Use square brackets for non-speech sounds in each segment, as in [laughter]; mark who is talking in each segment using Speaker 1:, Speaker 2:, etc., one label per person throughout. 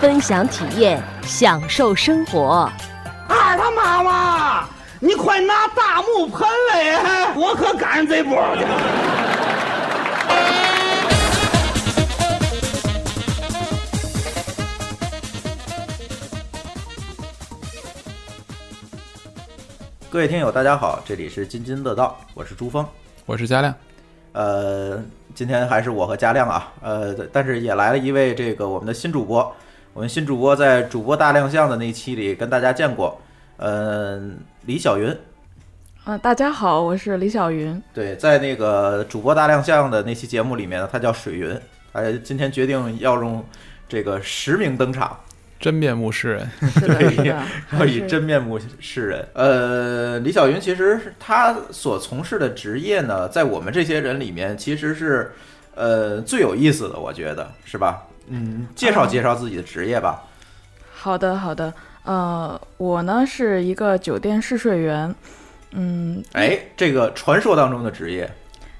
Speaker 1: 分享体验，享受生活。
Speaker 2: 二他妈妈，你快拿大木盆来，啊我可赶上这波去了。
Speaker 3: 各位听友，大家好，这里是津津乐道，我是朱峰。
Speaker 4: 我是佳亮，
Speaker 3: 呃，今天还是我和佳亮啊，呃，但是也来了一位这个我们的新主播，我们新主播在主播大亮相的那一期里跟大家见过，呃，李小云，
Speaker 5: 啊，大家好，我是李小云。
Speaker 3: 对，在那个主播大亮相的那期节目里面呢，他叫水云，他今天决定要用这个实名登场，
Speaker 4: 真面目示人。
Speaker 5: 是的，是的，
Speaker 3: 要以
Speaker 5: 还是
Speaker 3: 真面目示人。呃，李小云其实她所从事的职业呢，在我们这些人里面其实是呃最有意思的，我觉得是吧？嗯，介绍介绍自己的职业吧。
Speaker 5: 好的，好的。呃，我呢是一个酒店试睡员，嗯，
Speaker 3: 哎，这个传说当中的职业，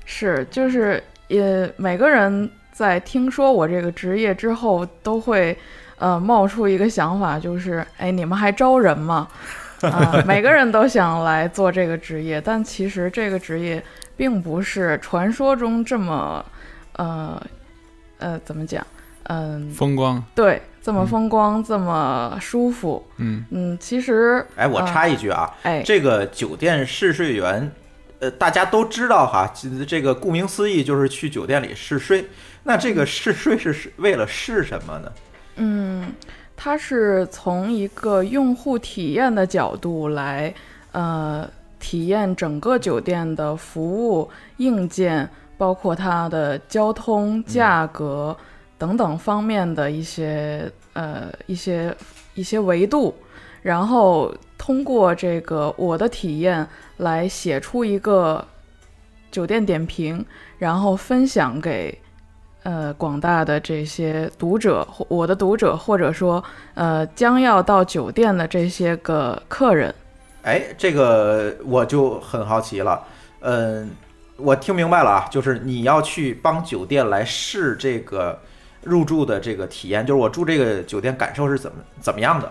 Speaker 5: 是，就是也每个人在听说我这个职业之后，都会呃冒出一个想法，就是哎，你们还招人吗？啊、每个人都想来做这个职业，但其实这个职业并不是传说中这么呃呃怎么讲，嗯、
Speaker 4: 风光，
Speaker 5: 对，这么风光，这么舒服。
Speaker 4: 嗯，
Speaker 5: 嗯，其实，
Speaker 3: 哎，我插一句啊，
Speaker 5: 哎，
Speaker 3: 这个酒店试睡员，呃，大家都知道哈，这这个顾名思义就是去酒店里试睡。那这个试睡是是为了试什么呢？
Speaker 5: 嗯，它是从一个用户体验的角度来，呃，体验整个酒店的服务、硬件，包括它的交通、价格等等方面的一些呃一些一些维度，然后通过这个我的体验来写出一个酒店点评，然后分享给呃广大的这些读者，或我的读者，或者说呃将要到酒店的这些个客人。
Speaker 3: 哎，这个我就很好奇了。嗯，我听明白了啊，就是你要去帮酒店来试这个入住的这个体验，就是我住这个酒店感受是怎么怎么样的？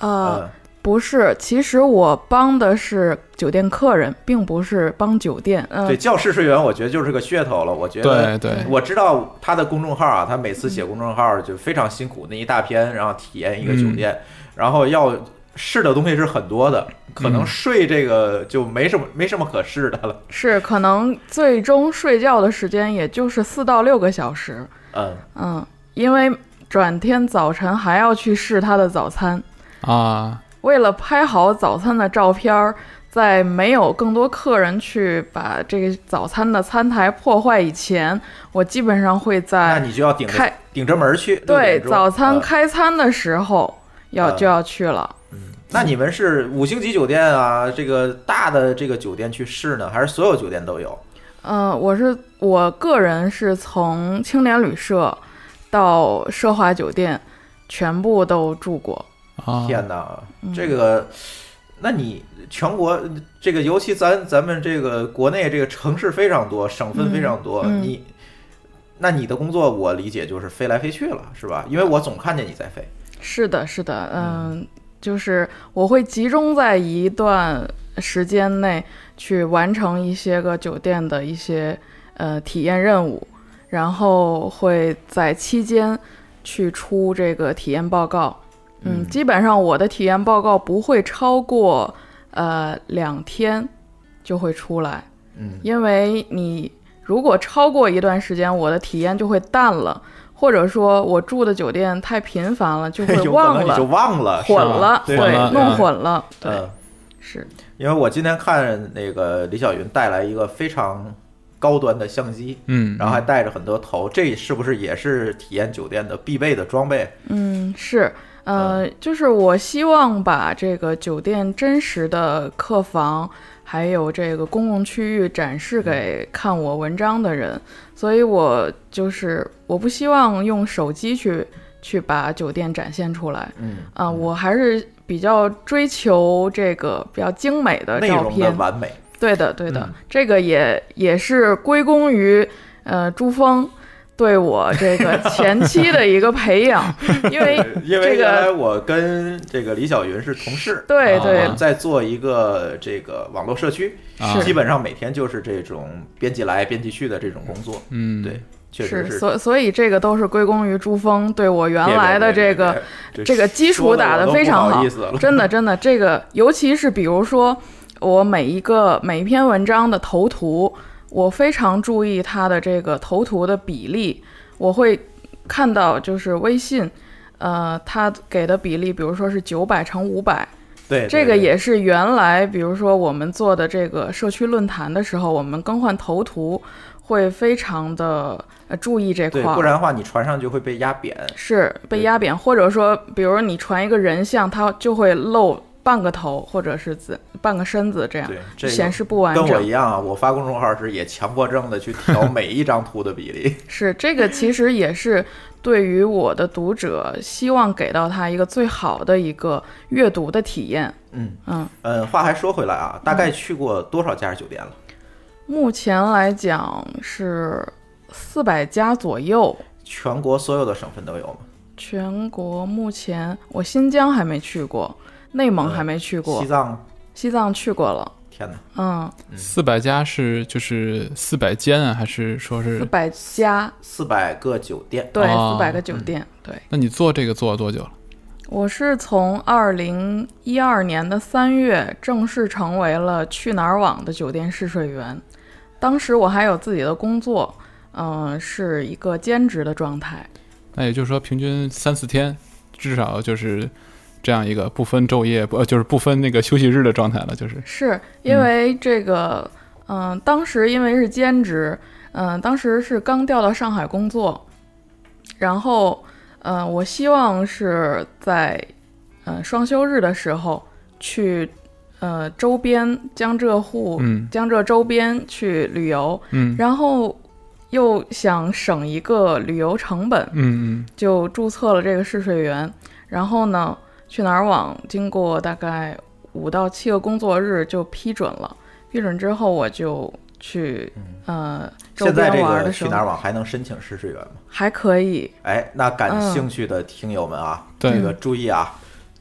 Speaker 5: 呃，
Speaker 4: 啊
Speaker 3: 嗯，
Speaker 5: 不是，其实我帮的是酒店客人，并不是帮酒店。嗯、
Speaker 3: 对，教试睡员我觉得就是个噱头了。我觉
Speaker 4: 啊对
Speaker 3: 得，
Speaker 4: 对，
Speaker 3: 我知道他的公众号啊，他每次写公众号就非常辛苦，那一大篇，然后体验一个酒店，
Speaker 4: 嗯
Speaker 3: 然后要试的东西是很多的，可能
Speaker 4: 嗯
Speaker 3: 睡这个就没什么没什么可试的了。
Speaker 5: 是可能最终睡觉的时间也就是四到六个小时。
Speaker 3: 嗯，
Speaker 5: 嗯，因为转天早晨还要去试他的早餐。
Speaker 4: 啊，
Speaker 5: 为了拍好早餐的照片儿，在没有更多客人去把这个早餐的餐台破坏以前，我基本上会
Speaker 4: 啊
Speaker 3: 那
Speaker 5: 在
Speaker 3: 你就要顶着
Speaker 5: 开
Speaker 3: 顶着门儿去。六
Speaker 5: 对
Speaker 3: 点钟
Speaker 5: 早餐
Speaker 3: 嗯
Speaker 5: 开餐的时候要
Speaker 3: 嗯
Speaker 5: 就要去了。
Speaker 3: 那你们是五星级酒店啊，这个大的这个酒店去试呢，还是所有酒店都有？
Speaker 5: 嗯，我是我个人是从青年旅社到奢华酒店，全部都住过。
Speaker 4: 啊，
Speaker 3: 天哪，
Speaker 5: 嗯
Speaker 3: 这个，那你全国这个，尤其咱咱们这个国内这个城市非常多，省份非常多，
Speaker 5: 嗯嗯
Speaker 3: 你。那你的工作，我理解就是飞来飞去了，是吧？因为我总看见你在飞。
Speaker 5: 是的，是的，嗯，就是我会集中在一段时间内去完成一些个酒店的一些呃体验任务，然后会在期间去出这个体验报告。嗯，
Speaker 3: 嗯
Speaker 5: 基本上我的体验报告不会超过呃两天就会出来。
Speaker 3: 嗯，
Speaker 5: 因为你如果超过一段时间，我的体验就会淡了，或者说我住的酒店太频繁了，就会
Speaker 3: [laughs] 有可
Speaker 5: 忘
Speaker 3: 能你就
Speaker 5: 了、
Speaker 3: 忘了，啊是
Speaker 5: 混
Speaker 3: 吧
Speaker 5: 了，
Speaker 3: 对啊
Speaker 5: 对，
Speaker 4: 混了
Speaker 5: 弄混了，对，
Speaker 3: 嗯，
Speaker 5: 是，
Speaker 3: 因为我今天看那个李小云带来一个非常高端的相机，
Speaker 4: 嗯，
Speaker 3: 然后还带着很多头，这是不是也是体验酒店的必备的装备？
Speaker 5: 嗯，是，呃，就是我希望把这个酒店真实的客房，还有这个公共区域展
Speaker 3: 嗯
Speaker 5: 示给看我文章的人，所以我就是我不希望用手机去去把酒店展现出来
Speaker 3: 嗯，
Speaker 5: 啊、我还是比较追求这个比较精美的
Speaker 3: 内
Speaker 5: 照
Speaker 3: 容的
Speaker 5: 片。
Speaker 3: 完美，
Speaker 5: 对的，对的，
Speaker 3: 嗯
Speaker 5: 这个也也是归功于呃朱峰。对我这个前期的一个培养，
Speaker 3: [laughs]
Speaker 5: 因为
Speaker 3: 因
Speaker 5: 这
Speaker 3: 为原来
Speaker 5: 个
Speaker 3: 我跟这个李小云是同事，
Speaker 5: 对
Speaker 3: 啊
Speaker 5: 对
Speaker 3: 我们在做一个这个网络社区，
Speaker 4: 啊
Speaker 3: 基本上每天就是这种编辑来编辑去的这种工作，
Speaker 4: 嗯，
Speaker 3: 对，，确实
Speaker 5: 是，所所以这个都是归功于朱峰对我原来的这个
Speaker 3: 别别别别
Speaker 5: 这个基础打得非常
Speaker 3: 说得我都不
Speaker 5: 好
Speaker 3: 好意思 [laughs] 了，
Speaker 5: 真的真的这个，尤其呃是比如说我每一个每一篇文章的头图，我非常注意它的这个头图的比例，我会看到就是微信，呃，它给的比例，比如说是九百乘五百，
Speaker 3: 对
Speaker 5: 这个
Speaker 3: 对
Speaker 5: 也是原来，比如说我们做的这个社区论坛的时候，我们更换头图会非常的呃注意这
Speaker 3: 对，
Speaker 5: 块儿，
Speaker 3: 不然的话你船上就会被压扁。
Speaker 5: 是被压扁，或者说，比如你传一个人像，它就会露半个头或者是自半个身子这样
Speaker 3: 对，这个
Speaker 5: 显示不完
Speaker 3: 跟我
Speaker 5: 整
Speaker 3: 一。样啊，我发公众号时也强迫症的去调每一张图的比例。
Speaker 5: 是这个，其实也是对于我的读者，希望给到他一个最好的一个阅读的体验。
Speaker 3: 嗯
Speaker 5: [laughs] 嗯，
Speaker 3: 嗯，话还说回来啊，大概去过多少家酒店了？
Speaker 5: 目前来讲是四百家左右。
Speaker 3: 全国所有的省份都有吗？
Speaker 5: 全国目前，我新疆还没去过，内蒙还没去
Speaker 3: 嗯
Speaker 5: 过，
Speaker 3: 西藏，
Speaker 5: 西藏去过了。
Speaker 3: 天哪，
Speaker 5: 嗯，
Speaker 4: 四百家是就是四百间啊，还是说
Speaker 5: 四
Speaker 4: 是？
Speaker 5: 百家，
Speaker 3: 四百个酒店。
Speaker 5: 对，
Speaker 4: 哦
Speaker 5: 四百个酒
Speaker 3: 嗯
Speaker 5: 店，对。
Speaker 4: 那你做这个做了多久了？
Speaker 5: 我是从二零一二年的三月正式成为了去哪儿网的酒店试睡员，当时我还有自己的工作，嗯、是一个兼职的状态。
Speaker 4: 那也就是说，平均三四天，至少就是这样一个不分昼夜，不呃就是不分那个休息日的状态了，就是
Speaker 5: 是因
Speaker 4: 嗯
Speaker 5: 为这个，嗯、当时因为是兼职，嗯、当时是刚调到上海工作，然后，嗯、我希望是在，嗯、双休日的时候去，呃，周边江浙沪、
Speaker 4: 嗯
Speaker 5: 江浙周边去旅游，
Speaker 4: 嗯
Speaker 5: 然后又想省一个旅游成本，
Speaker 4: 嗯
Speaker 5: 就注册了这个试睡员。然后呢，去哪儿网经过大概五到七个工作日就批准了。批准之后，我就去呃
Speaker 3: 嗯
Speaker 5: 周
Speaker 3: 现在
Speaker 5: 边
Speaker 3: 这
Speaker 5: 玩的
Speaker 3: 个
Speaker 5: 时
Speaker 3: 去
Speaker 5: 候
Speaker 3: 哪儿网还能申请试睡员吗？
Speaker 5: 还可以。
Speaker 3: 哎，那感
Speaker 5: 嗯
Speaker 3: 兴趣的听友们啊，
Speaker 4: 对
Speaker 3: 这个注意啊，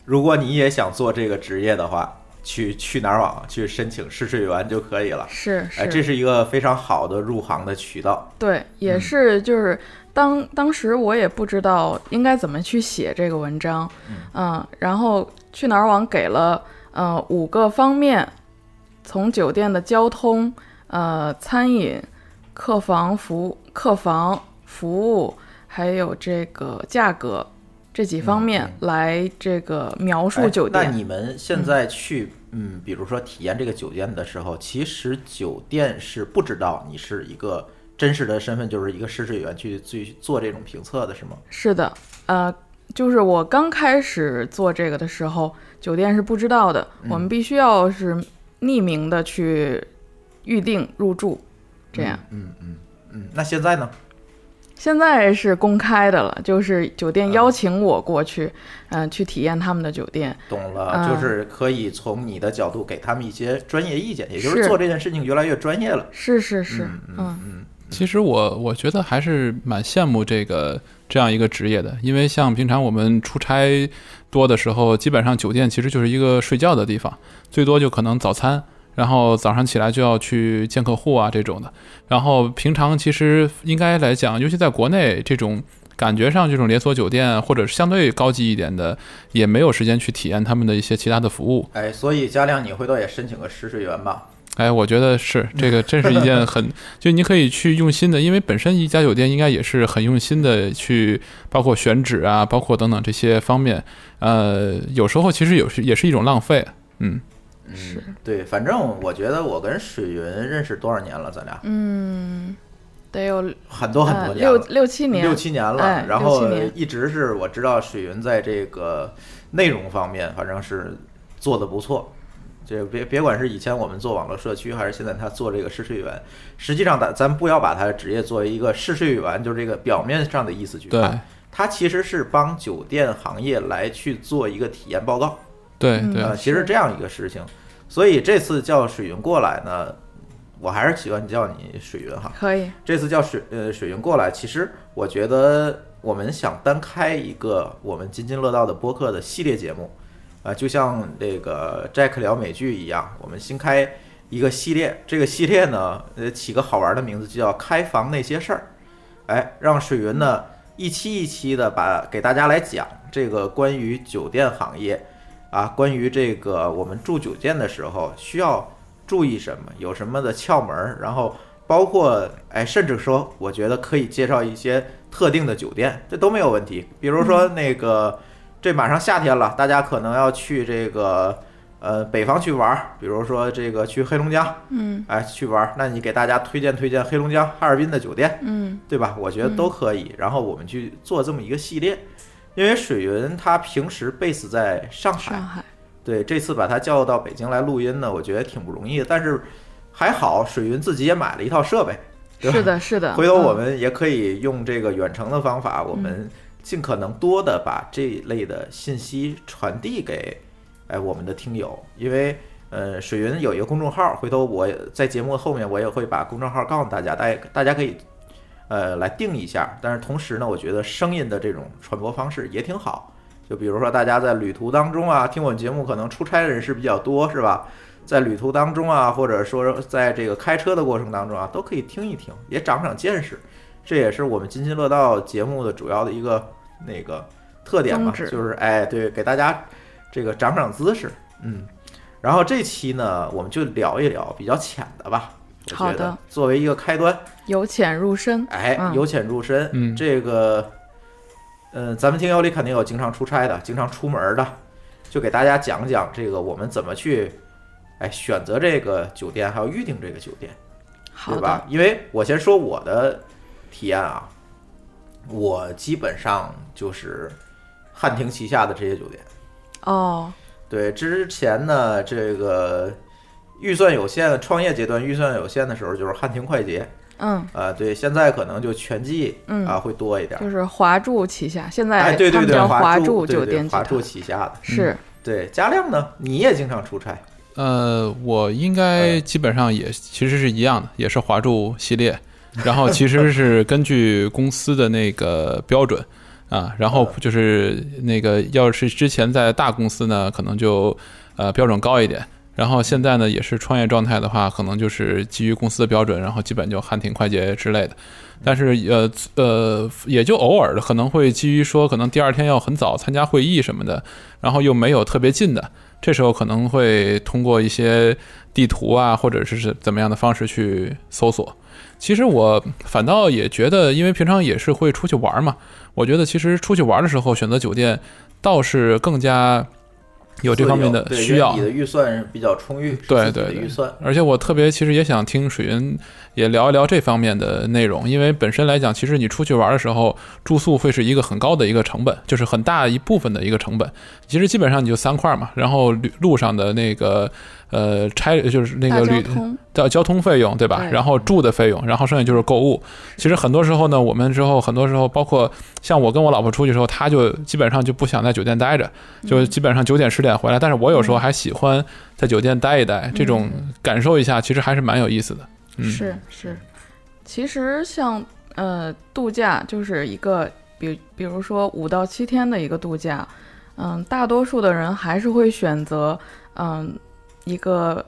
Speaker 3: 如果你也想做这个职业的话，去去哪儿网去申请试睡员就可以了。
Speaker 5: 是是，
Speaker 3: 哎，这是一个非常好的入行的渠道。
Speaker 5: 对，也
Speaker 3: 嗯
Speaker 5: 是就是当当时我也不知道应该怎么去写这个文章，嗯，然后去哪儿网给了呃五个方面，从酒店的交通、呃餐饮、客房服务、客房服务，还有这个价格这几方面来这个描
Speaker 3: 嗯
Speaker 5: 述
Speaker 3: 哎
Speaker 5: 酒店。
Speaker 3: 那你们现在去，嗯，比如说体验这个酒店的时候，其实酒店是不知道你是一个真实的身份，就是一个试睡员去去做这种评测的，是吗？
Speaker 5: 是的，呃，就是我刚开始做这个的时候，酒店是不知道的，我
Speaker 3: 嗯
Speaker 5: 们必须要是匿名的去预定入住，这样。
Speaker 3: 嗯，那现在呢？
Speaker 5: 现在是公开的了，就是酒
Speaker 3: 嗯
Speaker 5: 店邀请我过去，嗯、去体验他们的酒店。
Speaker 3: 懂
Speaker 5: 嗯
Speaker 3: 了，就是可以从你的角度给他们一些专业意见，也就是
Speaker 5: 是
Speaker 3: 做这件事情越来越专业了。
Speaker 5: 是是是，嗯，
Speaker 4: 其实我我觉得还是蛮羡慕这个这样一个职业的，因为像平常我们出差多的时候，基本上酒店其实就是一个睡觉的地方，最多就可能早餐，然后早上起来就要去见客户啊这种的。然后平常其实应该来讲，尤其在国内这种。感觉上，这种连锁酒店或者是相对高级一点的，也没有时间去体验他们的一些其他的服务。
Speaker 3: 哎，所以佳亮，你回头也申请个试睡员吧。
Speaker 4: 哎，我觉得是这个，真是一件很 [laughs] 就你可以去用心的，因为本身一家酒店应该也是很用心的去，包括选址啊，包括等等这些方面，呃，有时候其实有时也是一种浪费，嗯，
Speaker 5: 是，
Speaker 3: 对，反正我觉得我跟水云认识多少年了，咱俩
Speaker 5: 嗯，得有
Speaker 3: 很多很
Speaker 5: 呃
Speaker 3: 多年
Speaker 5: 六
Speaker 3: 了，
Speaker 5: 六七年，
Speaker 3: 六七年了。
Speaker 5: 哎
Speaker 3: 然
Speaker 5: 六
Speaker 3: 后
Speaker 5: 七年
Speaker 3: 一直是我知道水云在这个内容方面，反正是做的不错。这别别管是以前我们做网络社区，还是现在他做这个试睡员，实际上咱咱不要把他的职业作为一个试睡员，就是这个表面上的意思去
Speaker 4: 对
Speaker 3: 看。他其实是帮酒店行业来去做一个体验报告。
Speaker 4: 对
Speaker 5: 嗯
Speaker 4: 对
Speaker 3: 呃，其实这样一个事情，所以这次叫水云过来呢，我还是喜欢叫你水云哈。
Speaker 5: 可以，
Speaker 3: 这次叫水呃水云过来，其实我觉得我们想单开一个我们津津乐道的播客的系列节目，啊、就像这个 Jack 聊美剧一样，我们新开一个系列，这个系列呢，呃，起个好玩的名字，就叫“开房那些事儿”，哎，让水云呢一期一期的把给大家来讲这个关于酒店行业啊，关于这个我们住酒店的时候需要注意什么，有什么的窍门儿，然后包括哎，甚至说我觉得可以介绍一些特定的酒店，这都没有问题。比如说
Speaker 5: 嗯
Speaker 3: 那个，这马上夏天了，大家可能要去这个呃北方去玩儿，比如说这个去黑龙江，
Speaker 5: 嗯
Speaker 3: 哎去玩儿，那你给大家推荐推荐黑龙江、哈尔滨的酒店，
Speaker 5: 嗯
Speaker 3: 对吧？我觉得都可以。然后我们去做这么一个系列，因为水云他平时 base 在上海
Speaker 5: 上，海，
Speaker 3: 对，这次把他叫到北京来录音呢，我觉得挺不容易的。但是还好，水云自己也买了一套设备，对吧
Speaker 5: 是的，是的，
Speaker 3: [laughs] 回头我
Speaker 5: 嗯
Speaker 3: 们也可以用这个远程的方法，我们尽可能多的把这一类的信息传递给哎我们的听友，因为呃水云有一个公众号，回头我也在节目后面我也会把公众号告诉大家，大家大家可以呃来定一下。但是同时呢，我觉得声音的这种传播方式也挺好，就比如说大家在旅途当中啊，听我们节目可能出差的人士比较多，是吧？在旅途当中啊，或者说在这个开车的过程当中啊，都可以听一听，也长长见识。这也是我们津津乐道节目的主要的一个那个特点嘛，
Speaker 5: 宗旨
Speaker 3: 就是哎，对，给大家这个长长姿势，嗯。然后这期呢，我们就聊一聊比较浅的吧。我觉
Speaker 5: 好
Speaker 3: 得
Speaker 5: 的
Speaker 3: 作为一个开端，
Speaker 5: 由浅入深，
Speaker 3: 哎，
Speaker 5: 嗯
Speaker 3: 由浅入深，
Speaker 4: 嗯
Speaker 3: 这个，呃，咱们听友里肯定有经常出差的，经常出门的，就给大家讲讲这个我们怎么去，哎，选择这个酒店，还有预定这个酒店，
Speaker 5: 好
Speaker 3: 对
Speaker 5: 的，
Speaker 3: 吧？因为我先说我的体验啊，我基本上就是汉庭旗下的这些酒店。
Speaker 5: 哦，
Speaker 3: 对，之前呢，这个预算有限，创业阶段预算有限的时候，就是汉庭快捷
Speaker 5: 嗯
Speaker 3: 啊、对，现在可能就全季
Speaker 5: 嗯
Speaker 3: 啊、会多一点。
Speaker 5: 就是华住旗下，现
Speaker 3: 哎，
Speaker 5: 在
Speaker 3: 对
Speaker 5: 他
Speaker 3: 对
Speaker 5: 们
Speaker 3: 对，
Speaker 5: 叫
Speaker 3: 华
Speaker 5: 住
Speaker 3: 对
Speaker 5: 酒
Speaker 3: 对
Speaker 5: 店集
Speaker 3: 华
Speaker 5: 团，
Speaker 3: 住旗下的。
Speaker 5: 是
Speaker 3: 对，嘉亮呢，你也经常出差，
Speaker 4: 呃，我应该基本上也其实是一样的，也是华住系列，然后其实是根据公司的那个标准啊，然后就是那个要是之前在大公司呢，可能就呃标准高一点，然后现在呢也是创业状态的话，可能就是基于公司的标准，然后基本就汉庭快捷之类的。但是呃呃，也就偶尔的可能会基于说，可能第二天要很早参加会议什么的，然后又没有特别近的，这时候可能会通过一些地图啊，或者是是怎么样的方式去搜索。其实我反倒也觉得，因为平常也是会出去玩嘛，我觉得其实出去玩的时候选择酒店倒是更加有这方面的
Speaker 3: 对因为
Speaker 4: 需要。
Speaker 3: 你的预算比较充裕，是
Speaker 4: 对
Speaker 3: 自己的
Speaker 4: 对对
Speaker 3: 预算
Speaker 4: 而且我特别其实也想听水云也聊一聊这方面的内容，因为本身来讲，其实你出去玩的时候，住宿会是一个很高的一个成本，就是很大一部分的一个成本。其实基本上你就三块嘛，然后旅路上的那个呃差就是那
Speaker 5: 大
Speaker 4: 个
Speaker 5: 交
Speaker 4: 旅
Speaker 5: 通，
Speaker 4: 叫交通费用，对吧？
Speaker 5: 对
Speaker 4: 然后住的费用，然后剩下就是购物。其实很多时候呢，我们之后很多时候，包括像我跟我老婆出去的时候，她就基本上就不想在酒店待着，
Speaker 5: 嗯
Speaker 4: 就基本上九点十点回来。但是我有时候还喜欢在酒店待一待，这种感受一下，其实还是蛮有意思的。嗯，
Speaker 5: 嗯是是，其实像呃度假就是一个，比比如说五到七天的一个度假，嗯，大多数的人还是会选择嗯一个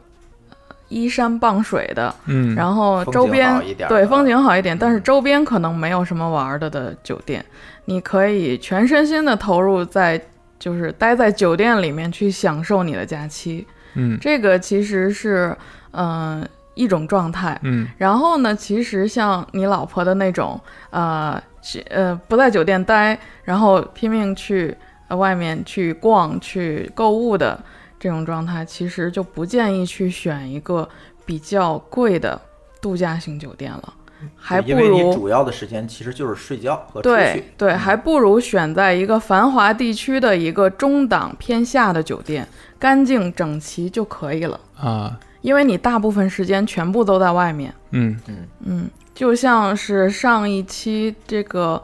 Speaker 5: 呃依山傍水的，
Speaker 4: 嗯，
Speaker 5: 然后
Speaker 3: 风
Speaker 5: 周
Speaker 3: 景
Speaker 5: 边
Speaker 3: 好一点
Speaker 5: 对
Speaker 3: 的
Speaker 5: 风景好一点，但是周边可能没有什么玩儿的的酒店，你可以全身心的投入在就是待在酒店里面去享受你的假期，
Speaker 4: 嗯
Speaker 5: 这个其实是嗯、呃一种状态。
Speaker 4: 嗯
Speaker 5: 然后呢，其实像你老婆的那种，呃，去呃不在酒店待，然后拼命去、呃外面去逛、去购物的这种状态，其实就不建议去选一个比较贵的度假型酒店了，还不
Speaker 3: 嗯因为你
Speaker 5: 如
Speaker 3: 主要的嗯时间其实就是睡觉和出
Speaker 5: 对
Speaker 3: 去。
Speaker 5: 对，还不如选在一个繁华地区的一个中档偏下的酒店，干净整齐就可以了。
Speaker 4: 啊，
Speaker 5: 因为你大部分时间全部都在外面，
Speaker 4: 嗯，
Speaker 5: 嗯，就像是上一期这个，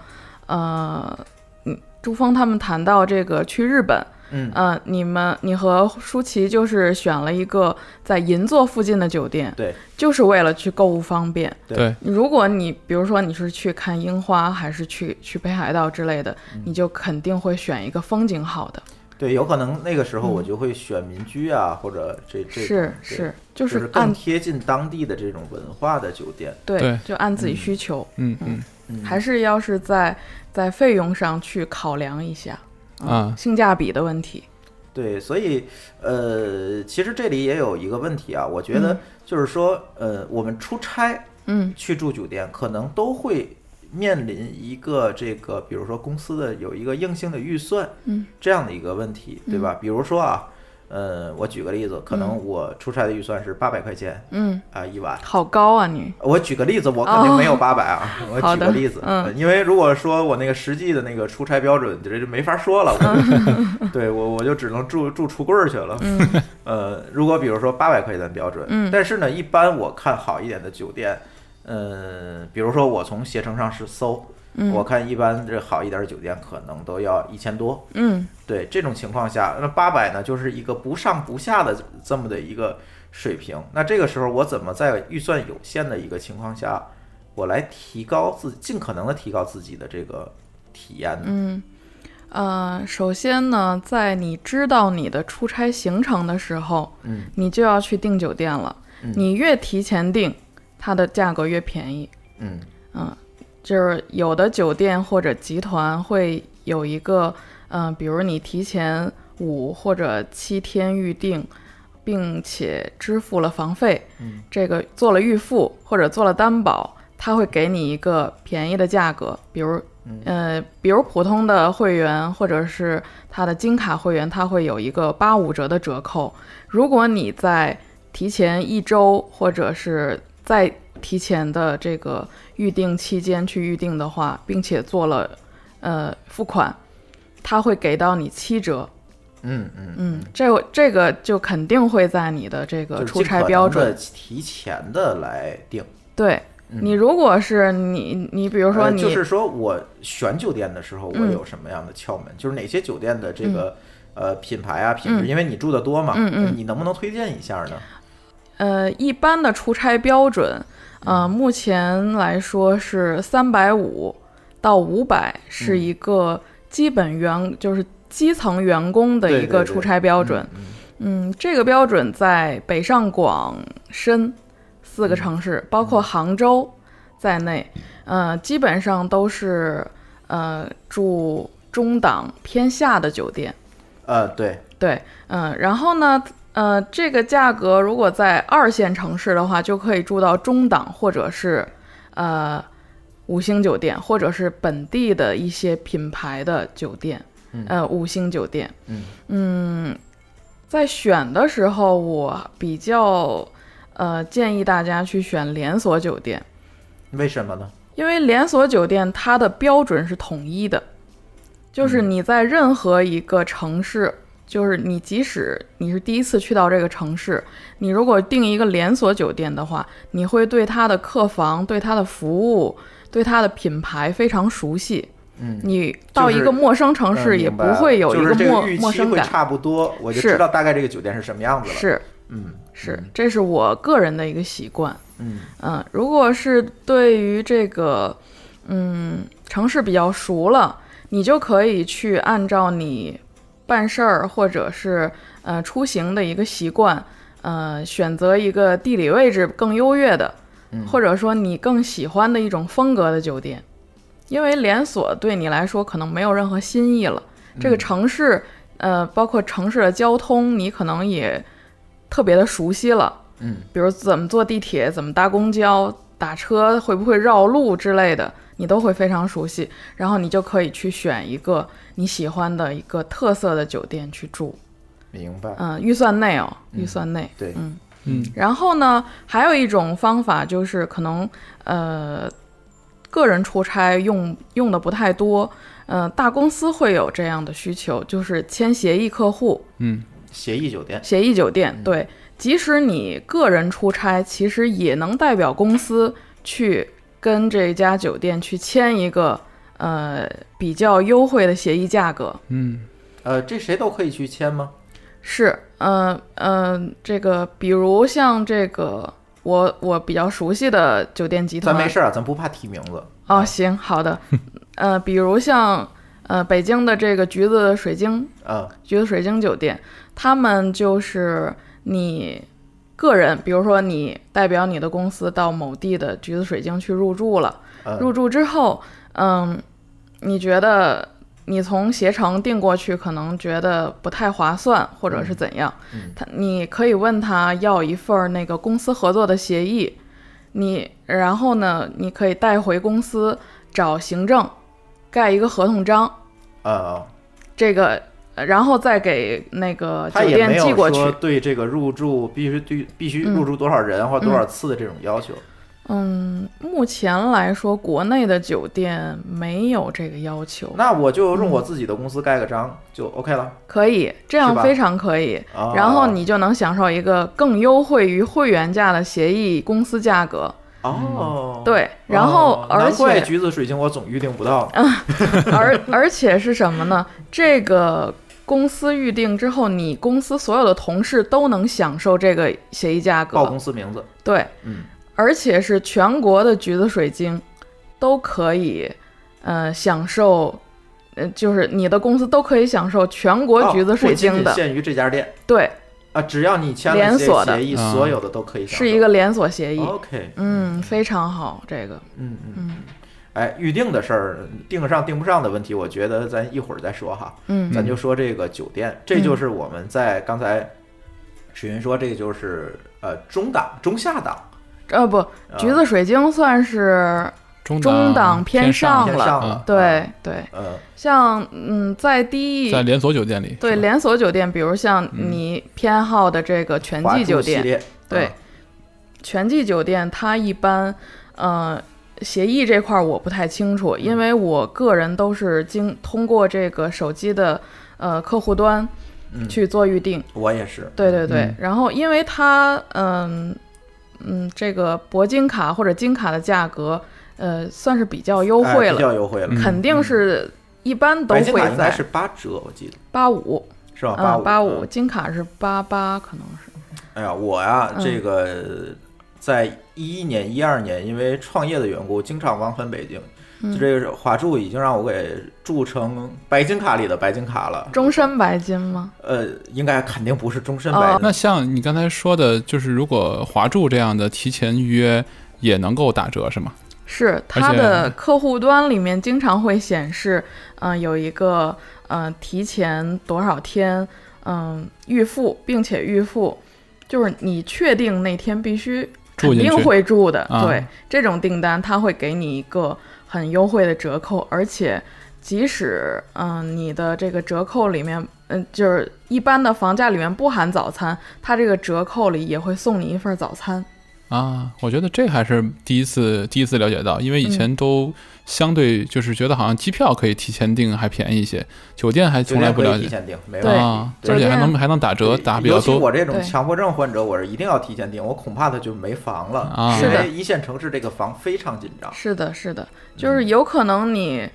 Speaker 5: 呃，嗯，朱峰他们谈到这个去日本，
Speaker 3: 嗯
Speaker 5: 呃，你们你和舒淇就是选了一个在银座附近的酒店，
Speaker 3: 对，
Speaker 5: 就是为了去购物方便。
Speaker 4: 对，
Speaker 5: 如果你比如说你是去看樱花，还是去去北海道之类的，
Speaker 4: 嗯
Speaker 5: 你就肯定会选一个风景好的，
Speaker 3: 对，有可能那个时候我就会选民居啊，或者这这
Speaker 5: 嗯是
Speaker 3: 种对
Speaker 5: 是，
Speaker 3: 就
Speaker 5: 就
Speaker 3: 是
Speaker 5: 按
Speaker 3: 更贴近当地的这种文化的酒店。
Speaker 5: 对
Speaker 4: 对
Speaker 5: 就按自己需求，
Speaker 4: 嗯嗯
Speaker 5: 还是要是在在费用上去考量一下
Speaker 4: 啊，
Speaker 5: 性价比的问题。
Speaker 3: 对，所以呃，其实这里也有一个问题啊，我觉得就是说，呃，我们出差
Speaker 5: 嗯
Speaker 3: 去住酒店，可能都会面临一个这个，比如说公司的有一个硬性的预算，
Speaker 5: 嗯，
Speaker 3: 这样的一个问题，对吧？比如说啊，呃，我举个例子，可能我出差的预算是八百块钱
Speaker 5: 嗯，
Speaker 3: 啊一晚。
Speaker 5: 好高啊你，
Speaker 3: 我举个例子，我肯定没有八百
Speaker 5: [laughs]
Speaker 3: 啊。我
Speaker 5: 哦好
Speaker 3: 举个
Speaker 5: 的
Speaker 3: 例子，
Speaker 5: 嗯
Speaker 3: 呃因为如果说我那个实际的那个出差标准，这就没法说了。我
Speaker 5: 嗯
Speaker 3: 对我我就只能住住橱柜儿去了。呃，如果比如说八百块钱的标准，
Speaker 5: 嗯
Speaker 3: 但是呢，一般我看好一点的酒店，嗯、比如说我从携程上是搜，
Speaker 5: 嗯
Speaker 3: 我看一般这好一点的酒店可能都要一千多。
Speaker 5: 嗯
Speaker 3: 对这种情况下，那八百呢，就是一个不上不下的这么的一个水平。那这个时候，我怎么在预算有限的一个情况下，我来提高自尽可能的提高自己的这个体验呢？
Speaker 5: 嗯，呃，首先呢，在你知道你的出差行程的时候，
Speaker 3: 嗯，
Speaker 5: 你就要去订酒店了。
Speaker 3: 嗯
Speaker 5: 你越提前订，它的价格越便宜。
Speaker 3: 嗯
Speaker 5: 嗯，就是有的酒店或者集团会有一个，嗯、比如你提前五或者七天预定，并且支付了房费，
Speaker 3: 嗯
Speaker 5: 这个做了预付或者做了担保，它会给你一个便宜的价格，比如。
Speaker 3: 嗯
Speaker 5: 呃，比如普通的会员或者是他的金卡会员，它会有一个八五折的折扣。如果你在提前一周或者是再提前的这个预定期间去预定的话，并且做了呃付款，它会给到你七折。
Speaker 3: 嗯嗯，
Speaker 5: 嗯，这个这个就肯定会在你的这
Speaker 3: 就
Speaker 5: 个
Speaker 3: 是
Speaker 5: 出
Speaker 3: 尽
Speaker 5: 差
Speaker 3: 可
Speaker 5: 标
Speaker 3: 能的
Speaker 5: 准。
Speaker 3: 提前的来定。
Speaker 5: 对、你，如果是你你比如
Speaker 3: 呃就
Speaker 5: 说
Speaker 3: 嗯
Speaker 5: 你、
Speaker 3: 就是说我选酒店的时候，我
Speaker 5: 嗯
Speaker 3: 有什么样的窍门？就是哪些酒店的这个。呃，品牌啊，品质，因为你住的多嘛，
Speaker 5: 嗯嗯
Speaker 3: 你能不能推荐一下呢？
Speaker 5: 呃一般的出差标准，
Speaker 3: 嗯
Speaker 5: 呃目前来说是三百五到五百
Speaker 3: 嗯
Speaker 5: 是一个基本员就是基层员工的
Speaker 3: 对
Speaker 5: 一
Speaker 3: 对
Speaker 5: 个
Speaker 3: 对
Speaker 5: 出差标准。
Speaker 3: 嗯
Speaker 5: 嗯，这个标准在北上广深四
Speaker 3: 嗯
Speaker 5: 个城市，包括杭州在内，呃，基本上都是呃住中档偏下的酒店。
Speaker 3: 呃，对，
Speaker 5: 对，嗯、然后呢，呃，这个价格如果在二线城市的话，就可以住到中档或者是呃五星酒店，或者是本地的一些品牌的酒店，呃，五星酒店。
Speaker 3: 嗯
Speaker 5: 嗯在选的时候，我比较呃建议大家去选连锁酒店，
Speaker 3: 为什么呢？
Speaker 5: 因为连锁酒店它的标准是统一的，就是
Speaker 3: 嗯
Speaker 5: 你在任何一个城市，就是你即使你是第一次去到这个城市，你如果订一个连锁酒店的话，你会对它的客房、对它的服务、对它的品牌非常熟悉。
Speaker 3: 嗯
Speaker 5: 你到一个陌生城
Speaker 3: 呃
Speaker 5: 市也不会有一
Speaker 3: 个
Speaker 5: 陌
Speaker 3: 预
Speaker 5: 陌
Speaker 3: 期
Speaker 5: 生
Speaker 3: 会
Speaker 5: 感，
Speaker 3: 差不多，我就是知道大概这个酒店是什么样子了。，
Speaker 5: 是
Speaker 3: 嗯
Speaker 5: 是，这是我个人的一个习惯。
Speaker 3: 嗯
Speaker 5: 嗯，如果是对于这个，嗯，城市比较熟了，你就可以去按照你办事儿或者是呃出行的一个习惯，呃，选择一个地理位置更优越的，
Speaker 3: 嗯
Speaker 5: 或者说你更喜欢的一种风格的酒店，因为连锁对你来说可能没有任何新意了。
Speaker 3: 嗯
Speaker 5: 这个城市，呃，包括城市的交通，你可能也特别的熟悉了。
Speaker 3: 嗯
Speaker 5: 比如怎么坐地铁、怎么搭公交、打车会不会绕路之类的，你都会非常熟悉。然后你就可以去选一个你喜欢的一个特色的酒店去住。
Speaker 3: 明白。
Speaker 5: 嗯，预算内哦，
Speaker 3: 嗯
Speaker 5: 预算内。
Speaker 3: 对
Speaker 5: 嗯。
Speaker 4: 嗯
Speaker 5: 然后呢，还有一种方法就是可能呃，个人出差用用的不太多，呃，大公司会有这样的需求，就是签协议客户、
Speaker 4: 嗯
Speaker 3: 协议酒店，
Speaker 5: 协议酒
Speaker 3: 嗯
Speaker 5: 店。对，即使你个人出差，其实也能代表公司去跟这家酒店去签一个呃比较优惠的协议价格。
Speaker 4: 嗯
Speaker 3: 呃，这谁都可以去签吗？
Speaker 5: 是，嗯、呃、嗯、这个比如像这个我我比较熟悉的酒店集
Speaker 3: 咱
Speaker 5: 团，
Speaker 3: 没事儿啊，咱不怕提名字。啊
Speaker 5: 哦，行，好的，呃，比如像呃北京的这个橘子水晶
Speaker 3: 嗯
Speaker 5: 橘子水晶酒店，他们就是你个人，比如说你代表你的公司到某地的橘子水晶去入住了，入
Speaker 3: 嗯，
Speaker 5: 住之后，嗯，你觉得你从携程订过去，可能觉得不太划算，或者是怎样？
Speaker 3: 嗯
Speaker 5: 他你可以问他要一份儿那个公司合作的协议，你然后呢，你可以带回公司找行政盖一个合同章，
Speaker 3: 呃，
Speaker 5: 这个呃然后再给那个
Speaker 3: 他
Speaker 5: 酒
Speaker 3: 也
Speaker 5: 店
Speaker 3: 没
Speaker 5: 寄
Speaker 3: 有
Speaker 5: 过
Speaker 3: 说
Speaker 5: 去。
Speaker 3: 对这个入住必须对必须
Speaker 5: 嗯
Speaker 3: 入住多少人或多少次的这种要求。
Speaker 5: 嗯，目前来说，国内的酒店没有这个要求。
Speaker 3: 那我就用
Speaker 5: 嗯
Speaker 3: 我自己的公司盖个章就 OK 了。
Speaker 5: 可以，
Speaker 3: 是
Speaker 5: 这样
Speaker 3: 吧
Speaker 5: 非常可以。
Speaker 3: 哦
Speaker 5: 然后你就能享受一个更优惠于会员价的协议公司价
Speaker 3: [laughs]
Speaker 5: 格。
Speaker 3: 哦，
Speaker 5: 嗯对，然后、
Speaker 3: 哦
Speaker 5: 而
Speaker 3: 难怪
Speaker 5: 且嗯
Speaker 3: 橘子水晶我总预定不到。
Speaker 5: 而而且是什么呢？这个公司预定之后，你公司所有的同事都能享受这个协议价
Speaker 3: 报公
Speaker 5: 格。
Speaker 3: 司名字，
Speaker 5: 对，
Speaker 3: 嗯，
Speaker 5: 而且是全国的橘子水晶都可以，呃，享受。呃，就是你的公司都可以享受全国橘子水晶的，
Speaker 3: 哦不仅仅限于这家店
Speaker 5: 对，
Speaker 3: 啊，只要你签了
Speaker 5: 连锁
Speaker 3: 这
Speaker 5: 的
Speaker 3: 协议，
Speaker 4: 嗯
Speaker 3: 所有的都可以享受。哦
Speaker 5: 是一个连锁协议。
Speaker 3: OK，
Speaker 5: 嗯，非常好，这个，
Speaker 3: 嗯嗯。
Speaker 5: 嗯
Speaker 3: 哎，预定的事儿，定上定不上的问题，我觉得咱一会儿再说哈。
Speaker 5: 嗯
Speaker 3: 咱就说这个酒店，这就是我们在刚才水云说，这个就是呃中档、中下档、
Speaker 5: 呃不，
Speaker 3: 啊
Speaker 5: 橘子水晶算是
Speaker 4: 中
Speaker 5: 中档
Speaker 4: 偏
Speaker 5: 偏
Speaker 4: 上
Speaker 5: 上
Speaker 3: 偏
Speaker 5: 了
Speaker 3: 上了。
Speaker 5: 对对，
Speaker 3: 嗯，
Speaker 5: 像嗯再低
Speaker 4: 在连锁酒店里
Speaker 5: 对
Speaker 4: 是吧
Speaker 5: 连锁酒店，比如像你偏好的这个全
Speaker 3: 嗯华
Speaker 5: 季
Speaker 3: 住
Speaker 5: 酒
Speaker 3: 系
Speaker 5: 店，
Speaker 3: 列，
Speaker 5: 对，全季酒店它一般呃协议这块儿我不太清楚，
Speaker 3: 嗯
Speaker 5: 因为我个人都是经通过这个手机的呃客户端
Speaker 3: 嗯，
Speaker 5: 去做预定。
Speaker 3: 我也是。
Speaker 5: 对对对，
Speaker 4: 嗯
Speaker 5: 然后因为它，嗯嗯，这个铂金卡或者金卡的价格，呃，算是比较优惠
Speaker 3: 哎比
Speaker 5: 了，
Speaker 3: 较优惠了。
Speaker 4: 嗯
Speaker 5: 肯定是一般都
Speaker 3: 白金卡
Speaker 5: 会
Speaker 3: 应该
Speaker 5: 在
Speaker 3: 是八折，我记得
Speaker 5: 八五，
Speaker 3: 是吧？
Speaker 5: 嗯，
Speaker 3: 八
Speaker 5: 八五，。金卡是八八，可能是，
Speaker 3: 哎呀，我呀，
Speaker 5: 嗯
Speaker 3: 这个在一一年、一二年，因为创业的缘故，经常往返北京。就
Speaker 5: 嗯，
Speaker 3: 这个华住已经让我给住成白金卡里的白金卡了。
Speaker 5: 终身白金吗？
Speaker 3: 呃，应该肯定不是终
Speaker 5: 哦
Speaker 3: 身白金。
Speaker 4: 那像你刚才说的，就是如果华住这样的提前预约也能够打折是吗？
Speaker 5: 是
Speaker 4: 而
Speaker 5: 它
Speaker 4: 且
Speaker 5: 的客户端里面经常会显示，嗯、有一个呃提前多少天，嗯、预付，并且预付，就是你确定那天必须
Speaker 4: 住
Speaker 5: 肯
Speaker 4: 进
Speaker 5: 定
Speaker 4: 去
Speaker 5: 会住的。
Speaker 4: 啊
Speaker 5: 对这种订单，它会给你一个很优惠的折扣，而且即使嗯、你的这个折扣里面，嗯、就是一般的房价里面不含早餐，它这个折扣里也会送你一份早餐。
Speaker 4: 啊，我觉得这还是第一次第一次了解到，因为以前都相对就是觉得好像机票可以提前订还便宜一些，酒店还
Speaker 3: 酒
Speaker 4: 从来
Speaker 3: 店
Speaker 4: 不
Speaker 3: 可
Speaker 4: 了
Speaker 3: 以提
Speaker 4: 解
Speaker 3: 前订，没
Speaker 5: 对
Speaker 3: 问题。
Speaker 4: 啊，
Speaker 5: 对
Speaker 4: 而且还
Speaker 5: 酒
Speaker 4: 能
Speaker 5: 店
Speaker 4: 还能打折，打比较
Speaker 3: 尤其
Speaker 4: 多
Speaker 3: 我这种
Speaker 5: 对
Speaker 3: 强迫症患者，我是一定要提前订，我恐怕他就没房了，
Speaker 4: 啊
Speaker 3: 因
Speaker 5: 是的
Speaker 3: 为一线城市这个房非常紧张，
Speaker 5: 是的，是的，就是有可能你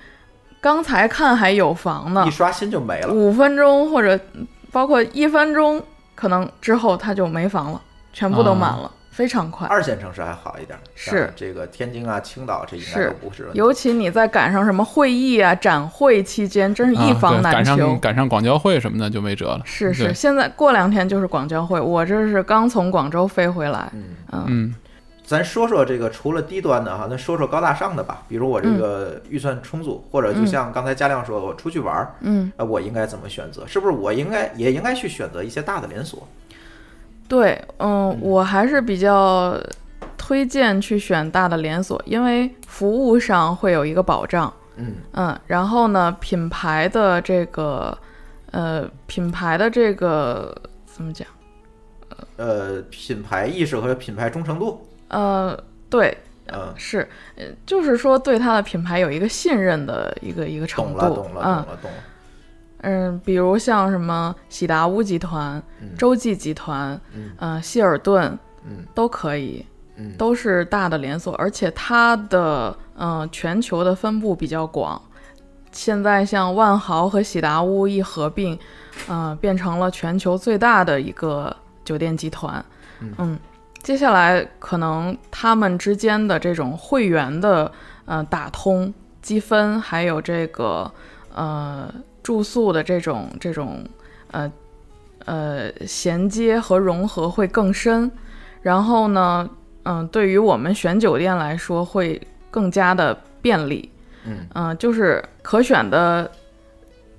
Speaker 5: 刚才看还有房呢
Speaker 3: 一，刷新就没了。
Speaker 5: 五分钟或者包括一分钟，可能之后它就没房了，全部都
Speaker 4: 啊
Speaker 5: 满了，非常快。
Speaker 3: 二线城市还好一点，
Speaker 5: 是
Speaker 3: 像这个天津啊、青岛这应该
Speaker 5: 是
Speaker 3: 都不是问题。
Speaker 5: 尤其你再赶上什么会议啊、展会期间，真是一
Speaker 4: 啊，
Speaker 5: 房
Speaker 4: 对
Speaker 5: 难
Speaker 4: 赶
Speaker 5: 求。
Speaker 4: 上赶上广交会什么的就没辙了。
Speaker 5: 是
Speaker 4: 对
Speaker 5: 是，，现在过两天就是广交会，我这是刚从广州飞回来。
Speaker 3: 嗯，
Speaker 5: 嗯
Speaker 4: 嗯
Speaker 3: 咱说说这个除了低端的哈，咱说说高大上的吧，比如我
Speaker 5: 嗯
Speaker 3: 这个预算充足，或者就像刚才嘉亮说，我出去玩儿，
Speaker 5: 嗯，
Speaker 3: 呃，我应该怎么选择？是不是我应该也应该去选择一些大的连锁？
Speaker 5: 对，嗯，我还是比较推荐去选大的连锁，因为服务上会有一个保障。
Speaker 3: 嗯，
Speaker 5: 嗯，然后呢，品牌的这个呃品牌的这个怎么讲？
Speaker 3: 呃，品牌意识和品牌忠诚度，
Speaker 5: 呃，对，
Speaker 3: 嗯，
Speaker 5: 是，呃就是说对它的品牌有一个信任的一个一个
Speaker 3: 懂
Speaker 5: 程度，
Speaker 3: 了，懂了，懂
Speaker 5: 嗯
Speaker 3: 了，懂了。
Speaker 5: 嗯，比如像什么喜达屋集团、
Speaker 3: 嗯
Speaker 5: 洲际集团，
Speaker 3: 嗯
Speaker 5: 呃，希尔顿
Speaker 3: 嗯
Speaker 5: 都可以，
Speaker 3: 嗯，
Speaker 5: 都是大的连锁，而且它的嗯、呃全球的分布比较广。现在像万豪和喜达屋一合并，呃，变成了全球最大的一个酒店集团。
Speaker 3: 嗯
Speaker 5: 接下来可能他们之间的这种会员的呃打通、积分，还有这个呃住宿的这种这种呃呃衔接和融合会更深。然后呢，嗯，对于我们选酒店来说会更加的便利。
Speaker 3: 嗯
Speaker 5: 呃就是可选的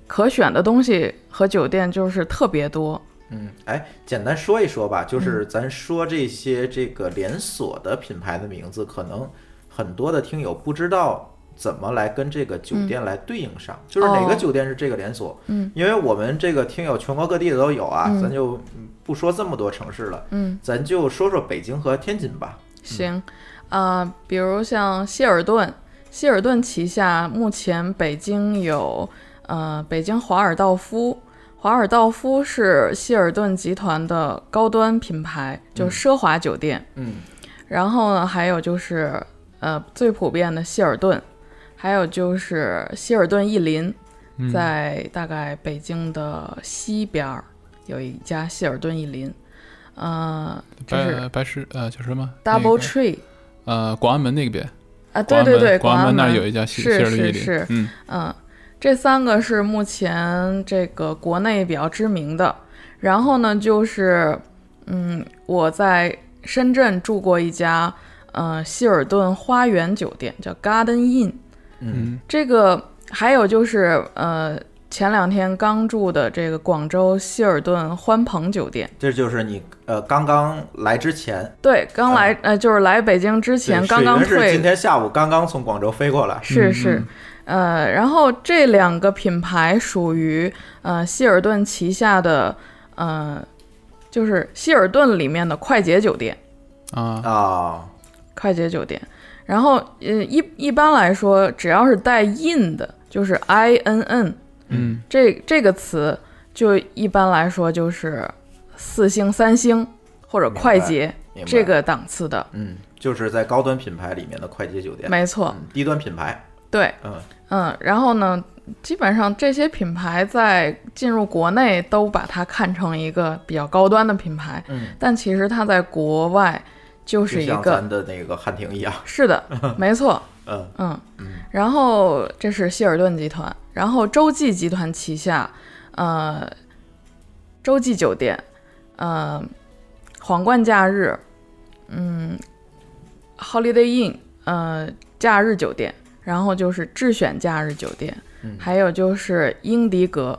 Speaker 5: 可选的东西和酒店就是特别多。
Speaker 3: 嗯，哎，简单说一说吧，就是咱说这些这个连锁的品牌的名字，可能很多的听友不知道怎么来跟这个酒店来对应上，就是哪个
Speaker 5: 哦
Speaker 3: 酒店是这个连锁。
Speaker 5: 嗯，
Speaker 3: 因为我们这个听友全国各地的都有啊，
Speaker 5: 嗯
Speaker 3: 咱就嗯不说这么多城市了，
Speaker 5: 嗯，
Speaker 3: 咱就说说北京和天津吧。
Speaker 5: 行，啊、比如像希尔顿，希尔顿旗下目前北京有呃北京华尔道夫。华尔道夫是希尔顿集团的高端品牌，就奢华酒店。
Speaker 3: 嗯
Speaker 5: 然后呢，还有就是呃最普遍的希尔顿，还有就是希尔顿逸林，在大概北京的西边儿有一家希尔顿逸林，呃，这
Speaker 4: 白
Speaker 5: 是
Speaker 4: 白石呃叫什么
Speaker 5: Double
Speaker 4: 那个
Speaker 5: Tree
Speaker 4: 呃广安门那边，
Speaker 5: 啊，
Speaker 4: 广
Speaker 5: 对
Speaker 4: 安
Speaker 5: 对对，
Speaker 4: 门广
Speaker 5: 安
Speaker 4: 门
Speaker 5: 门
Speaker 4: 那儿有一家希希
Speaker 5: 是
Speaker 4: 尔顿
Speaker 5: 是
Speaker 4: 伊林
Speaker 5: 是，，
Speaker 4: 嗯，
Speaker 5: 嗯，这三个是目前这个国内比较知名的。然后呢，就是嗯，我在深圳住过一家呃希尔顿花园酒店，叫 Garden Inn。
Speaker 3: 嗯
Speaker 5: 这个还有就是呃，前两天刚住的这个广州希尔顿欢鹏酒店。
Speaker 3: 这就是你呃刚刚来之前，
Speaker 5: 对，刚来、
Speaker 4: 啊
Speaker 5: 呃，就是来北京之前
Speaker 3: 对
Speaker 5: 刚刚
Speaker 3: 水云是
Speaker 5: 退
Speaker 3: 今天下午刚刚从广州飞过来。
Speaker 5: 是是，呃，然后这两个品牌属于呃希尔顿旗下的呃，就是希尔顿里面的快捷酒店，
Speaker 4: 啊，
Speaker 3: 啊，
Speaker 5: 快捷酒店。然后呃一一般来说，只要是带 “in” 的，就是 “i n n”
Speaker 4: 嗯
Speaker 5: 这这个词，就一般来说就是四星、三星或者
Speaker 3: 明
Speaker 5: 快
Speaker 3: 白
Speaker 5: 捷
Speaker 3: 明白
Speaker 5: 这个档次的，
Speaker 3: 嗯，就是在高端品牌里面的快捷酒店，
Speaker 5: 没错，
Speaker 3: 嗯，低端品牌，
Speaker 5: 对。
Speaker 3: 嗯
Speaker 5: 啊嗯，然后呢，基本上这些品牌在进入国内都把它看成一个比较高端的品牌，
Speaker 3: 嗯，
Speaker 5: 但其实它在国外就是
Speaker 3: 就
Speaker 5: 一
Speaker 3: 像
Speaker 5: 个
Speaker 3: 咱的那个汉庭一样，[laughs]
Speaker 5: 是的，没错，
Speaker 3: 嗯
Speaker 5: 嗯。然后这是希尔顿集团，然后洲际集团旗下，呃，洲际酒店，呃，皇冠假日，嗯，Holiday Inn，呃，假日酒店，然后就是智选假日酒店，
Speaker 3: 嗯
Speaker 5: 还有就是英迪格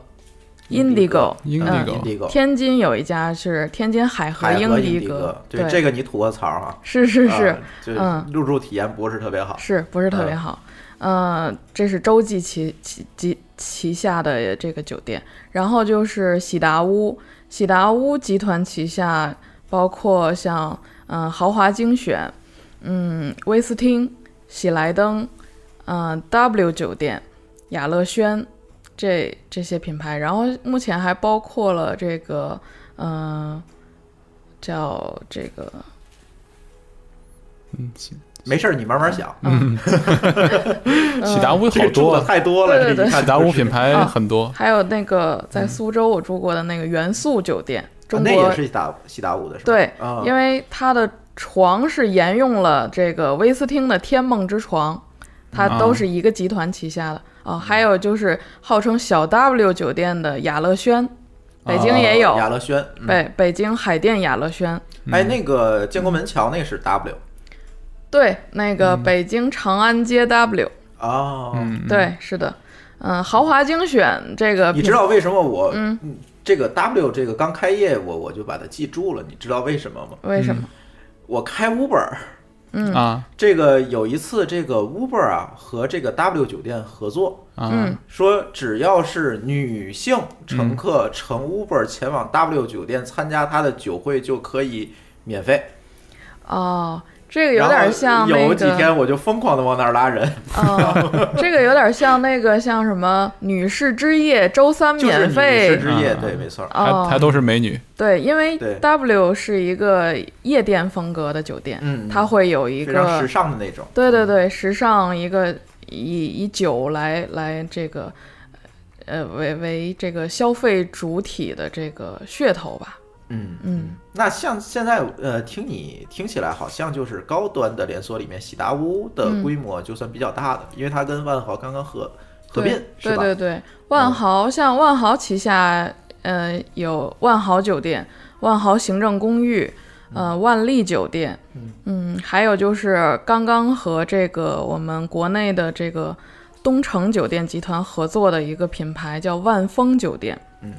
Speaker 3: ，Indigo
Speaker 5: ，Indigo，
Speaker 4: ，Indigo，
Speaker 3: 嗯，Indigo，
Speaker 5: 嗯天津有一家是天津海河
Speaker 3: 海河
Speaker 5: 迪
Speaker 3: Indigo，
Speaker 5: 对，
Speaker 3: 对这个你吐个槽啊，
Speaker 5: 是是
Speaker 3: 啊
Speaker 5: 是，
Speaker 3: 就是
Speaker 5: 嗯
Speaker 3: 入住体验不是特别好，
Speaker 5: 是不是特别
Speaker 3: 嗯
Speaker 5: 好？呃，这是洲际旗旗旗旗下的这个酒店，然后就是喜达屋，喜达屋集团旗下包括像嗯、呃豪华精选，嗯威斯汀、喜来登，嗯、W 酒店、雅乐轩这这些品牌，然后目前还包括了这个嗯、呃叫这个
Speaker 4: 嗯，喜
Speaker 3: 没事儿你慢慢想，
Speaker 5: 嗯
Speaker 4: 喜达屋
Speaker 3: 这
Speaker 4: 嗯好
Speaker 3: 个住
Speaker 4: 多
Speaker 3: 的
Speaker 4: 啊，
Speaker 3: 太多了，
Speaker 5: 对对
Speaker 3: 这一
Speaker 5: 对
Speaker 3: 看
Speaker 4: 喜达屋品牌很多，
Speaker 5: 还有那个在苏州我住过的那个元素酒店，
Speaker 3: 嗯啊
Speaker 5: 中
Speaker 3: 那
Speaker 5: 国、
Speaker 3: 也是喜达喜达屋的是吧？
Speaker 5: 对，
Speaker 3: 啊，
Speaker 5: 因为它的床是沿用了这个威斯汀的天梦之床，它
Speaker 3: 啊
Speaker 4: 嗯
Speaker 5: 都是一个集团旗下的哦。
Speaker 3: 嗯
Speaker 5: 还有就是号称小 W 酒店的雅乐轩，北京也有，
Speaker 3: 雅啊乐轩，嗯
Speaker 5: 北北京海淀雅乐轩，
Speaker 4: 嗯
Speaker 3: 哎，那个建国门桥那是 W
Speaker 5: 对，那个
Speaker 3: 嗯
Speaker 5: 北京长安街 W，、
Speaker 3: 哦，
Speaker 4: 嗯，
Speaker 5: 对，是的，嗯，豪华精选这个
Speaker 3: 你
Speaker 5: 品
Speaker 3: 知道为什么我嗯这个 W 这个刚开业我我就把它记住了，你知道为什么吗？
Speaker 5: 为什么？
Speaker 3: 我开 Uber，
Speaker 5: 嗯
Speaker 4: 啊
Speaker 3: 这个有一次，这个 Uber 啊和这个 W 酒店合作，
Speaker 4: 啊
Speaker 5: 嗯
Speaker 3: 说只要是女性乘客乘 Uber 前往 W 酒店参加他的酒会，就可以免费。
Speaker 5: 哦，这个有
Speaker 3: 然后
Speaker 5: 点像那个
Speaker 3: 有几天我就疯狂的往那儿拉人，
Speaker 5: 哦，这个有点像那个像什么女士之夜周三
Speaker 3: 就是
Speaker 5: 免
Speaker 3: 女士
Speaker 5: 费
Speaker 3: 之夜，
Speaker 4: 啊
Speaker 3: 对，没错儿。
Speaker 5: 哦
Speaker 4: 还还都是美女，
Speaker 5: 对，因为
Speaker 3: 对
Speaker 5: W 是一个夜店风格的酒店，
Speaker 3: 嗯
Speaker 5: 它会有一
Speaker 3: 非常
Speaker 5: 个
Speaker 3: 时尚的那种，
Speaker 5: 对对对时尚一个以以酒来来这个呃为为这个消费主体的这个噱头吧，
Speaker 3: 嗯，
Speaker 5: 嗯
Speaker 3: 那像现在呃，听你听起来好像就是高端的连锁里面，喜达屋
Speaker 5: 嗯
Speaker 3: 的规模就算比较大的，因为它跟万豪刚刚合合并，是
Speaker 5: 对
Speaker 3: 吧？嗯
Speaker 5: 对对，万豪、像万豪旗下，呃，有万豪酒店、万豪行政公寓，
Speaker 3: 嗯
Speaker 5: 呃，万丽酒店，嗯还有就是刚刚和这个我们国内的这个东城酒店集团合作的一个品牌叫万丰酒店，
Speaker 3: 嗯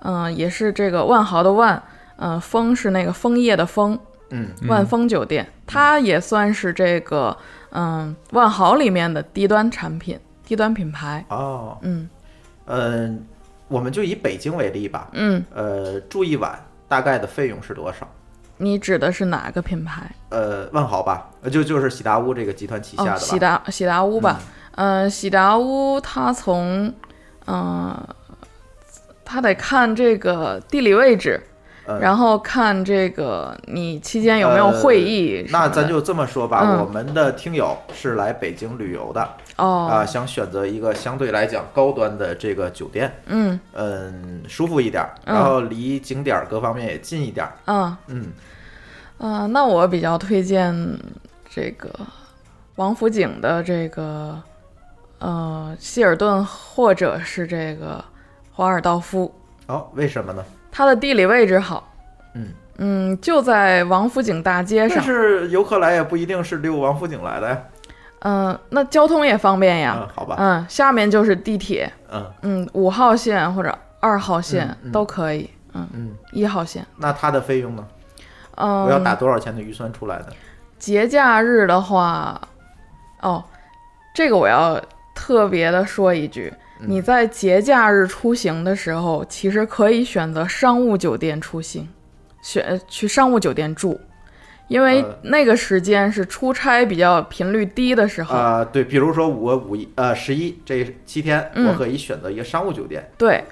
Speaker 5: 呃也是这个万豪的万，呃，丰是那个枫叶的枫，
Speaker 3: 嗯，
Speaker 5: 万丰酒店，它也算是这个嗯万豪里面的低端产品、低端品牌。
Speaker 3: 哦，
Speaker 5: 嗯
Speaker 3: 嗯、我们就以北京为例吧，
Speaker 5: 嗯，
Speaker 3: 呃，住一晚大概的费用是多少？
Speaker 5: 你指的是哪个品牌？
Speaker 3: 呃，万豪吧，呃就就是喜达屋这个集团旗下的
Speaker 5: 哦，
Speaker 3: 吧，嗯
Speaker 5: 喜达喜达屋吧。呃，喜达屋它从，呃，它得看这个地理位置，
Speaker 3: 呃
Speaker 5: 然后看这个你期间有没有会议什么的、
Speaker 3: 呃那咱就这么说吧，
Speaker 5: 嗯
Speaker 3: 我们的听友是来北京旅游的啊、
Speaker 5: 哦，
Speaker 3: 想选择一个相对来讲高端的这个酒店，
Speaker 5: 嗯
Speaker 3: 嗯，舒服一点儿，
Speaker 5: 嗯
Speaker 3: 然后离景点儿各方面也近一点儿。
Speaker 5: 嗯
Speaker 3: 嗯，
Speaker 5: 呃，那我比较推荐这个王府井的这个呃希尔顿或者是这个华尔道夫。
Speaker 3: 哦，为什么呢？
Speaker 5: 它的地理位置好，
Speaker 3: 嗯
Speaker 5: 嗯就在王府井大街
Speaker 3: 但
Speaker 5: 上，
Speaker 3: 是游客来也不一定是溜王府井来的呀。
Speaker 5: 嗯、那交通也方便
Speaker 3: 嗯
Speaker 5: 呀，，
Speaker 3: 好吧，
Speaker 5: 嗯，下面就是地铁，
Speaker 3: 嗯
Speaker 5: 嗯，五号线或者二号线
Speaker 3: 嗯嗯
Speaker 5: 都可以，嗯，
Speaker 3: 嗯，
Speaker 5: 一号线，
Speaker 3: 那它的费用呢？我要打
Speaker 5: 嗯，
Speaker 3: 多少钱的预算出来呢？
Speaker 5: 节假日的话，哦，这个我要特别的说一句。
Speaker 3: 嗯
Speaker 5: 你在节假日出行的时候，其实可以选择商务酒店出行，选去商务酒店住，因为
Speaker 3: 呃
Speaker 5: 那个时间是出差比较频率低的时候。
Speaker 3: 啊、对，比如说我五一呃十一这七天，
Speaker 5: 嗯
Speaker 3: 我可以选择一个商务酒店，
Speaker 5: 对，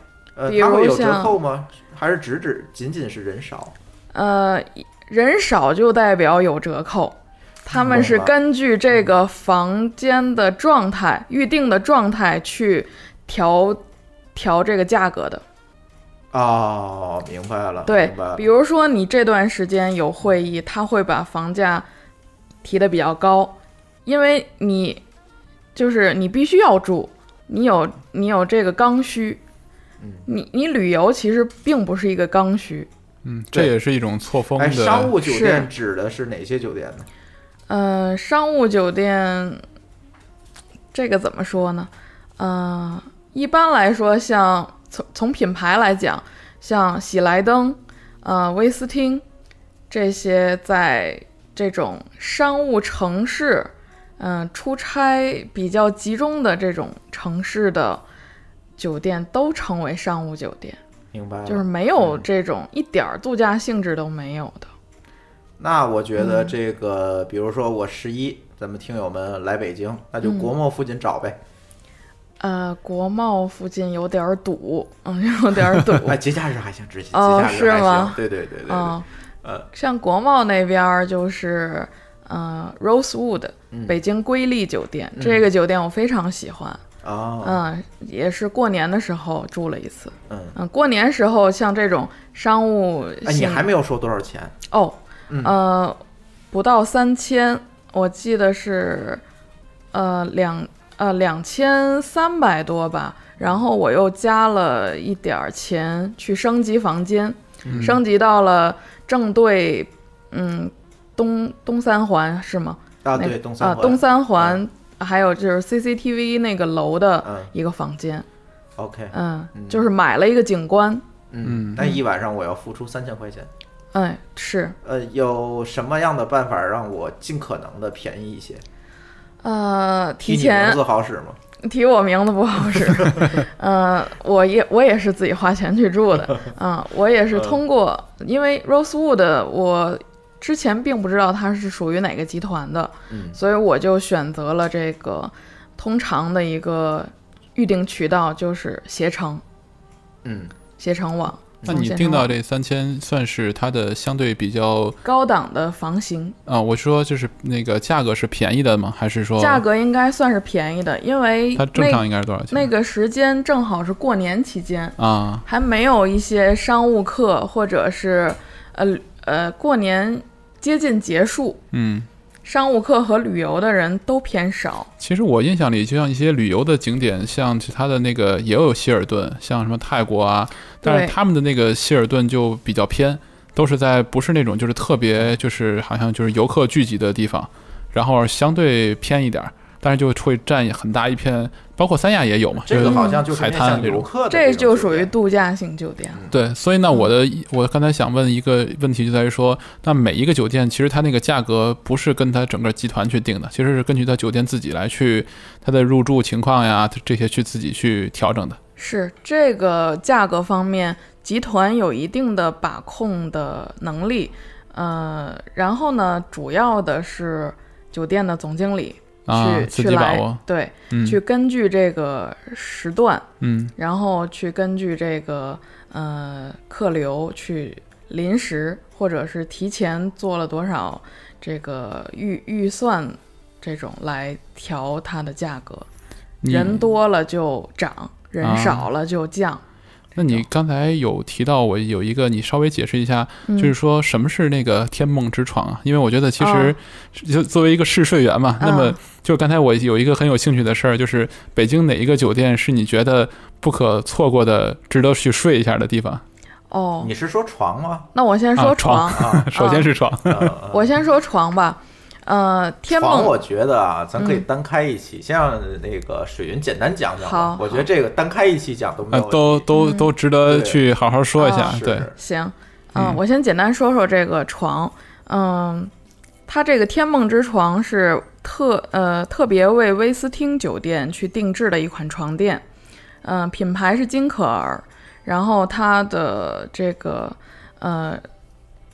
Speaker 3: 呃，
Speaker 5: 比如
Speaker 3: 它会有折
Speaker 5: 像
Speaker 3: 扣吗？还是只只仅仅是人少？
Speaker 5: 呃，人少就代表有折扣，他们是根据这个房间的状态、预定的状态去调调这个价格的。
Speaker 3: 哦，明白了，
Speaker 5: 对
Speaker 3: 明白了，
Speaker 5: 比如说你这段时间有会议，他会把房价提得比较高，因为你就是你必须要住，你有你有这个刚需。
Speaker 3: 嗯
Speaker 5: 你你旅游其实并不是一个刚需，
Speaker 4: 嗯，这也是一种错峰
Speaker 3: 哎，商
Speaker 4: 的
Speaker 3: 务酒店指的是哪些酒店呢？
Speaker 5: 呃，商务酒店这个怎么说呢？呃，一般来说像，从从品牌来讲，像喜来登、呃威斯汀这些，在这种商务城市，嗯、出差比较集中的这种城市的酒店，都称为商务酒店，
Speaker 3: 明白了，
Speaker 5: 就是没有这种一点儿度假性质都没有的。
Speaker 3: 那我觉
Speaker 5: 嗯
Speaker 3: 得这个，比如说我十一，咱们听友们来北京，那
Speaker 5: 嗯
Speaker 3: 就国贸附近找呗。
Speaker 5: 呃，国贸附近有点儿堵，
Speaker 3: [laughs]
Speaker 5: 嗯，有点儿堵，
Speaker 3: 哎，节假日还行，直接节
Speaker 5: 哦
Speaker 3: 假日还
Speaker 5: 是
Speaker 3: 行
Speaker 5: 吗。
Speaker 3: 对对对对对，
Speaker 5: 嗯，
Speaker 3: 呃
Speaker 5: 像国贸那边儿就是，呃，Rosewood，
Speaker 3: 嗯
Speaker 5: 北京瑰丽酒店，这个酒店我非常喜欢，
Speaker 3: 哦，
Speaker 5: 嗯，也是过年的时候住了一次，
Speaker 3: 嗯，
Speaker 5: 嗯，过年时候像这种商务性，
Speaker 3: 哎，你还没有说多少钱？
Speaker 5: 哦，
Speaker 3: 嗯
Speaker 5: 呃，不到三千，我记得是，呃两呃两千三百多吧。然后我又加了一点儿钱去升级房间，
Speaker 3: 嗯
Speaker 5: 升级到了正对，嗯，东东三环是吗？
Speaker 3: 啊，
Speaker 5: 那
Speaker 3: 对，
Speaker 5: 个
Speaker 3: 东三
Speaker 5: 啊，
Speaker 3: 环。
Speaker 5: 东三环，还有就是 CCTV 那个楼
Speaker 3: 嗯
Speaker 5: 的一个房间，
Speaker 3: OK，
Speaker 5: 嗯嗯，就是买了一个景观，
Speaker 3: 嗯，那一晚上我要付出三千块钱。
Speaker 5: 嗯，是，
Speaker 3: 呃，有什么样的办法让我尽可能的便宜一些？
Speaker 5: 呃，提
Speaker 3: 提你名
Speaker 5: 前
Speaker 3: 字好使吗？
Speaker 5: 提我名字不好使， [laughs] 呃，我也我也是自己花钱去住
Speaker 3: [laughs]
Speaker 5: 的，啊、我也是
Speaker 3: 嗯
Speaker 5: 通过，因为 Rosewood 我之前并不知道它是属于哪个集团的，
Speaker 3: 嗯
Speaker 5: 所以我就选择了这个通常的一个预定渠道，就是携程，
Speaker 3: 嗯，
Speaker 5: 携程网。
Speaker 4: 那
Speaker 5: 从
Speaker 4: 你
Speaker 5: 携
Speaker 4: 定
Speaker 5: 程
Speaker 4: 到
Speaker 5: 网
Speaker 4: 这三千，算是它的相对比较
Speaker 5: 高档的房型，
Speaker 4: 啊、我说就是那个价格是便宜的吗？还是说
Speaker 5: 价格应该算是便宜的，因为
Speaker 4: 哦它正
Speaker 5: 那
Speaker 4: 常应该是多少钱？
Speaker 5: 那个时间正好是过年期间，
Speaker 4: 啊，
Speaker 5: 还没有一些商务课或者是呃呃过年接近结束，
Speaker 4: 嗯，
Speaker 5: 商务课和旅游的人都偏少。
Speaker 4: 其实我印象里，就像一些旅游的景点，像其他的那个也有希尔顿，像什么泰国啊，但是
Speaker 5: 对
Speaker 4: 他们的那个希尔顿就比较偏，都是在不是那种就是特别就是好像就是游客聚集的地方，然后相对偏一点儿，但是就会占很大一片，包括三亚也有嘛，
Speaker 3: 这
Speaker 4: 就
Speaker 3: 个
Speaker 4: 是
Speaker 3: 好像就是
Speaker 4: 海
Speaker 3: 面
Speaker 4: 滩
Speaker 3: 向
Speaker 4: 这
Speaker 3: 游
Speaker 4: 种。
Speaker 3: 客的
Speaker 5: 这
Speaker 3: 种
Speaker 5: 就
Speaker 3: 酒
Speaker 5: 属于
Speaker 3: 店
Speaker 5: 度假型酒店，
Speaker 4: 对，所以呢，我的我刚才想问一个问题，就在于说，那每一个酒店其实它那个价格不是跟它整个集团去定的，其实是根据它酒店自己来去它的入住情况呀它这些去自己去调整的。
Speaker 5: 是这个价格方面，集团有一定的把控的能力。呃，然后呢，主要的是酒店的总经理去、
Speaker 4: 啊自
Speaker 5: 去
Speaker 4: 己把握
Speaker 5: 来，对，
Speaker 4: 嗯
Speaker 5: 去根据这个时段，
Speaker 4: 嗯
Speaker 5: 然后去根据这个呃客流去临时或者是提前做了多少这个预预算，这种来调它的价格。
Speaker 4: 你
Speaker 5: 人多了就涨，人
Speaker 4: 嗯啊
Speaker 5: 少了就降。
Speaker 4: 那你刚才有提到我有一个，你稍微解释一下，
Speaker 5: 嗯
Speaker 4: 就是说什么是那个天梦之床啊？因为我觉得其实
Speaker 5: 哦
Speaker 4: 就作为一个试睡员嘛，那么
Speaker 5: 嗯
Speaker 4: 就刚才我有一个很有兴趣的事儿，就是北京哪一个酒店是你觉得不可错过的、值得去睡一下的地方？
Speaker 5: 哦
Speaker 3: 你，是说床吗？
Speaker 5: 那我先
Speaker 4: 啊
Speaker 5: 说
Speaker 4: 床
Speaker 5: 床，
Speaker 3: 啊，
Speaker 4: 首先是床，
Speaker 3: 呃
Speaker 5: [laughs] 我先说床吧。呃，天
Speaker 3: 床，我
Speaker 5: 梦嗯
Speaker 3: 觉得啊，咱可以单开一期，先让那个水云简单讲讲吧。
Speaker 5: 好
Speaker 3: 我觉得这个单开一期讲都没
Speaker 4: 呃，
Speaker 3: 有
Speaker 4: 都
Speaker 3: 问题。
Speaker 5: 嗯
Speaker 4: 都都值得
Speaker 3: 对
Speaker 4: 去好好说一下
Speaker 5: 啊。
Speaker 3: 是
Speaker 4: 对，
Speaker 3: 是
Speaker 5: 行，嗯、
Speaker 4: 嗯
Speaker 5: 我先简单说说这个床。嗯，它这个天梦之床是特呃特别为威斯汀酒店去定制的一款床垫，嗯、品牌是金可儿，然后它的这个呃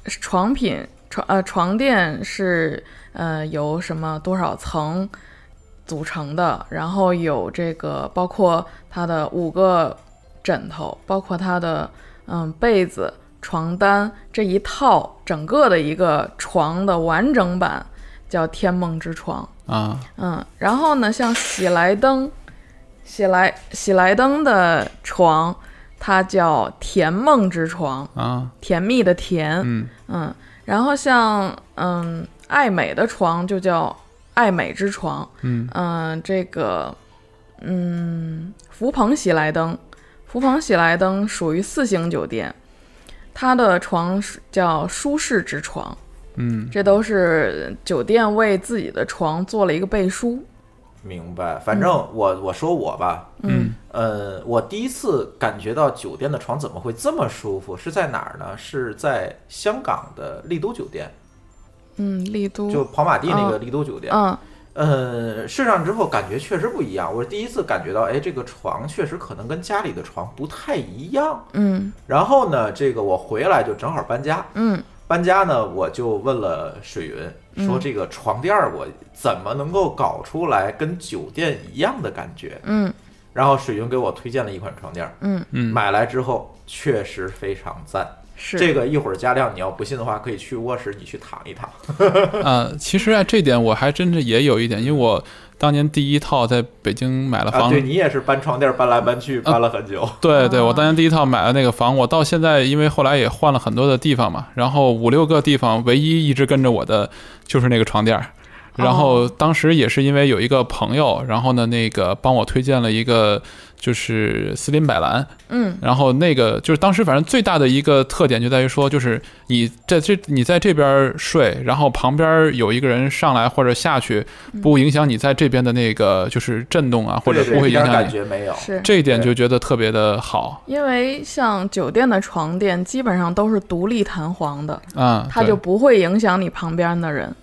Speaker 5: 床品床呃床垫是呃由什么多少层组成的，然后有这个包括它的五个枕头，包括它的嗯被子、床单这一套整个的一个床的完整版叫天梦之床。
Speaker 4: 啊，
Speaker 5: 嗯，然后呢，像喜来登，喜来喜来登的床，它叫甜梦之床，
Speaker 4: 啊，
Speaker 5: 甜蜜的甜，
Speaker 4: 嗯
Speaker 5: 嗯，然后像嗯爱美的床就叫爱美之床，
Speaker 4: 嗯
Speaker 5: 这个嗯福朋喜来登，福朋喜来登属于四星酒店，它的床是叫舒适之床，
Speaker 4: 嗯，
Speaker 5: 这都是酒店为自己的床做了一个背书，
Speaker 3: 明白。反正
Speaker 5: 嗯
Speaker 3: 我我说我吧，
Speaker 4: 嗯，
Speaker 3: 呃，我第一次感觉到酒店的床怎么会这么舒服，是在哪儿呢？是在香港的丽都酒店，
Speaker 5: 嗯，丽都，
Speaker 3: 就跑马地那个
Speaker 5: 哦
Speaker 3: 丽都酒店。
Speaker 5: 嗯
Speaker 3: 呃，睡上之后感觉确实不一样。我是第一次感觉到，哎，这个床确实可能跟家里的床不太一样。
Speaker 5: 嗯
Speaker 3: 然后呢，这个我回来就正好搬家，
Speaker 5: 嗯
Speaker 3: 搬家呢，我就问了水云，说这个床垫儿我怎么能够搞出来跟酒店一样的感觉？
Speaker 5: 嗯
Speaker 3: 然后水云给我推荐了一款床垫儿，
Speaker 5: 嗯，
Speaker 4: 嗯
Speaker 3: 买来之后确实非常赞。
Speaker 5: 是
Speaker 3: 这个一会儿加亮，你要不信的话，可以去卧室你去躺一躺。
Speaker 4: 啊，其实啊，这点我还真是也有一点，因为我当年第一套在北京买了
Speaker 3: 啊，
Speaker 4: 房，啊
Speaker 3: 对你也是搬床垫儿搬来搬去，搬了很久。
Speaker 4: [laughs] 对对，我当年第一套买的那个房，我到现在因为后来也换了很多的地方嘛，然后五六个地方，唯一一直跟着我的就是那个床垫儿。然后当时也是因为有一个朋友，然后呢，那个帮我推荐了一个就是斯林百兰，
Speaker 5: 嗯，
Speaker 4: 然后那个就是当时反正最大的一个特点就在于说，就是你在这你在这边睡，然后旁边有一个人上来或者下去，不影响你在这边的那个就是震动啊，或者
Speaker 3: 对对
Speaker 4: 不会
Speaker 3: 一
Speaker 4: 影
Speaker 3: 点
Speaker 4: 响
Speaker 3: 感
Speaker 4: 你。
Speaker 3: 觉没有。
Speaker 5: 是
Speaker 4: 这一点就觉得特别的好
Speaker 5: 因为像酒店的床垫基本上都是独立弹簧的，
Speaker 4: 啊，
Speaker 5: 它就不会影响你旁边的人。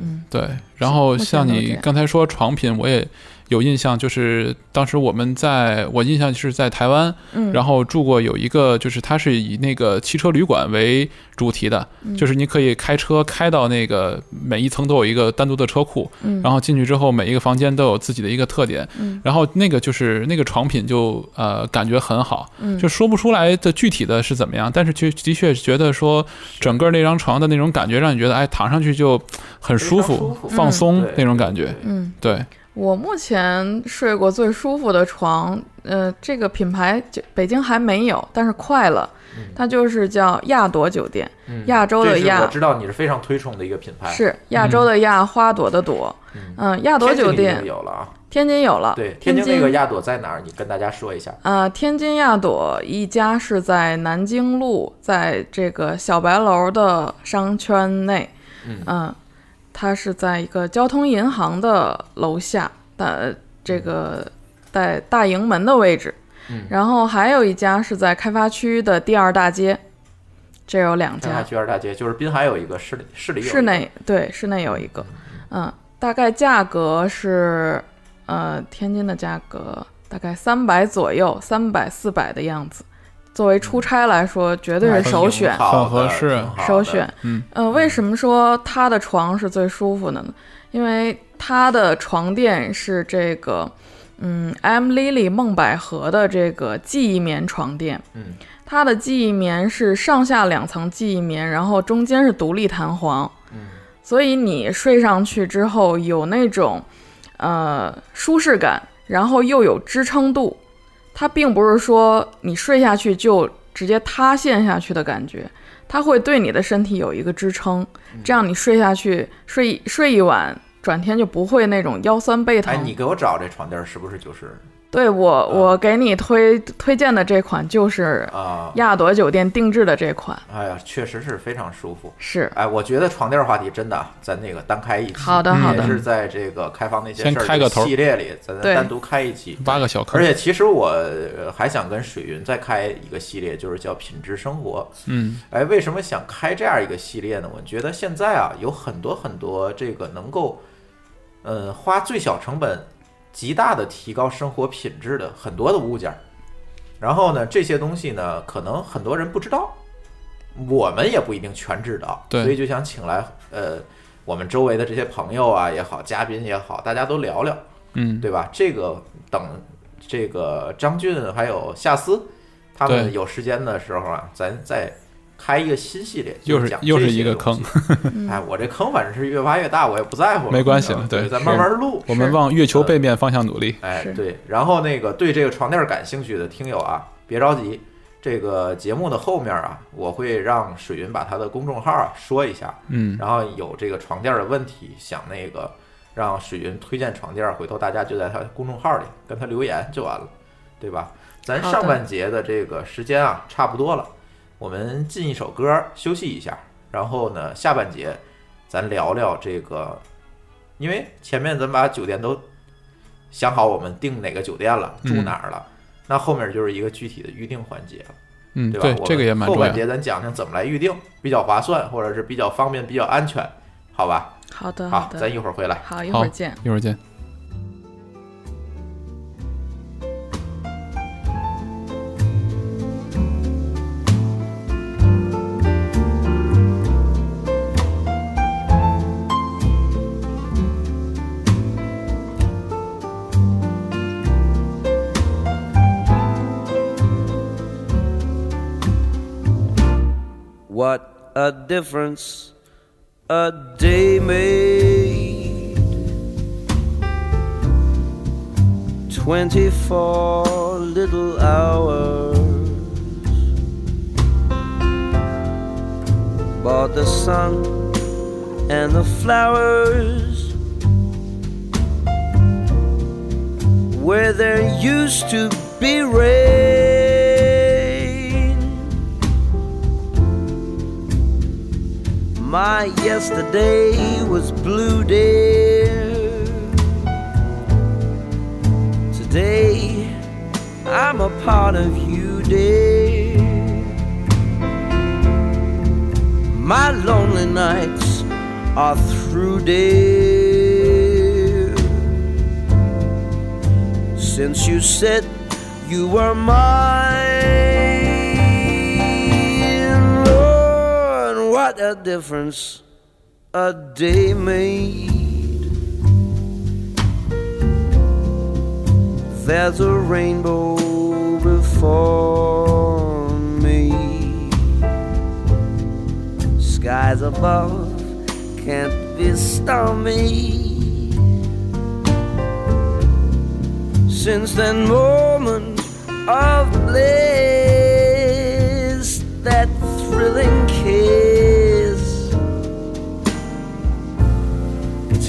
Speaker 3: 嗯，
Speaker 4: 对，然后
Speaker 5: 目前
Speaker 4: 像
Speaker 5: 都这
Speaker 4: 你
Speaker 5: 样
Speaker 4: 刚才说床品，我也有印象，就是当时我们在我印象是在台湾，
Speaker 5: 嗯
Speaker 4: 然后住过有一个，就是它是以那个汽车旅馆为主题的，
Speaker 5: 嗯
Speaker 4: 就是你可以开车开到那个每一层都有一个单独的车库，
Speaker 5: 嗯
Speaker 4: 然后进去之后每一个房间都有自己的一个特点，
Speaker 5: 嗯
Speaker 4: 然后那个就是那个床品就呃感觉很好，
Speaker 5: 嗯
Speaker 4: 就说不出来的具体的是怎么样，但是就的确觉得说整个那张床的那种感觉让你觉得哎躺上去就很舒服、
Speaker 3: 非常舒服
Speaker 4: 放松
Speaker 3: 对
Speaker 4: 那种感觉，
Speaker 5: 嗯，
Speaker 4: 对，
Speaker 5: 我目前睡过最舒服的床，呃，这个品牌就北京还没有，但是快了，它就是叫亚朵酒店，
Speaker 3: 嗯
Speaker 5: 亚洲
Speaker 3: 这
Speaker 5: 的
Speaker 3: 是我
Speaker 5: 亚
Speaker 3: 知道你是非常推崇的一个品牌，
Speaker 5: 是亚洲的亚，花朵的朵，
Speaker 3: 嗯
Speaker 5: 嗯，亚朵
Speaker 3: 天津
Speaker 5: 酒
Speaker 3: 已经
Speaker 5: 店，
Speaker 3: 有了啊。
Speaker 5: 天津有了，
Speaker 3: 对，天
Speaker 5: 天
Speaker 3: 津那个亚朵在哪儿？你跟大家说一下。
Speaker 5: 呃，天津亚朵一家是在南京路，在这个小白楼的商圈内，
Speaker 3: 嗯
Speaker 5: 它是在一个交通银行的楼下的这个在大营门的位置，
Speaker 3: 嗯
Speaker 5: 然后还有一家是在开发区的第二大街，这有两
Speaker 3: 上海
Speaker 5: 家，
Speaker 3: 区二大街就是滨海有一个，市里市里有一个
Speaker 5: 室内对室内有一个，嗯，大概价格是呃天津的价格大概三百左右，三百四百的样子。作为出差来说，绝对
Speaker 3: 还
Speaker 5: 是
Speaker 3: 挺
Speaker 5: 首选，
Speaker 3: 好的
Speaker 4: 很合适
Speaker 3: 挺好的
Speaker 5: 首选。
Speaker 4: 嗯，
Speaker 5: 呃，为什么说它的床是最舒服的呢？因为它的床垫是这个，嗯，M Lily 梦百合的这个记忆棉床垫。
Speaker 3: 嗯，
Speaker 5: 它的记忆棉是上下两层记忆棉，然后中间是独立弹簧。
Speaker 3: 嗯，
Speaker 5: 所以你睡上去之后有那种，呃，舒适感，然后又有支撑度。它并不是说你睡下去就直接塌陷下去的感觉，它会对你的身体有一个支撑，
Speaker 3: 嗯
Speaker 5: 这样你睡下去睡一睡一晚，转天就不会那种腰酸背疼。
Speaker 3: 哎，你给嗯我找这床垫儿是不是就是
Speaker 5: 对我我给你推推荐的这款就是
Speaker 3: 啊？
Speaker 5: 亚朵酒店定制的这款，
Speaker 3: 哎呀，确实是非常舒服。
Speaker 5: 是
Speaker 3: 哎，我觉得床垫儿话题真的，啊咱那个单开一期，
Speaker 5: 好的好
Speaker 3: 也
Speaker 5: 的，
Speaker 3: 是在这个开房那些
Speaker 4: 先
Speaker 3: 事儿
Speaker 4: 开
Speaker 3: 的
Speaker 4: 个头
Speaker 3: 系列里，咱
Speaker 5: 对
Speaker 3: 单独开一期。
Speaker 4: 挖个小
Speaker 3: 而
Speaker 4: 坑，
Speaker 3: 且其实我呃还想跟水云再开一个系列，就是叫品质生活。
Speaker 4: 嗯，
Speaker 3: 哎，为什么想开这样一个系列呢？我觉得现在啊，有很多很多这个能够，呃，花最小成本，极大的提高生活品质的很多的物件儿。然后呢，这些东西呢，可能很多人不知道，我们也不一定全知道，
Speaker 4: 对
Speaker 3: 所以就想请来呃，我们周围的这些朋友啊也好，嘉宾也好，大家都聊聊，
Speaker 4: 嗯，
Speaker 3: 对吧？这个等这个张俊还有夏思他们
Speaker 4: 对
Speaker 3: 有时间的时候啊，咱再开一个新系列，
Speaker 4: 又
Speaker 3: 就是讲
Speaker 4: 又
Speaker 3: 这
Speaker 4: 是
Speaker 3: 些
Speaker 4: 一个
Speaker 3: 东西。
Speaker 5: 嗯
Speaker 3: 哎，我这坑反正是越挖越大，我也不在乎了，
Speaker 4: 没关系了
Speaker 3: 嗯
Speaker 4: 对
Speaker 3: 咱
Speaker 4: 是
Speaker 3: 慢慢录。
Speaker 4: 我们往月球背面方向努力，
Speaker 3: 哎，
Speaker 5: 是
Speaker 3: 对，然后那个对这个床垫感兴趣的听友啊，别着急，这个节目的后面啊，我会让水云把他的公众号啊说一下，
Speaker 4: 嗯，
Speaker 3: 然后有这个床垫的问题，想那个让水云推荐床垫，回头大家就在他公众号里跟他留言就完了，对吧？咱
Speaker 5: 好的
Speaker 3: 上半节的这个时间啊，差不多了，我们进一首歌休息一下，然后呢，下半节咱聊聊这个，因为前面咱把酒店都想好，我们订哪个酒店了，住
Speaker 4: 嗯
Speaker 3: 哪儿了，那后面就是一个具体的预定环节了。
Speaker 4: 嗯，
Speaker 3: 对吧？
Speaker 4: 对
Speaker 3: 我，
Speaker 4: 这个
Speaker 3: 们
Speaker 4: 也蛮
Speaker 3: 后
Speaker 4: 重
Speaker 3: 半
Speaker 4: 要，
Speaker 3: 节咱讲讲怎么来预定比较划算，或者是比较方便、比较安全，好吧？
Speaker 5: 好的
Speaker 3: 好，咱
Speaker 5: 的，
Speaker 3: 一会儿回来。
Speaker 5: 好一
Speaker 4: 好
Speaker 5: 会儿见。
Speaker 4: 一会儿见。
Speaker 6: What a difference a day made. 24 little hours. Bought the sun and the flowers where there used to be rain. My yesterday was blue, dear. Today I'm a part of you, dear. My lonely nights are through, dear since you said you were mine. Lord, what a difference a day made. There's a rainbow before me. Skies above can't be stormy since that moment of bliss, that thrilling kiss. It's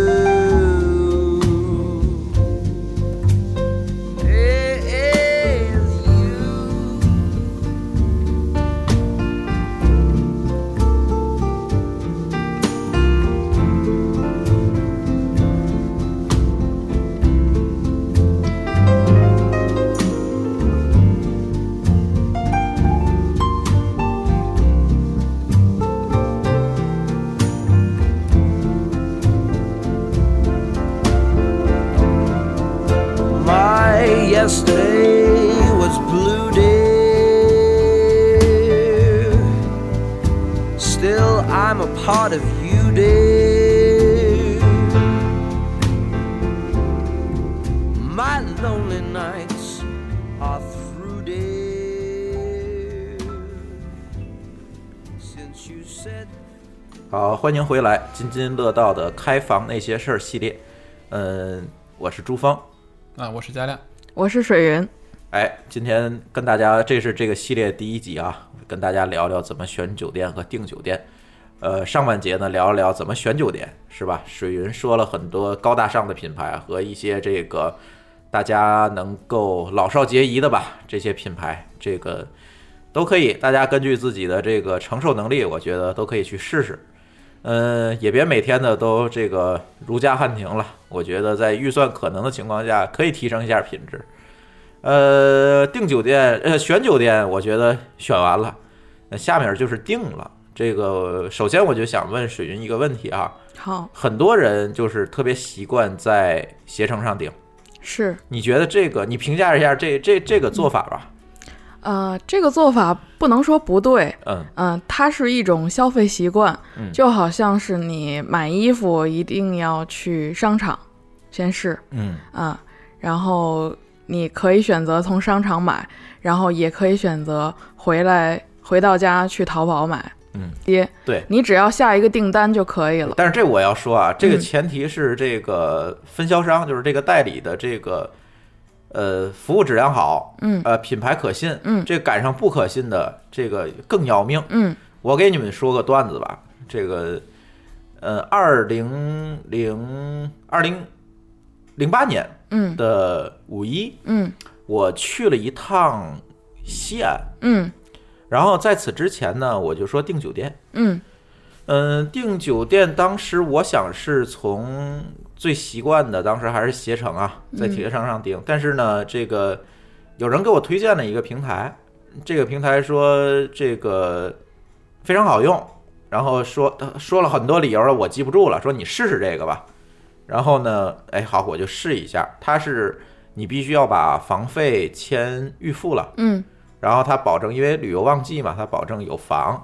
Speaker 6: Is you. My yesterday was blue, dear. Still, I'm a part of you, dear. My lonely nights are through, dear. Since you said.
Speaker 3: 好，欢迎回来，津津乐道的开房那些事儿系列。嗯，我是朱峰。
Speaker 4: 啊，我是佳亮，
Speaker 5: 我是水云，
Speaker 3: 哎，今天跟大家，这是这个系列第一集啊，跟大家聊聊怎么选酒店和订酒店。呃，上半节呢，聊一聊怎么选酒店，是吧？水云说了很多高大上的品牌啊和一些这个大家能够老少皆宜的吧，这些品牌，这个都可以，大家根据自己的这个承受能力，我觉得都可以去试试。嗯，也别每天呢都这个如家汉庭了，我觉得在预算可能的情况下，可以提升一下品质。呃，订酒店，呃，选酒店，我觉得选完了，呃下面就是定了。这个首先我就想问水云一个问题啊，
Speaker 5: 好
Speaker 3: 很多人就是特别习惯在携程上订，
Speaker 5: 是
Speaker 3: 你觉得这个，你评价一下这这这个做法吧？
Speaker 5: 呃，这个做法不能说不对，
Speaker 3: 嗯
Speaker 5: 嗯、它是一种消费习惯，
Speaker 3: 嗯
Speaker 5: 就好像是你买衣服一定要去商场先试
Speaker 3: 嗯
Speaker 5: 啊、然后你可以选择从商场买，然后也可以选择回来回到家去淘宝买。
Speaker 3: 嗯，
Speaker 5: 爹，
Speaker 3: 对
Speaker 5: 你只要下一个订单就可以了。
Speaker 3: 但是这我要说啊，这个
Speaker 5: 嗯
Speaker 3: 前提是这个分销商，就是这个代理的这个呃服务质量好，
Speaker 5: 嗯
Speaker 3: 呃品牌可信，
Speaker 5: 嗯
Speaker 3: 这赶上不可信的这个更要命。
Speaker 5: 嗯
Speaker 3: 我给你们说个段子吧，这个，呃，二零零二零零八年
Speaker 5: 嗯
Speaker 3: 的五一，
Speaker 5: 嗯
Speaker 3: 我去了一趟西安，
Speaker 5: 嗯
Speaker 3: 然后在此之前呢，我就说订酒店，
Speaker 5: 嗯
Speaker 3: 嗯，订酒店当时我想是从最习惯的，当时还是携程啊，在携程上订。但是呢，这个有人给我推荐了一个平台，这个平台说这个非常好用，然后说他说了很多理由了，我记不住了，说你试试这个吧。然后呢，哎，好，我就试一下。它是你必须要把房费签预付了。
Speaker 5: 嗯
Speaker 3: 然后他保证，因为旅游旺季嘛，他保证有房，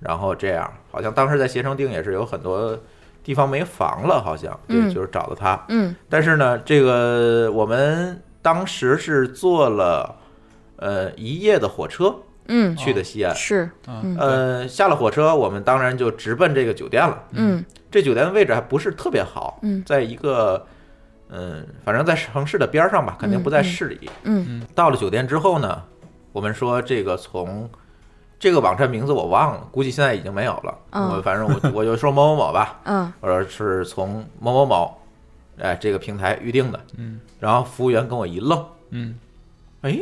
Speaker 3: 然后这样，好像当时在携程订也是有很多地方没房了，好像对，
Speaker 5: 嗯
Speaker 3: 就是找到他。
Speaker 5: 嗯
Speaker 3: 但是呢，这个我们当时是坐了呃一夜的火车，
Speaker 5: 嗯，
Speaker 3: 去的西安。
Speaker 5: 是，嗯
Speaker 3: 呃，下了火车，我们当然就直奔这个酒店了。
Speaker 5: 嗯
Speaker 3: 这酒店的位置还不是特别好，
Speaker 5: 嗯
Speaker 3: 在一个嗯，反正在城市的边儿上吧，肯定不在
Speaker 5: 嗯嗯
Speaker 3: 市里。
Speaker 5: 嗯
Speaker 3: 到了酒店之后呢，我们说这个从这个网站名字我忘了，估计现在已经没有了。
Speaker 5: 嗯
Speaker 3: 我反正我我就说某某某吧，
Speaker 5: 嗯
Speaker 3: 我说是从某某某，哎这个平台预定的。
Speaker 4: 嗯，
Speaker 3: 然后服务员跟我一愣，
Speaker 4: 嗯，
Speaker 3: 哎，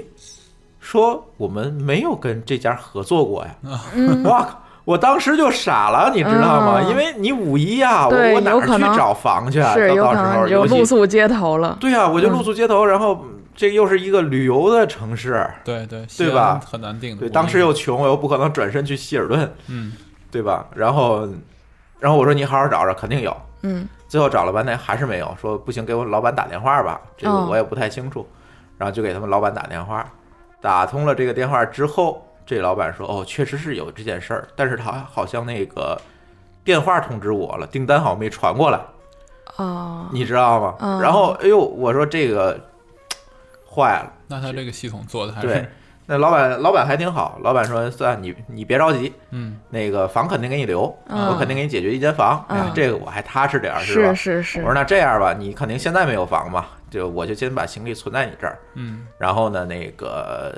Speaker 3: 说我们没有跟这家合作过呀。
Speaker 4: 啊
Speaker 5: 嗯，
Speaker 3: [laughs] 哇靠！我当时就傻了，你知道吗？
Speaker 5: 嗯
Speaker 3: 因为你五一呀、
Speaker 5: 对
Speaker 3: 我我哪
Speaker 5: 有
Speaker 3: 儿
Speaker 5: 可
Speaker 3: 去
Speaker 5: 能
Speaker 3: 找房去啊？
Speaker 5: 是
Speaker 3: 到
Speaker 5: 有
Speaker 3: 到
Speaker 5: 可
Speaker 3: 时
Speaker 5: 能
Speaker 3: 候
Speaker 5: 你就
Speaker 3: 尤其
Speaker 5: 露宿街头了。
Speaker 3: 对啊，我就
Speaker 5: 嗯
Speaker 3: 露宿街头，然后这又是一个旅游的城市，
Speaker 4: 对对，
Speaker 3: 对吧
Speaker 4: 西安很难定的。
Speaker 3: 对，
Speaker 4: 我
Speaker 3: 当时
Speaker 4: 明
Speaker 3: 又穷，我又不可能转身去希尔顿，
Speaker 4: 嗯，
Speaker 3: 对吧？然后，然后我说你好好找找，肯定有。
Speaker 5: 嗯
Speaker 3: 最后找了半天还是没有，说不行，给我老板打电话吧，这个
Speaker 5: 哦
Speaker 3: 我也不太清楚。然后就给他们老板打电话，打通了这个电话之后，这老板说哦，确实是有这件事儿，但是他好像那个电话通知我了，订单好像没传过来。
Speaker 5: 啊，
Speaker 3: 你知道吗？
Speaker 5: 嗯
Speaker 3: 然后哎呦，我说这个坏了，
Speaker 4: 那他这个系统做的还
Speaker 3: 对
Speaker 4: 是，
Speaker 3: 那老板老板还挺好，老板说算你你别着急，
Speaker 4: 嗯，
Speaker 3: 那个房肯定给你留，
Speaker 5: 嗯
Speaker 3: 我肯定给你解决一间房，哎呀
Speaker 5: 嗯
Speaker 3: 这个我还踏实点儿，是吧
Speaker 5: 是？是是
Speaker 3: 我，说那这样吧，你肯定现在没有房嘛，就我就先把行李存在你这儿，
Speaker 4: 嗯，
Speaker 3: 然后呢，那个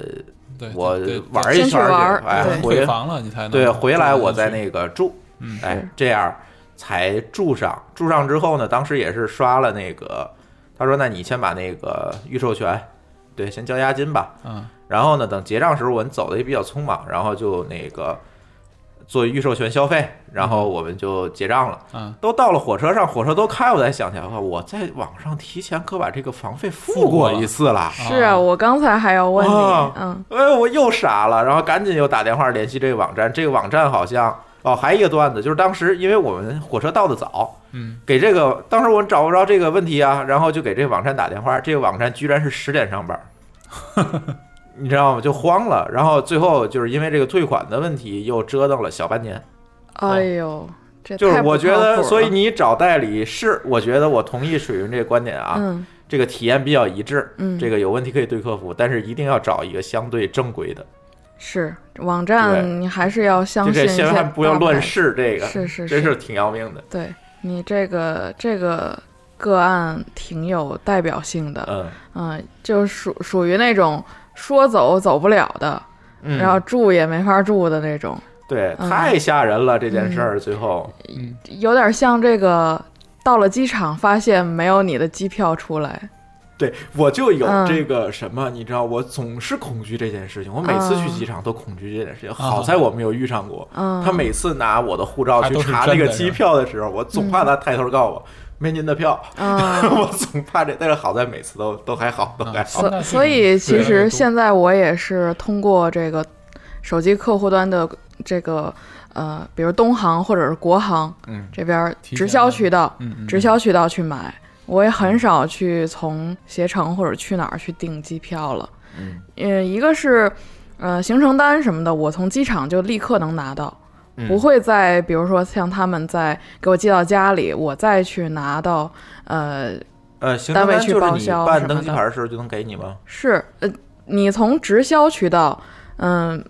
Speaker 4: 对，
Speaker 3: 我
Speaker 4: 对
Speaker 3: 玩
Speaker 4: 对
Speaker 3: 一
Speaker 5: 先去
Speaker 3: 圈儿
Speaker 5: 玩儿
Speaker 3: 去，哎，
Speaker 5: 对
Speaker 3: 回
Speaker 4: 退房了你才能
Speaker 3: 对回来
Speaker 4: 住进
Speaker 3: 我再
Speaker 4: 去
Speaker 3: 那个住，
Speaker 4: 嗯
Speaker 3: 哎
Speaker 5: 是，
Speaker 3: 这样才住上。住上之后呢，当时也是刷了那个，他说：“那你先把那个预授权，对，先交押金吧。
Speaker 4: 嗯
Speaker 3: 然后呢，等结账时候我们走的也比较匆忙，然后就那个做预授权消费，然后我们就结账了。
Speaker 4: 嗯，
Speaker 3: 都到了火车上，火车都开，我才想起来，哇我在网上提前可把这个房费付过一次了。”
Speaker 5: 是啊，我刚才还要问你
Speaker 3: 哦，
Speaker 5: 嗯
Speaker 3: 哎，我又傻了，然后赶紧又打电话联系这个网站，这个网站好像哦，还有一个段子，就是当时因为我们火车到的早，
Speaker 4: 嗯，
Speaker 3: 给这个当时我找不着这个问题啊，然后就给这个网站打电话，这个网站居然是十点上班，你知道吗？就慌了，然后最后就是因为这个退款的问题又折腾了小半年，
Speaker 5: 哎呦，这
Speaker 3: 哦就是
Speaker 5: 太不
Speaker 3: 我觉
Speaker 5: 靠
Speaker 3: 得，
Speaker 5: 谱
Speaker 3: 所以
Speaker 5: 了
Speaker 3: 你找代理是，我觉得我同意水云这个观点啊，
Speaker 5: 嗯
Speaker 3: 这个体验比较一致，
Speaker 5: 嗯，
Speaker 3: 这个有问题可以对客服，但是一定要找一个相对正规的。
Speaker 5: 是网
Speaker 3: 对
Speaker 5: 站，你还是要相
Speaker 3: 就
Speaker 5: 信
Speaker 3: 这
Speaker 5: 一下
Speaker 3: 千万不要
Speaker 5: 大
Speaker 3: 乱
Speaker 5: 牌
Speaker 3: 试这个，
Speaker 5: 是是
Speaker 3: 真
Speaker 5: 是
Speaker 3: 是挺要命的。
Speaker 5: 对你这个这个个案挺有代表性的，
Speaker 3: 嗯
Speaker 5: 嗯，就属属于那种说走走不了的，
Speaker 3: 嗯，
Speaker 5: 然后住也没法住的那种，
Speaker 3: 对，
Speaker 5: 嗯
Speaker 3: 太吓人了这件事儿，最后
Speaker 5: 有点像这个到了机场发现没有你的机票出来，
Speaker 3: 对我就有
Speaker 5: 嗯
Speaker 3: 这个什么，你知道，我总是恐惧这件事情，我每次去机场都恐惧这件事情，好在我没有遇上过。
Speaker 5: 嗯，
Speaker 3: 他每次拿我的护照去查那个机票的时候，我总怕他抬头告我没您的票，
Speaker 5: 嗯
Speaker 3: [laughs] 我总怕这，但是好在每次都都还好，都还好。
Speaker 4: 那是
Speaker 5: 所所以其
Speaker 4: 对
Speaker 5: 实现在我也是通过这个手机客户端的这个呃，比如东航或者是国航，
Speaker 3: 嗯
Speaker 5: 这边儿
Speaker 4: 提前
Speaker 5: 直销
Speaker 4: 的
Speaker 5: 渠道，
Speaker 4: 嗯嗯
Speaker 5: 直销渠道去买，我也很少去从携程或者去哪儿去订机票了。
Speaker 3: 嗯
Speaker 5: 呃，一个是呃行程单什么的，我从机场就立刻能拿到，
Speaker 4: 嗯
Speaker 5: 不会再比如说像他们在给我寄到家里，我再去拿到呃
Speaker 3: 呃，行程
Speaker 5: 单
Speaker 3: 单
Speaker 5: 位去
Speaker 3: 就是
Speaker 5: 报
Speaker 3: 你
Speaker 5: 销什
Speaker 3: 办
Speaker 5: 么
Speaker 3: 登机
Speaker 5: 的
Speaker 3: 牌的时候就能给你吗？
Speaker 5: 是呃，你从直销渠道，嗯、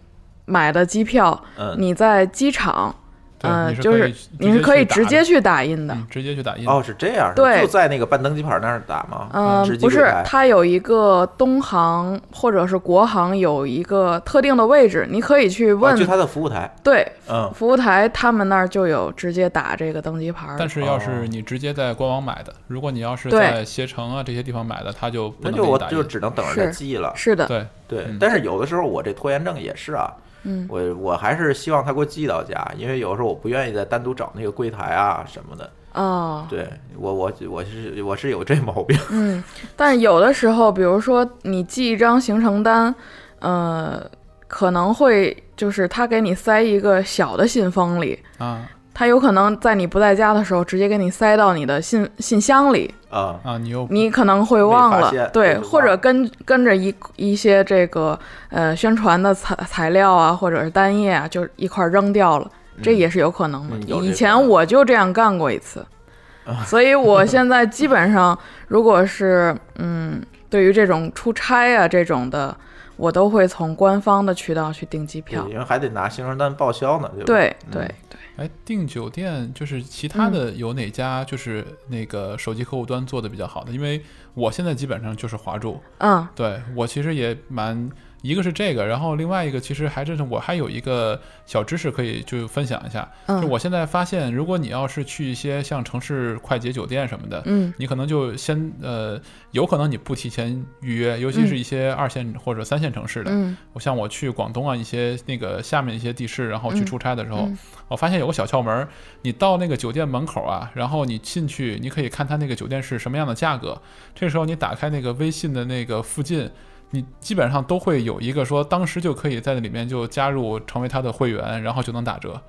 Speaker 5: 买的机票，
Speaker 3: 嗯，
Speaker 5: 你在机场，
Speaker 4: 对
Speaker 5: 呃，
Speaker 4: 你是
Speaker 5: 就
Speaker 4: 可
Speaker 5: 是
Speaker 4: 以
Speaker 5: 你是可以直接
Speaker 4: 去
Speaker 5: 去打印
Speaker 4: 打
Speaker 5: 的
Speaker 4: 的，嗯，直接去打印
Speaker 3: 哦，是这样，是
Speaker 5: 对
Speaker 3: 就在那个办登机牌那儿打吗？
Speaker 5: 嗯
Speaker 3: 直，接
Speaker 5: 不
Speaker 3: 柜
Speaker 5: 是
Speaker 3: 台，
Speaker 5: 它有一个东航或者是国航有一个特定的位置，你可以去
Speaker 3: 啊
Speaker 5: 问，
Speaker 3: 就他的服务台，
Speaker 5: 对
Speaker 3: 嗯，
Speaker 5: 服务台，他们那儿就有直接打这个登机牌儿的。
Speaker 4: 但是要
Speaker 3: 哦
Speaker 4: 是你直接在官网买的，如果你要是
Speaker 5: 对
Speaker 4: 在携程啊这些地方买的，它就不
Speaker 3: 那
Speaker 4: 能
Speaker 3: 就
Speaker 4: 给你
Speaker 3: 我
Speaker 4: 打
Speaker 3: 就
Speaker 4: 印。
Speaker 3: 只能等着他
Speaker 5: 是
Speaker 3: 寄了。
Speaker 5: 是的，
Speaker 4: 对，
Speaker 3: 对
Speaker 4: 嗯，
Speaker 3: 但是有的时候我这拖延症也是啊，
Speaker 5: 嗯
Speaker 3: 我我还是希望他给我寄到家，因为有的时候我不愿意再单独找那个柜台啊什么的。
Speaker 5: 哦，
Speaker 3: 对我我我是我是有这毛
Speaker 5: [laughs]
Speaker 3: 病，
Speaker 5: 嗯，但有的时候，比如说你记一张行程单，呃，可能会就是他给你塞一个小的信封里，
Speaker 4: 啊
Speaker 5: 他有可能在你不在家的时候直接给你塞到你的信信箱里，
Speaker 3: 啊，
Speaker 4: 啊，你又
Speaker 5: 你可能会忘
Speaker 3: 没
Speaker 5: 了
Speaker 3: 发现，
Speaker 5: 对，
Speaker 3: 没发
Speaker 5: 或者跟跟着一一些这个呃宣传的材材料啊，或者是单页啊，就一块儿扔掉了，这也是有可能的
Speaker 3: 嗯。有这
Speaker 5: 以
Speaker 3: 个
Speaker 5: 前我就这样干过一次，
Speaker 3: [laughs]
Speaker 5: 所以我现在基本上如果是嗯，对于这种出差啊这种的，我都会从官方的渠道去订机票
Speaker 3: 对。因为还得拿新生单报销呢，对吧？
Speaker 5: 对
Speaker 3: 嗯
Speaker 5: 对对，
Speaker 4: 哎，订酒店就是其
Speaker 5: 嗯
Speaker 4: 他的有哪家就是那个手机客户端做的比较好的？因为我现在基本上就是华住，
Speaker 5: 嗯
Speaker 4: 对我其实也蛮，一个是这个，然后另外一个其实还真是我还有一个小知识可以就分享一下，就
Speaker 5: 嗯
Speaker 4: 我现在发现，如果你要是去一些像城市快捷酒店什么的，
Speaker 5: 嗯
Speaker 4: 你可能就先呃，有可能你不提前预约，尤其是一些二线或者三线城市的，
Speaker 5: 嗯
Speaker 4: 我像我去广东啊一些那个下面一些地市，然后去
Speaker 5: 嗯
Speaker 4: 出差的时候，
Speaker 5: 嗯
Speaker 4: 我发现有个小窍门儿，你到那个酒店门口啊，然后你进去，你可以看它那个酒店是什么样的价格。这时候你打开那个微信的那个附近，你基本上都会有一个说，当时就可以在那里面就加入成为他的会员，然后就能打折。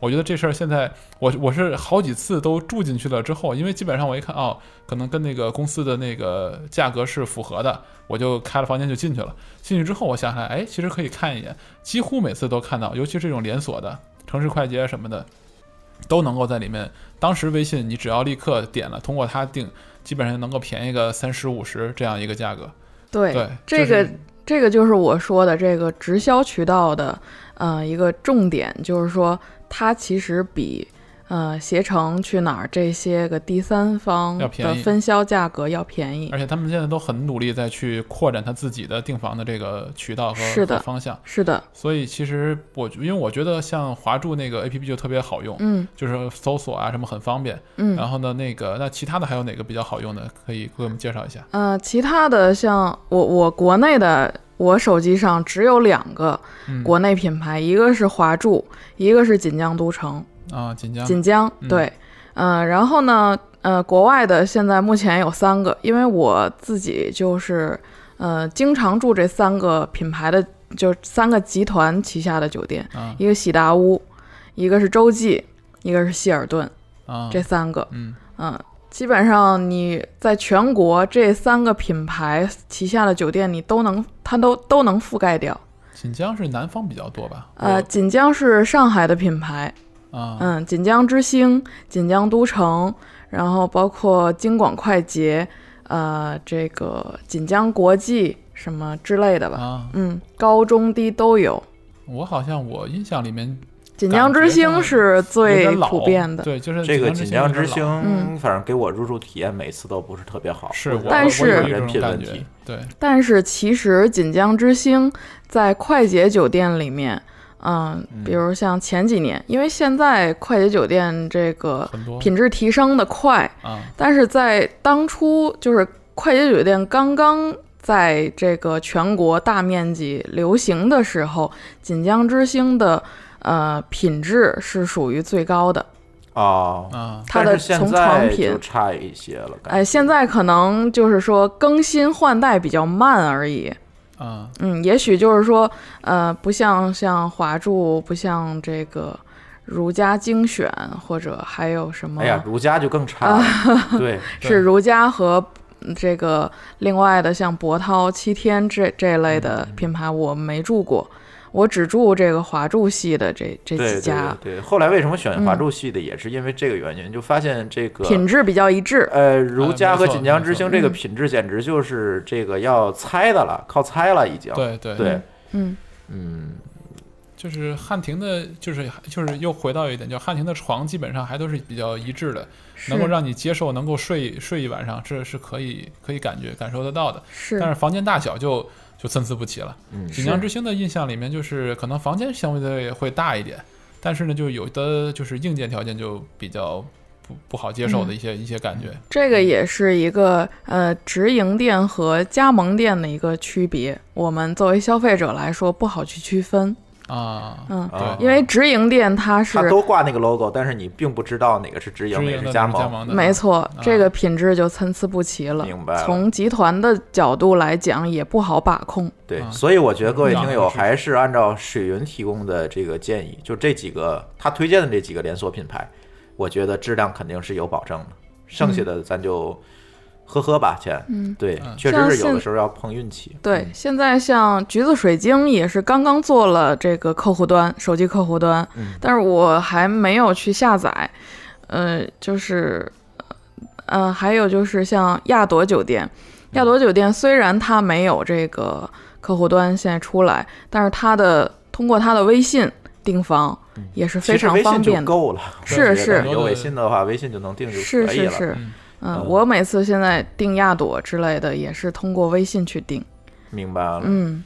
Speaker 4: 我觉得这事儿现在我我是好几次都住进去了之后，因为基本上我一看哦，可能跟那个公司的那个价格是符合的，我就开了房间就进去了。进去之后我想想，哎，其实可以看一眼，几乎每次都看到，尤其这种连锁的城市快捷啊什么的，都能够在里面。当时微信你只要立刻点了，通过它订，基本上能够便宜个三十五十这样一个价格。
Speaker 5: 对
Speaker 4: 对，
Speaker 5: 这
Speaker 4: 就
Speaker 5: 个
Speaker 4: 是
Speaker 5: 这个就是我说的这个直销渠道的呃一个重点，就是说它其实比呃携程去哪儿这些个第三方
Speaker 4: 要便
Speaker 5: 的
Speaker 4: 宜
Speaker 5: 分销价格要便宜。
Speaker 4: 而且他们现在都很努力在去扩展他自己的订房的这个渠道和
Speaker 5: 是的
Speaker 4: 和方向。
Speaker 5: 是的，
Speaker 4: 所以其实我因为我觉得像华住那个 APP 就特别好用，
Speaker 5: 嗯
Speaker 4: 就是搜索啊什么很方便。
Speaker 5: 嗯。
Speaker 4: 然后呢，那个那其他的还有哪个比较好用的，可以给我们介绍一下？
Speaker 5: 呃，其他的像我我国内的，我手机上只有两个
Speaker 4: 嗯
Speaker 5: 国内品牌，一个是华住，一个是锦江都城，
Speaker 4: 啊，锦江
Speaker 5: 锦江
Speaker 4: 嗯
Speaker 5: 对，呃，然后呢，呃，国外的现在目前有三个，因为我自己就是呃经常住这三个品牌的，就三个集团旗下的酒店，
Speaker 4: 啊
Speaker 5: 一个喜达屋，一个是洲际，一个是希尔顿，
Speaker 4: 啊，
Speaker 5: 这三个，
Speaker 4: 嗯
Speaker 5: 嗯，基本上你在全国这三个品牌旗下的酒店，你都能，它都都能覆盖掉。
Speaker 4: 锦江是南方比较多吧？
Speaker 5: 呃，锦江是上海的品牌，
Speaker 4: 我啊，
Speaker 5: 嗯，锦江之星、锦江都城，然后包括京广快捷，呃，这个锦江国际什么之类的吧，
Speaker 4: 啊，
Speaker 5: 嗯，高中低都有。
Speaker 4: 我好像我印象里面
Speaker 5: 锦江之星是
Speaker 4: 有
Speaker 5: 最
Speaker 4: 点老
Speaker 5: 普遍的，
Speaker 4: 对，就是
Speaker 3: 这个锦江之
Speaker 4: 之
Speaker 3: 星
Speaker 4: 有点老，
Speaker 5: 嗯
Speaker 3: 反正给我入住体验每次都不是特别好，
Speaker 4: 是，我
Speaker 5: 但
Speaker 4: 我
Speaker 5: 是
Speaker 4: 有一
Speaker 3: 人
Speaker 4: 种
Speaker 3: 品
Speaker 4: 感
Speaker 3: 问
Speaker 4: 觉
Speaker 3: 题，
Speaker 4: 对，
Speaker 5: 但是其实锦江之星在快捷酒店里面，嗯，比如像前几年，因为现在快捷酒店这个
Speaker 4: 很多
Speaker 5: 品质提升的快，
Speaker 4: 啊，
Speaker 5: 但是在当初就是快捷酒店刚刚在这个全国大面积流行的时候，锦江之星的呃品质是属于最高的，
Speaker 3: 哦。
Speaker 4: 啊，
Speaker 5: 它的
Speaker 3: 但是现
Speaker 5: 从床
Speaker 3: 在
Speaker 5: 品
Speaker 3: 就。差一些了，感觉
Speaker 5: 哎，现在可能就是说更新换代比较慢而已，
Speaker 3: 哦
Speaker 4: 啊，
Speaker 5: 嗯，也许就是说，呃，不像像华住，不像这个如家精选，或者还有什么，
Speaker 3: 哎呀，儒家就更
Speaker 5: 啊
Speaker 3: 差了，
Speaker 5: [laughs]
Speaker 3: 对，
Speaker 5: 是如家和嗯这个另外的像博涛、七天这这类的品牌，我没住过，
Speaker 3: 嗯
Speaker 5: 我只住这个华住系的这这
Speaker 3: 对
Speaker 5: 几家，
Speaker 3: 对对对。后来为什么选
Speaker 5: 嗯
Speaker 3: 华住系的，也是因为这个原因，就发现这个
Speaker 5: 品质比较一致。
Speaker 3: 呃，儒家
Speaker 4: 没
Speaker 3: 和
Speaker 4: 错
Speaker 3: 锦江
Speaker 4: 没
Speaker 3: 之
Speaker 4: 错
Speaker 3: 星这个
Speaker 5: 嗯
Speaker 3: 品质简直就是这个要猜的了，靠猜了已经。
Speaker 4: 对对
Speaker 3: 对，
Speaker 5: 嗯，
Speaker 3: 嗯，
Speaker 4: 就是汉庭的，就是就是又回到一点，就汉庭的床基本上还都是比较一致的，
Speaker 5: 是
Speaker 4: 能够让你接受，能够睡睡一晚上，这是可以可以感觉感受得到的。
Speaker 5: 是
Speaker 4: 但是房间大小就就参差不齐了。
Speaker 3: 嗯
Speaker 4: 锦江之星的印象里面，就是可能房间相对会大一点，但是呢，就有的就是硬件条件就比较不不好接
Speaker 5: 嗯
Speaker 4: 受的一些、一些感觉。
Speaker 5: 这
Speaker 3: 嗯
Speaker 5: 个也是一个呃直营店和加盟店的一个区别，我们作为消费者来说不好去区分。
Speaker 4: 啊，
Speaker 5: 嗯，
Speaker 3: 啊
Speaker 5: 因为直营店它是
Speaker 3: 它都挂那个 logo，但是你并不知道哪个是直
Speaker 4: 直
Speaker 3: 营，哪
Speaker 4: 营
Speaker 3: 个
Speaker 4: 的
Speaker 3: 加
Speaker 4: 那是加
Speaker 3: 盟。
Speaker 4: 盟的，
Speaker 5: 没错，这个品质就参差不齐了。
Speaker 3: 啊明白了
Speaker 5: 从集团的角度来讲，也不好把控。
Speaker 3: 对，
Speaker 4: 啊
Speaker 3: 所以我觉得各位听
Speaker 4: 两
Speaker 3: 友
Speaker 4: 个是
Speaker 3: 还是按照水云提供的这个建议，就这几个他推荐的这几个连锁品牌，我觉得质量肯定是有保证的，剩下的咱就喝喝吧，钱。
Speaker 5: 嗯，
Speaker 3: 对，
Speaker 4: 嗯
Speaker 3: 确实是
Speaker 5: 像
Speaker 3: 有的
Speaker 5: 现
Speaker 3: 时候要碰运气。
Speaker 5: 对，现在像橘子水晶也是刚刚做了这个客户端，手机客户端，
Speaker 3: 嗯
Speaker 5: 但是我还没有去下载。呃，就是，呃，还有就是像亚朵酒店，
Speaker 3: 嗯
Speaker 5: 亚朵酒店虽然它没有这个客户端现在出来，但是它的通过它的微信订房
Speaker 3: 嗯
Speaker 5: 也是非
Speaker 3: 其实
Speaker 5: 常
Speaker 3: 微
Speaker 5: 方
Speaker 3: 信
Speaker 5: 便
Speaker 3: 就
Speaker 5: 的。
Speaker 3: 够了，
Speaker 5: 是
Speaker 3: 我觉得
Speaker 4: 是
Speaker 3: 有微信的话，微信就能定就是可以
Speaker 5: 是
Speaker 3: 了。
Speaker 5: 是，嗯
Speaker 3: 嗯，
Speaker 5: 我每次现在订亚朵之类的也是通过微信去订。
Speaker 3: 明白了。
Speaker 5: 嗯，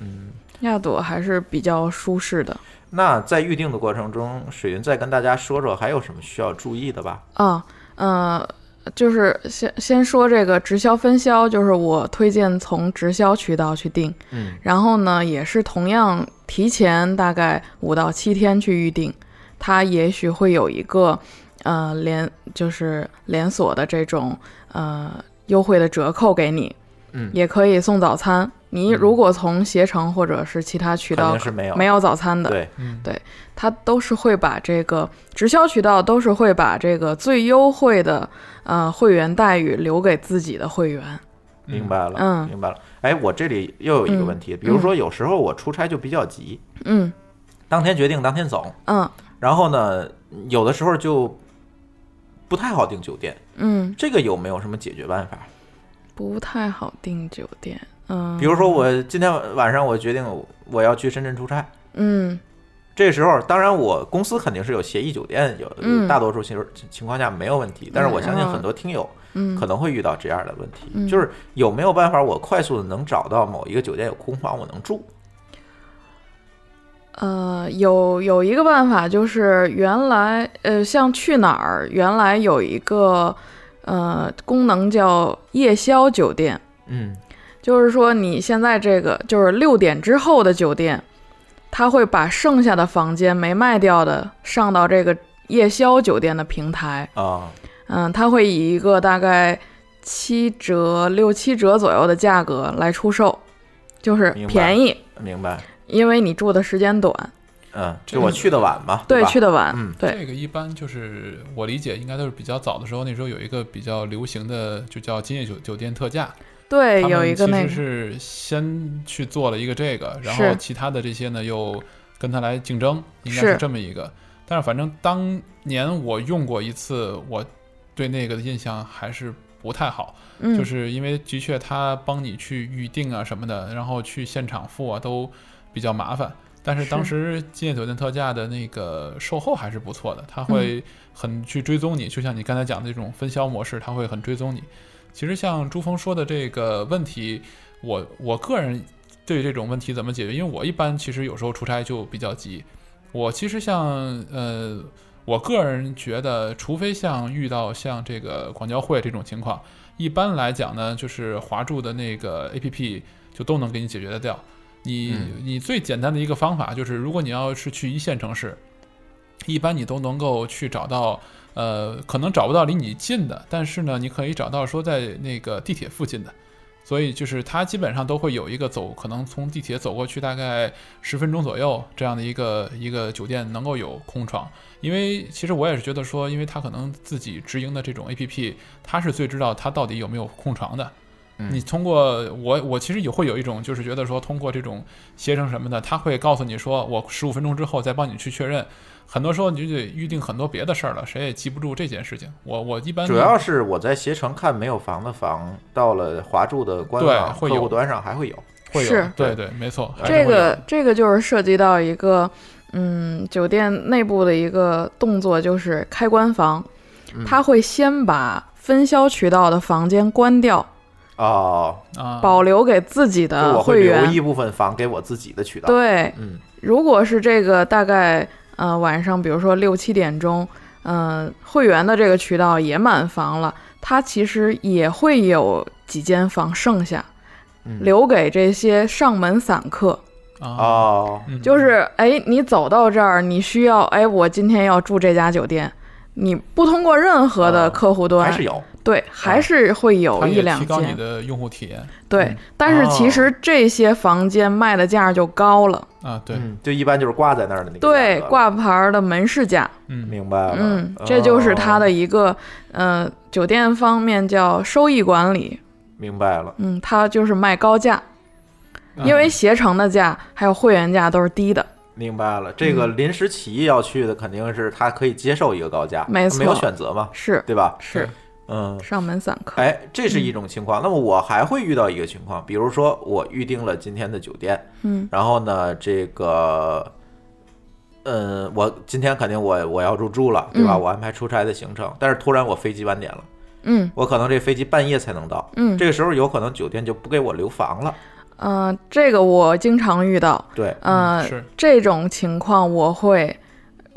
Speaker 5: 亚朵还是比较舒适的
Speaker 3: 那在预定的过程中，水云再跟大家说说还有什么需要注意的吧？
Speaker 5: 啊。呃，就是先先说这个直销分销，就是我推荐从直销渠道去订，
Speaker 3: 嗯，
Speaker 5: 然后呢，也是同样提前大概五到七天去预定，它也许会有一个呃连就是连锁的这种呃优惠的折扣给你，
Speaker 3: 嗯
Speaker 5: 也可以送早餐。你如果从携程或者是其他渠
Speaker 3: 肯
Speaker 5: 道
Speaker 3: 定是没有，
Speaker 5: 没有早餐的，
Speaker 3: 对，
Speaker 5: 它都是会把这个直销渠道都是会把这个最优惠的呃会员待遇留给自己的会员。
Speaker 3: 明白了，
Speaker 5: 嗯
Speaker 3: 明白了。哎，我这里又有一个问题，比如说有时候我出差就比较急，
Speaker 5: 嗯
Speaker 3: 当天决定当天走，
Speaker 5: 嗯
Speaker 3: 然后呢，有的时候就不太好订酒店，
Speaker 5: 嗯，
Speaker 3: 这个有没有什么解决办法？
Speaker 5: 不太好订酒店。嗯，
Speaker 3: 比如说我今天晚上我决定我要去深圳出差，
Speaker 5: 嗯
Speaker 3: 这时候，当然我公司肯定是有协议酒店，有
Speaker 5: 嗯
Speaker 3: 大多数情情况下没有问题。但是我相信很多听友
Speaker 5: 嗯
Speaker 3: 可能会遇到这样的问题，
Speaker 5: 嗯
Speaker 3: 就是有没有办法我快速的能找到某一个酒店有空房我能住？
Speaker 5: 呃，有有一个办法就是原来呃，像去哪儿原来有一个呃功能叫夜宵酒店，
Speaker 3: 嗯，
Speaker 5: 就是说你现在这个就是六点之后的酒店，它会把剩下的房间没卖掉的上到这个夜宵酒店的平台，
Speaker 3: 啊，
Speaker 5: 嗯，它会以一个大概七折六七折左右的价格来出售，就是
Speaker 3: 明白
Speaker 5: 便宜，
Speaker 3: 明白。
Speaker 5: 因为你住的时间短，
Speaker 3: 嗯，就我去的晚嘛，
Speaker 5: 对，
Speaker 3: 吧？
Speaker 5: 去的晚，
Speaker 3: 嗯
Speaker 5: 对。
Speaker 4: 这个一般就是我理解，应该都是比较早的时候，那时候有一个比较流行的，就叫今夜酒酒店特价。
Speaker 5: 对，
Speaker 4: 他
Speaker 5: 哎有
Speaker 4: 们
Speaker 5: 一个那
Speaker 4: 其
Speaker 5: 个，
Speaker 4: 实是先去做了一个这个，然后
Speaker 5: 是
Speaker 4: 其他的这些呢又跟他来竞争，应该
Speaker 5: 是
Speaker 4: 是这么一个。但是反正当年我用过一次，我对那个的印象还是不太好，
Speaker 5: 嗯，
Speaker 4: 就是因为的确他帮你去预定啊什么的，然后去现场付啊都比较麻烦。但是当时今夜酒店特价的那个售后还是不错的，他会很去追踪你，就像你刚才讲的这种分销模式，他会很追踪你。其实像朱峰说的这个问题，我我个人对这种问题怎么解决，因为我一般其实有时候出差就比较急。我其实像呃，我个人觉得，除非像遇到像这个广交会这种情况，一般来讲呢，就是华住的那个 A P P 就都能给你解决得掉。你、你最简单的一个方法就是，如果你要是去一线城市，一般你都能够去找到，呃，可能找不到离你近的，但是呢，你可以找到说在那个地铁附近的。所以就是它基本上都会有一个走，可能从地铁走过去大概十分钟左右这样的一个一个酒店能够有空床，因为其实我也是觉得说，因为它可能自己直营的这种 A P P，它是最知道它到底有没有空床的。
Speaker 3: 嗯
Speaker 4: 你通过我，我其实也会有一种，就是觉得说，通过这种携程什么的，他会告诉你说，我十五分钟之后再帮你去确认。很多时候你就得预定很多别的事儿了，谁也记不住这件事情。我我一般
Speaker 3: 主要是我在携程看没有房的房，到了华住的官
Speaker 4: 对
Speaker 3: 网
Speaker 4: 会
Speaker 3: 客户
Speaker 4: 有
Speaker 3: 端上还会有。
Speaker 4: 会有
Speaker 5: 是
Speaker 4: 对对，没错，
Speaker 3: 啊
Speaker 4: 还是
Speaker 5: 这
Speaker 4: 会有
Speaker 5: 个这个就是涉及到一个，嗯，酒店内部的一个动作，就是开关房，
Speaker 3: 嗯
Speaker 5: 它会先把分销渠道的房间关掉，
Speaker 3: 哦，
Speaker 4: 啊，
Speaker 5: 保留给自己
Speaker 3: 就
Speaker 5: 的
Speaker 3: 我会
Speaker 5: 啊会
Speaker 3: 留
Speaker 5: 员
Speaker 3: 一。部分房给我自己的渠道。
Speaker 5: 对，
Speaker 3: 嗯
Speaker 5: 如果是这个大概呃晚上，比如说六七点钟，嗯、会员的这个渠道也满房了，它其实也会有几间房剩下，
Speaker 3: 嗯
Speaker 5: 留给这些上门散客。
Speaker 4: 啊，
Speaker 3: 哦，
Speaker 4: 嗯
Speaker 5: 就是哎，你走到这儿，你需要哎，我今天要住这家酒店，你不通过任何的
Speaker 4: 哦
Speaker 3: 啊
Speaker 5: 客户端，
Speaker 3: 还是有。
Speaker 5: 对，还是会有
Speaker 4: 它
Speaker 5: 一
Speaker 4: 哦也
Speaker 5: 两
Speaker 4: 提高你
Speaker 5: 间，
Speaker 4: 的用户体验
Speaker 5: 对
Speaker 4: 嗯。
Speaker 5: 但是其
Speaker 3: 哦
Speaker 5: 实这些房间卖的价就高了，
Speaker 4: 啊，对，
Speaker 3: 嗯，就一般就是挂在那儿的那个
Speaker 5: 对，
Speaker 3: 价格
Speaker 5: 挂牌儿的门市价，
Speaker 4: 嗯
Speaker 3: 明白了，
Speaker 5: 嗯，这就是它的
Speaker 3: 哦
Speaker 5: 一个呃，酒店方面叫收益管理，
Speaker 3: 明白了，
Speaker 5: 嗯，它就是卖高价，
Speaker 4: 嗯
Speaker 5: 因为携程的价还有会员价都是低的，
Speaker 3: 明白了。这
Speaker 5: 嗯
Speaker 3: 个临时起意要去的肯定是他可以接受一个高价，
Speaker 5: 没错
Speaker 3: 没有选择嘛，
Speaker 5: 是
Speaker 3: 对吧？
Speaker 5: 是，
Speaker 3: 嗯，
Speaker 5: 上门散客。
Speaker 3: 哎，这
Speaker 5: 嗯
Speaker 3: 是一种情况。那么我还会遇到一个情况，比如说我预定了今天的酒店，
Speaker 5: 嗯，
Speaker 3: 然后呢，这个，嗯，我今天肯定我我要入住了，对吧？
Speaker 5: 嗯
Speaker 3: 我安排出差的行程，但是突然我飞机晚点了，
Speaker 5: 嗯
Speaker 3: 我可能这飞机半夜才能到，
Speaker 5: 嗯，
Speaker 3: 这个时候有可能酒店就不给我留房了。
Speaker 5: 呃，这个我经常遇到，
Speaker 3: 对，
Speaker 5: 呃，
Speaker 4: 是
Speaker 5: 这种情况我会，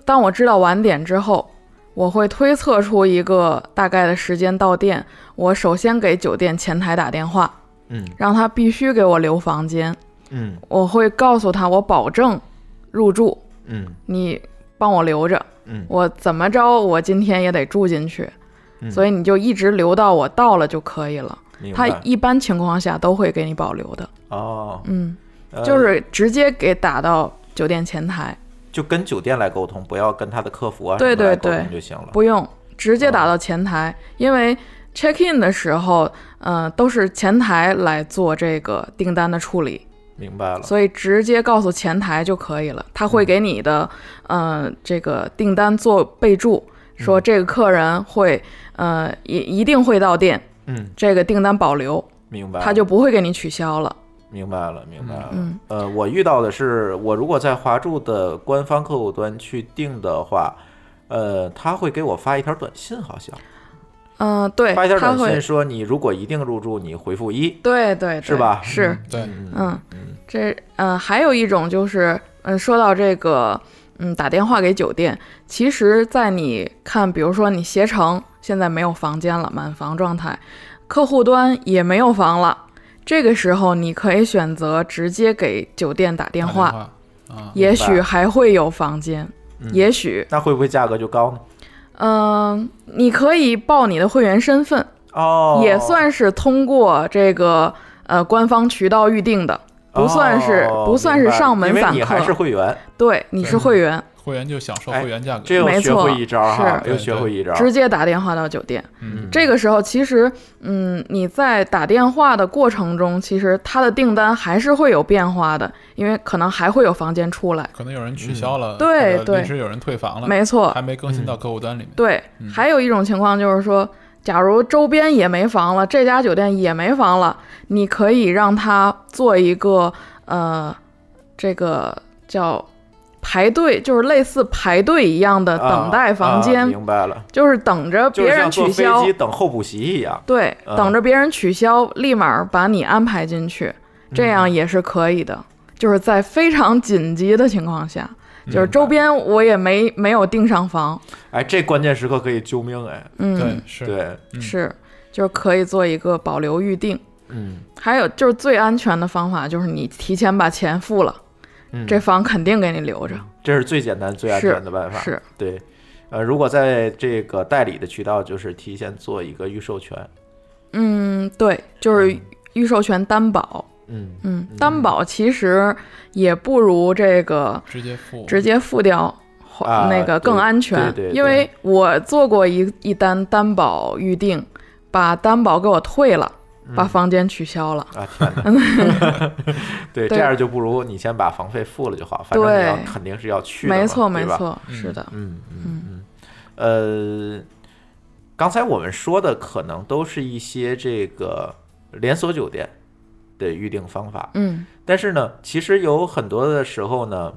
Speaker 5: 当我知道晚点之后，我会推测出一个大概的时间到店。我首先给酒店前台打电话，
Speaker 3: 嗯
Speaker 5: 让他必须给我留房间。
Speaker 3: 嗯
Speaker 5: 我会告诉他，我保证入住，
Speaker 3: 嗯
Speaker 5: 你帮我留着，
Speaker 3: 嗯
Speaker 5: 我怎么着，我今天也得住进去。
Speaker 3: 嗯，
Speaker 5: 所以你就一直留到我到了就可以了。
Speaker 3: 明
Speaker 5: 他
Speaker 3: 白
Speaker 5: 一般情况下都会给你保留的，
Speaker 3: 哦，
Speaker 5: 嗯，
Speaker 3: 呃
Speaker 5: 就是直接给打到酒店前台，
Speaker 3: 就跟酒店来沟通，不要跟他的客服啊
Speaker 5: 对
Speaker 3: 什么来
Speaker 5: 对
Speaker 3: 沟
Speaker 5: 对
Speaker 3: 通就行了。
Speaker 5: 不用直接打到前台，
Speaker 3: 哦
Speaker 5: 因为 check in 的时候，呃，都是前台来做这个订单的处理，
Speaker 3: 明白了，
Speaker 5: 所以直接告诉前台就可以了，他会给你的，
Speaker 3: 哦
Speaker 5: 呃，这个订单做备注，
Speaker 3: 嗯
Speaker 5: 说这个客人会，呃，一一定会到店，
Speaker 3: 嗯，
Speaker 5: 这个订单保留，
Speaker 3: 明白了，
Speaker 5: 他就不会给你取消了。
Speaker 3: 明白了，明白了。
Speaker 5: 嗯
Speaker 3: 呃，我遇到的是，我如果在华住的官方客户端去订的话，呃，他会给我发一条短信，好像
Speaker 5: 嗯，对，
Speaker 3: 发一条
Speaker 5: 他
Speaker 3: 短信
Speaker 5: 会，
Speaker 3: 说，你如果一定入住，你回复一。
Speaker 5: 对对，对
Speaker 3: 是吧
Speaker 5: 是，
Speaker 4: 对，
Speaker 5: 嗯，这呃，还有一种就是，嗯，说到这个，嗯，打电话给酒店，其实，在你看，比如说你携程现在没有房间了，满房状态，客户端也没有房了，这个时候你可以选择直接给酒店打电
Speaker 4: 打
Speaker 5: 话，嗯
Speaker 4: 啊，
Speaker 5: 也许还会有房间，也许，
Speaker 3: 那会不会价格就高呢？
Speaker 5: 嗯、你可以报你的会员身份，
Speaker 3: 哦，
Speaker 5: 也算是通过这个呃官方渠道预定的，不算是、
Speaker 3: 哦
Speaker 5: 不算是
Speaker 3: 明白
Speaker 5: 上门
Speaker 3: 因为
Speaker 5: 散
Speaker 3: 你还是
Speaker 5: 客。
Speaker 3: 会员，
Speaker 5: 对，你是会员，
Speaker 4: 会员就享受
Speaker 3: 哎
Speaker 4: 会员价格，
Speaker 3: 这又
Speaker 5: 没
Speaker 3: 学
Speaker 5: 错
Speaker 3: 会一招哈，
Speaker 5: 是
Speaker 3: 又学会一招。
Speaker 5: 直接打电话到酒店。
Speaker 4: 嗯
Speaker 5: 这个时候，其实嗯，你在打电话的过程中，其实他的订单还是会有变化的，因为可能还会有房间出来。
Speaker 4: 可能有人取消了，
Speaker 5: 对
Speaker 4: 或者
Speaker 5: 对
Speaker 4: 临时有人嗯退房了，
Speaker 5: 没错
Speaker 4: 还，嗯没更新到客户端里面。
Speaker 5: 对。
Speaker 3: 嗯
Speaker 5: 还有一种情况就是说，假如周边也没房了，这家酒店也没房了，你可以让他做一个呃，这个叫排队，就是类似排队一样的
Speaker 3: 啊
Speaker 5: 等待房间，
Speaker 3: 啊明白了，
Speaker 5: 就是等着
Speaker 3: 就
Speaker 5: 别
Speaker 3: 是像
Speaker 5: 人
Speaker 3: 坐
Speaker 5: 取
Speaker 3: 飞
Speaker 5: 消
Speaker 3: 机。等候补席一样。
Speaker 5: 对，
Speaker 3: 嗯
Speaker 5: 等着别人取消，立马把你安排进去，
Speaker 3: 嗯
Speaker 5: 这样也是可以的。就是在非常紧急的情况下，
Speaker 3: 嗯
Speaker 5: 就是周边我也没没有订上房，
Speaker 3: 哎，这关键时刻可以救命哎！
Speaker 5: 嗯
Speaker 4: 对，，是
Speaker 3: 对，
Speaker 4: 嗯
Speaker 5: 是，就是可以做一个保留预定。
Speaker 3: 嗯，
Speaker 5: 还有就是最安全的方法就是你提前把钱付了，
Speaker 3: 嗯
Speaker 5: 这房肯定给你留着。
Speaker 3: 这是最简单、最安
Speaker 5: 是
Speaker 3: 全的办法。
Speaker 5: 是，
Speaker 3: 对，呃，如果在这个代理的渠道，就是提前做一个预授权。
Speaker 5: 嗯，对，就是预授权担保。
Speaker 3: 嗯，
Speaker 5: 嗯，担保其实也不如这个
Speaker 4: 直接付，
Speaker 5: 直接付掉，花
Speaker 3: 啊
Speaker 5: 那个
Speaker 3: 对
Speaker 5: 更安
Speaker 3: 对
Speaker 5: 全。
Speaker 3: 对对
Speaker 5: 因为我做过一一单担保预定，把担保给我退了，把房间取消了。
Speaker 3: 嗯啊，天哪！对，这
Speaker 5: 对
Speaker 3: 样就不如你先把房费付了就好，反正你
Speaker 5: 对
Speaker 3: 要肯定是要去的嘛，
Speaker 5: 没错，
Speaker 3: 对
Speaker 5: 没
Speaker 3: 吧。
Speaker 5: 错，是的，
Speaker 3: 嗯嗯嗯，呃，刚才我们说的可能都是一些这个连锁酒店的预订方法，
Speaker 5: 嗯
Speaker 3: 但是呢，其实有很多的时候呢，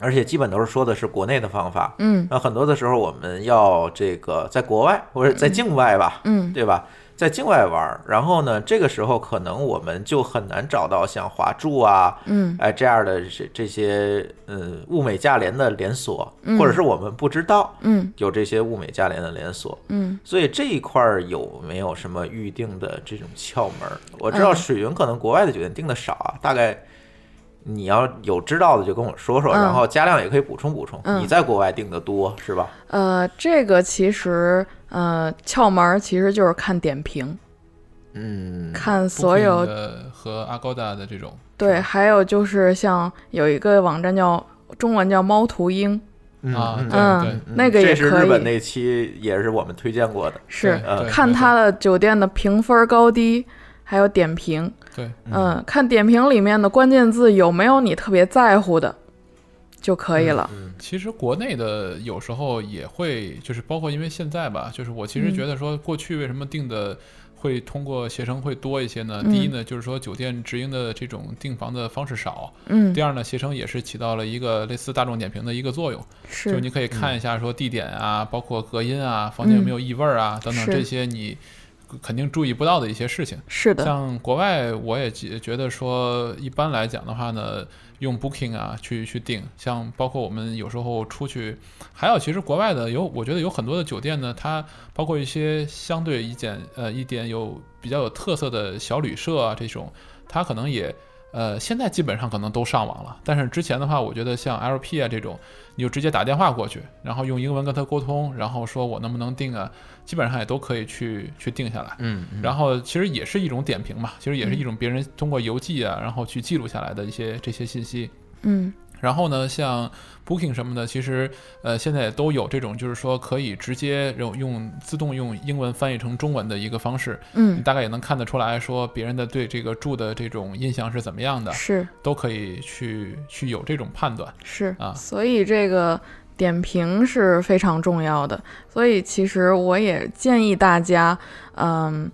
Speaker 3: 而且基本都是说的是国内的方法，
Speaker 5: 嗯
Speaker 3: 那很多的时候我们要这个在国外或者在境外吧，
Speaker 5: 嗯，
Speaker 3: 对吧？在境外玩儿，然后呢，这个时候可能我们就很难找到像华住啊，
Speaker 5: 嗯，
Speaker 3: 哎这样的这这些嗯物美价廉的连锁，
Speaker 5: 嗯
Speaker 3: 或者是我们不知道
Speaker 5: 嗯
Speaker 3: 有这些物美价廉的连锁，
Speaker 5: 嗯
Speaker 3: 所以这一块儿有没有什么预定的这种窍门儿？我知道
Speaker 5: 嗯
Speaker 3: 水云可能国外的酒店订的少啊，大概你要有知道的就跟我说说，
Speaker 5: 嗯
Speaker 3: 然后加量也可以补充补充。
Speaker 5: 嗯
Speaker 3: 你在国外订的多是吧？
Speaker 5: 呃，这个其实呃窍门儿其实就是看点评，
Speaker 3: 嗯，
Speaker 5: 看所有
Speaker 4: Booking 的和 Agoda 的这种，
Speaker 5: 对，还有就是像有一个网站叫中文叫猫头鹰，
Speaker 3: 嗯
Speaker 4: 啊
Speaker 3: 嗯
Speaker 4: 对
Speaker 5: 嗯，
Speaker 3: 嗯
Speaker 5: 那个
Speaker 3: 这
Speaker 5: 也
Speaker 3: 是
Speaker 5: 可
Speaker 3: 日本
Speaker 5: 以，
Speaker 3: 那期也是我们推荐过的，
Speaker 5: 是
Speaker 4: 对对
Speaker 5: 看
Speaker 4: 没错
Speaker 5: 它的酒店的评分高低，还有点评，
Speaker 4: 对，
Speaker 5: 嗯，看点评里面的关键字有没有你特别在乎的就可以了。
Speaker 4: 其实国内的有时候也会，就是包括因为现在吧，就是我其实觉得说，过去为什么定的会通过携程会多一些呢？第一呢，就是说酒店直营的这种订房的方式少；
Speaker 5: 嗯
Speaker 4: 第，二呢，携程也是起到了一个类似大众点评的一个作用，就是你可以看一下说地点啊，包括隔音啊，房间有没有异味儿啊等等
Speaker 5: 嗯是
Speaker 4: 这些你肯定注意不到的一些事情。
Speaker 5: 是的，
Speaker 4: 像国外，我也觉觉得说，一般来讲的话呢，用 Booking 啊去去订，像包括我们有时候出去，还有其实国外的有，我觉得有很多的酒店呢，它包括一些相对一点呃一点有比较有特色的小旅社啊这种，它可能也。呃，现在基本上可能都上网了，但是之前的话，我觉得像 LP 啊这种，你就直接打电话过去，然后用英文跟他沟通，然后说我能不能订啊，基本上也都可以去去定下来。
Speaker 3: 嗯，
Speaker 5: [laughs]
Speaker 4: 然后其实也是一种点评嘛，其实也是一种别人通过邮寄啊，然后去记录下来的一些这些信息。
Speaker 5: 嗯
Speaker 4: 然后呢，像 Booking 什么的，其实呃现在也都有这种，就是说可以直接用用自动用英文翻译成中文的一个方式，你
Speaker 5: 嗯，
Speaker 4: 大概也能看得出来说别人的对这个住的这种印象是怎么样的，
Speaker 5: 是
Speaker 4: 都可以去去有这种判断。
Speaker 5: 是
Speaker 4: 啊
Speaker 5: 所以这个点评是非常重要的。所以其实我也建议大家，嗯，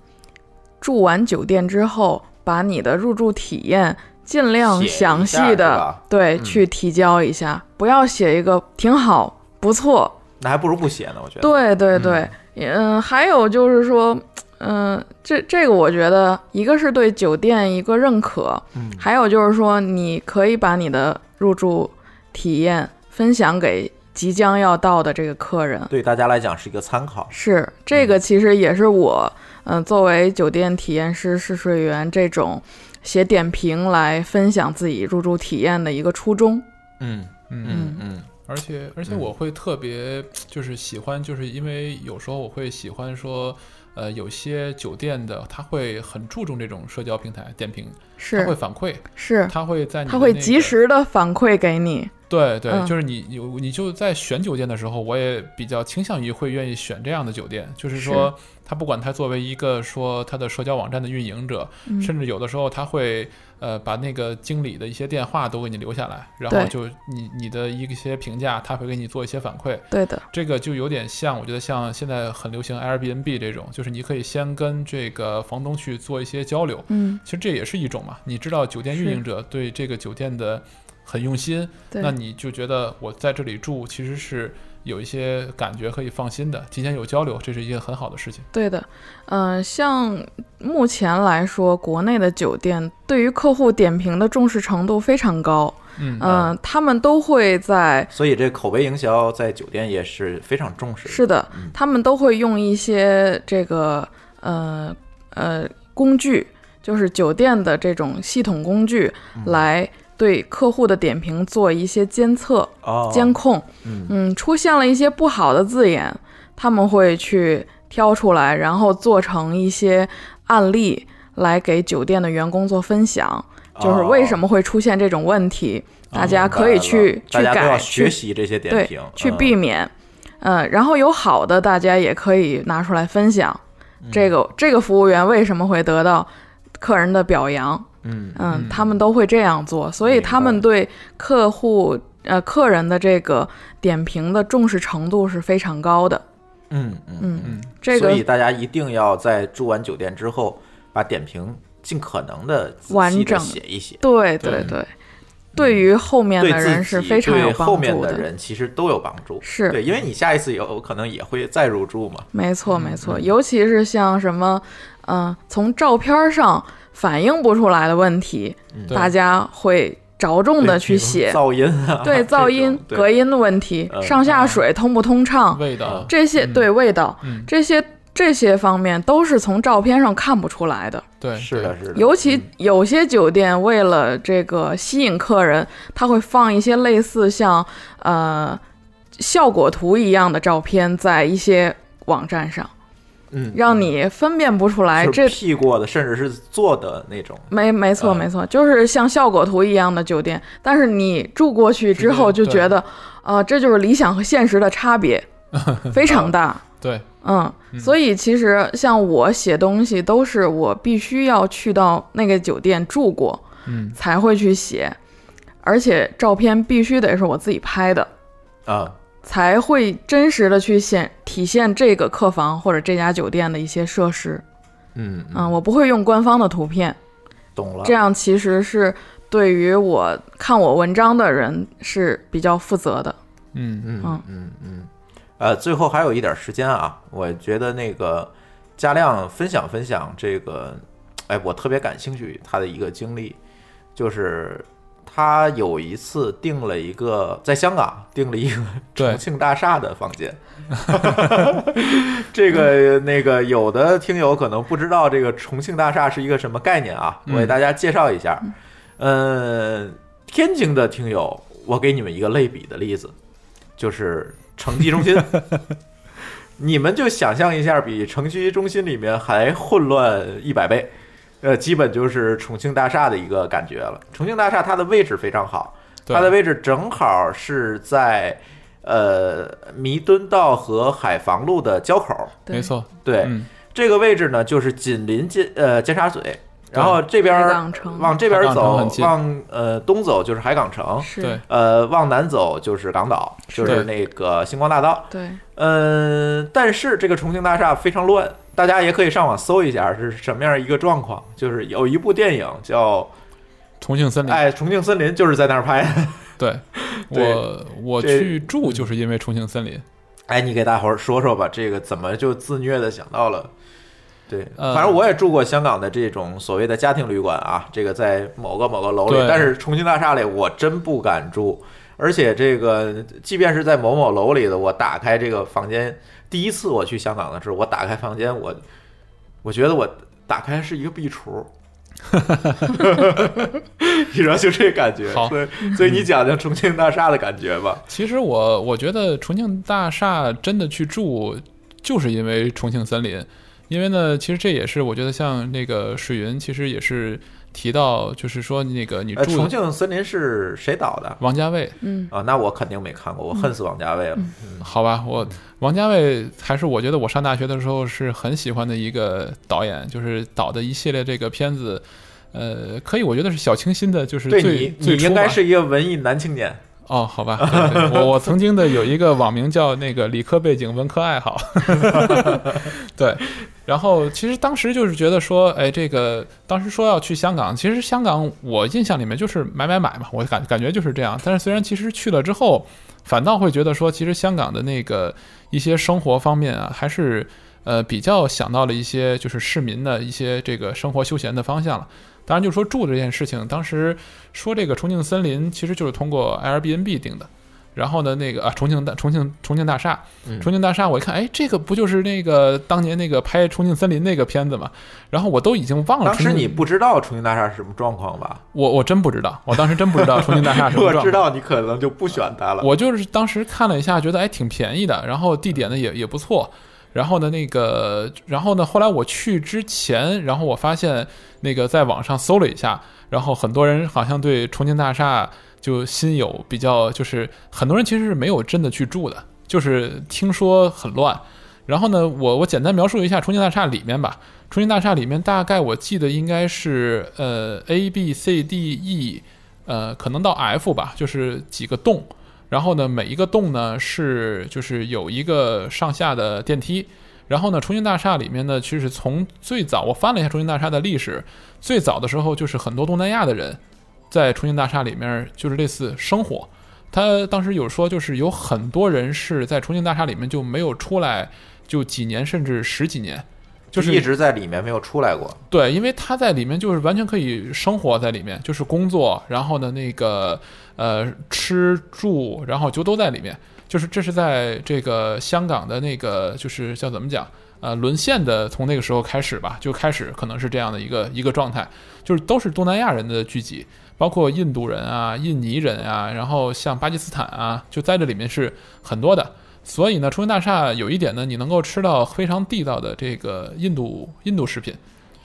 Speaker 5: 住完酒店之后，把你的入住体验尽量
Speaker 3: 写一
Speaker 5: 详
Speaker 3: 下
Speaker 5: 细
Speaker 3: 是
Speaker 5: 的
Speaker 3: 吧
Speaker 5: 对、
Speaker 3: 嗯
Speaker 5: 去提交一下，不要写一个挺好、不错，
Speaker 3: 那还不如不写呢，我觉得。
Speaker 5: 对对对，嗯、还有就是说，嗯、这这个我觉得一个是对酒店一个认可，
Speaker 3: 嗯
Speaker 5: 还有就是说，你可以把你的入住体验分享给即将要到的这个客人。
Speaker 3: 对大家来讲是一个参考。
Speaker 5: 是这个，其实也是我，嗯、作为酒店体验师、试睡员这种写点评来分享自己入住体验的一个初衷。
Speaker 3: 嗯
Speaker 4: 嗯
Speaker 3: 嗯嗯，
Speaker 4: 而且而且
Speaker 3: 嗯
Speaker 4: 我会特别就是喜欢，就是因为有时候我会喜欢说，呃，有些酒店的他会很注重这种社交平台点评，他会
Speaker 5: 是
Speaker 4: 反馈，
Speaker 5: 是，
Speaker 4: 他会在你的
Speaker 5: 他会
Speaker 4: 那个
Speaker 5: 及时的反馈给你。
Speaker 4: 对对，
Speaker 5: 嗯
Speaker 4: 就是你有你就在选酒店的时候，我也比较倾向于会愿意选这样的酒店，就是说他不管他作为一个说他的社交网站的运营者，
Speaker 5: 嗯
Speaker 4: 甚至有的时候他会呃把那个经理的一些电话都给你留下来，然后
Speaker 5: 对
Speaker 4: 就你你的一些评价，他会给你做一些反馈。
Speaker 5: 对的，
Speaker 4: 这个就有点像，我觉得像现在很流行 Airbnb 这种，就是你可以先跟这个房东去做一些交流。
Speaker 5: 嗯，
Speaker 4: 其实这也是一种嘛，你知道酒店运营者对这个酒店的很用心，
Speaker 5: 对。
Speaker 4: 那你就觉得我在这里住其实是有一些感觉可以放心的，提前有交流，这是一件很好的事情。
Speaker 5: 对的，嗯、像目前来说，国内的酒店对于客户点评的重视程度非常高，
Speaker 4: 嗯
Speaker 5: 嗯、他们都会在，
Speaker 3: 所以这口碑营销在酒店也是非常重视的。
Speaker 5: 是的，他们都会用一些这个呃呃工具，就是酒店的这种系统工具，来对客户的点评做一些监测、
Speaker 3: 哦，
Speaker 5: 监控。
Speaker 3: 嗯
Speaker 5: 嗯，出现了一些不好的字眼，他们会去挑出来，然后做成一些案例来给酒店的员工做分享，
Speaker 3: 哦
Speaker 5: 就是为什么会出现这种问题，大家可以去、
Speaker 3: 大
Speaker 5: 去
Speaker 3: 家都要
Speaker 5: 改
Speaker 3: 学
Speaker 5: 去
Speaker 3: 习这些点
Speaker 5: 对
Speaker 3: 评，
Speaker 5: 去
Speaker 3: 嗯
Speaker 5: 避免。呃，然后有好的，大家也可以拿出来分享。
Speaker 3: 嗯
Speaker 5: 这个这个服务员为什么会得到客人的表扬？
Speaker 3: 嗯
Speaker 5: 嗯，他们都会这样做，所以
Speaker 3: 明白
Speaker 5: 他们对客户呃客人的这个点评的重视程度是非常高的。
Speaker 3: 嗯嗯。
Speaker 5: 嗯，
Speaker 4: 嗯
Speaker 5: 这
Speaker 3: 所以
Speaker 5: 个
Speaker 3: 大家一定要在住完酒店之后，把点评尽可能的
Speaker 5: 完整
Speaker 3: 写一写，
Speaker 5: 对
Speaker 4: 对
Speaker 5: 对对，对于后面
Speaker 3: 对
Speaker 5: 的
Speaker 3: 自
Speaker 5: 人
Speaker 3: 己
Speaker 5: 是非常有
Speaker 3: 对后
Speaker 5: 帮
Speaker 3: 面
Speaker 5: 助
Speaker 3: 的人其实都有帮助。
Speaker 5: 是
Speaker 3: 对，因为你下一次有可能也会再入住嘛。
Speaker 5: 没错，没
Speaker 3: 嗯
Speaker 5: 错，尤其是像什么，嗯、从照片上反映不出来的问题，
Speaker 3: 嗯
Speaker 4: 对
Speaker 5: 大家会着重的去写。
Speaker 3: 噪音啊，
Speaker 5: [laughs] 对
Speaker 3: [laughs] 这种
Speaker 5: 噪音、
Speaker 3: 对
Speaker 5: 隔音的问题、
Speaker 3: 嗯
Speaker 5: 上下水通不通畅，
Speaker 4: 味道，
Speaker 3: 啊
Speaker 5: 这些
Speaker 4: 嗯
Speaker 5: 对味道，
Speaker 4: 嗯，
Speaker 5: 这些这些方面都是从照片上看不出来的。
Speaker 4: 对，
Speaker 3: 是的，，是的，嗯
Speaker 5: 尤其有些酒店为了这个吸引客人，他会放一些类似像呃效果图一样的照片在一些网站上，
Speaker 3: 嗯，
Speaker 5: 让你分辨不出来
Speaker 3: 是
Speaker 5: 这。
Speaker 3: P 过的，甚至是做的那种。
Speaker 5: 没，没错，
Speaker 3: 嗯
Speaker 5: 没错，就是像效果图一样的酒店，但是你住过去之后
Speaker 4: 直接
Speaker 5: 就觉得，呃，这就是理想和现实的差
Speaker 3: [laughs]
Speaker 5: 别，非常大。
Speaker 4: 对，
Speaker 5: 嗯，所以其实像我写东西都是我必须要去到那个酒店住过，
Speaker 4: 嗯
Speaker 5: 才会去写，而且照片必须得是我自己拍的，
Speaker 3: 啊，
Speaker 5: 才会真实的去显体现这个客房或者这家酒店的一些设施。
Speaker 3: 嗯嗯，
Speaker 5: 嗯，我不会用官方的图片，
Speaker 3: 懂了
Speaker 5: 这。样其实是对于我看我文章的人是比较负责的。
Speaker 4: 嗯嗯，
Speaker 3: 嗯
Speaker 5: 嗯
Speaker 3: 嗯嗯，呃，最后还有一点时间啊，我觉得那个加亮分享分享这个，哎，我特别感兴趣他的一个经历，就是他有一次订了一个在香港订了一个
Speaker 4: 对
Speaker 3: 重庆大厦的房间， [laughs] 这个那个有的听友可能不知道这个重庆大厦是一个什么概念啊，我给大家介绍一下，呃，天津的听友，我给你们一个类比的例子，就是城际中心。你们就想象一下，比城区中心里面还混乱一百倍，呃，基本就是重庆大厦的一个感觉了。重庆大厦它的位置非常好，
Speaker 4: 对
Speaker 3: 它的位置正好是在呃弥敦道和海防路的交口儿。
Speaker 5: 对
Speaker 4: 没，错，
Speaker 3: 对，
Speaker 4: 嗯，
Speaker 3: 这个位置呢，就是紧邻尖呃尖沙咀，然后这边
Speaker 5: 海
Speaker 3: 儿
Speaker 5: 港城
Speaker 3: 往这边
Speaker 4: 海港城
Speaker 3: 走
Speaker 4: 很，近
Speaker 3: 往呃东走就是海港城，
Speaker 5: 是，
Speaker 4: 对，
Speaker 3: 呃往南走就是港岛，就是
Speaker 4: 对
Speaker 3: 那个星光大道。
Speaker 5: 对，
Speaker 3: 嗯，但是这个重庆大厦非常乱，大家也可以上网搜一下是什么样一个状况。就是有一部电影叫《
Speaker 4: 重庆森林，
Speaker 3: 哎重庆森林》，就是在那儿拍的。
Speaker 4: 对
Speaker 3: 对
Speaker 4: 我我
Speaker 3: 这
Speaker 4: 去住就是因为重庆森林，
Speaker 3: 哎，你给大伙儿说说吧，这个怎么就自虐的想到了？对，
Speaker 4: 呃
Speaker 3: 反正我也住过香港的这种所谓的家庭旅馆啊，这个在某个某个楼里，
Speaker 4: 对
Speaker 3: 但是重庆大厦里我真不敢住，而且这个即便是在某某楼里的，我打开这个房间，第一次我去香港的时候，我打开房间，我我觉得我打开是一个壁橱。 [laughs] 你知道就这感觉，
Speaker 4: 好嗯
Speaker 3: 所以所以你讲讲重庆大厦的感觉吧。
Speaker 4: 其实我我觉得重庆大厦真的去住，就是因为重庆森林，因为呢，其实这也是我觉得像那个水云，其实也是提到，就是说那个你
Speaker 3: 呃，
Speaker 4: 住
Speaker 3: 重庆森林是谁导的？
Speaker 4: 王家卫，
Speaker 5: 嗯，
Speaker 3: 啊，那我肯定没看过，我恨死王家卫了。嗯
Speaker 4: 好吧，我王家卫还是我觉得我上大学的时候是很喜欢的一个导演，就是导的一系列这个片子。呃，可以，我觉得是小清新的，就是
Speaker 3: 对
Speaker 4: 最
Speaker 3: 你，你
Speaker 4: 最初
Speaker 3: 应该
Speaker 4: 嘛
Speaker 3: 是一个文艺男青年。
Speaker 4: 哦，好吧，对对对我 [laughs] 我曾经的有一个网名叫那个理科背景，文科爱好， [laughs] 对。然后其实当时就是觉得说，哎，这个当时说要去香港，其实香港我印象里面就是买买买嘛，我感感觉就是这样。但是虽然其实去了之后，反倒会觉得说，其实香港的那个一些生活方面啊，还是呃比较想到了一些就是市民的一些这个生活休闲的方向了。当然，就说住这件事情，当时说这个重庆森林其实就是通过 Airbnb 定的。然后呢，那个啊，重庆大重庆重庆大厦，重庆大厦，我一看，哎，这个不就是那个当年那个拍《重庆森林》那个片子嘛？然后我都已经忘了
Speaker 3: 当
Speaker 4: 重庆。
Speaker 3: 时你不知道重庆大厦是什么状况吧？
Speaker 4: 我我真不知道，我当时真不知道重庆大厦啊什
Speaker 3: 如 [laughs] 果
Speaker 4: 么状况。
Speaker 3: 知道，你可能就不选它了。
Speaker 4: 我就是当时看了一下，觉得哎挺便宜的，然后地点呢也也不错。然后呢，那个，然后呢，后来我去之前，然后我发现那个在网上搜了一下，然后很多人好像对重庆大厦就心有比较，就是很多人其实是没有真的去住的，就是听说很乱。然后呢，我我简单描述一下重庆大厦里面吧。重庆大厦里面大概我记得应该是呃 A B C D E，呃可能到 F 吧，就是几个栋。然后呢，每一个栋呢是就是有一个上下的电梯。然后呢，重庆大厦里面呢，其实从最早我翻了一下重庆大厦的历史，最早的时候就是很多东南亚的人在重庆大厦里面就是类似生活。他当时有说，就是有很多人是在重庆大厦里面就没有出来，就几年甚至十几年，就是
Speaker 3: 一直在里面没有出来过。
Speaker 4: 对，因为他在里面就是完全可以生活在里面，就是工作，然后呢那个呃吃住，然后就都在里面。就是这是在这个香港的那个就是叫怎么讲呃沦陷的，从那个时候开始吧，就开始可能是这样的一个一个状态，就是都是东南亚人的聚集，包括印度人啊、印尼人啊，然后像巴基斯坦啊，就在这里面是很多的。所以呢，重庆大厦有一点呢，你能够吃到非常地道的这个印度印度食品，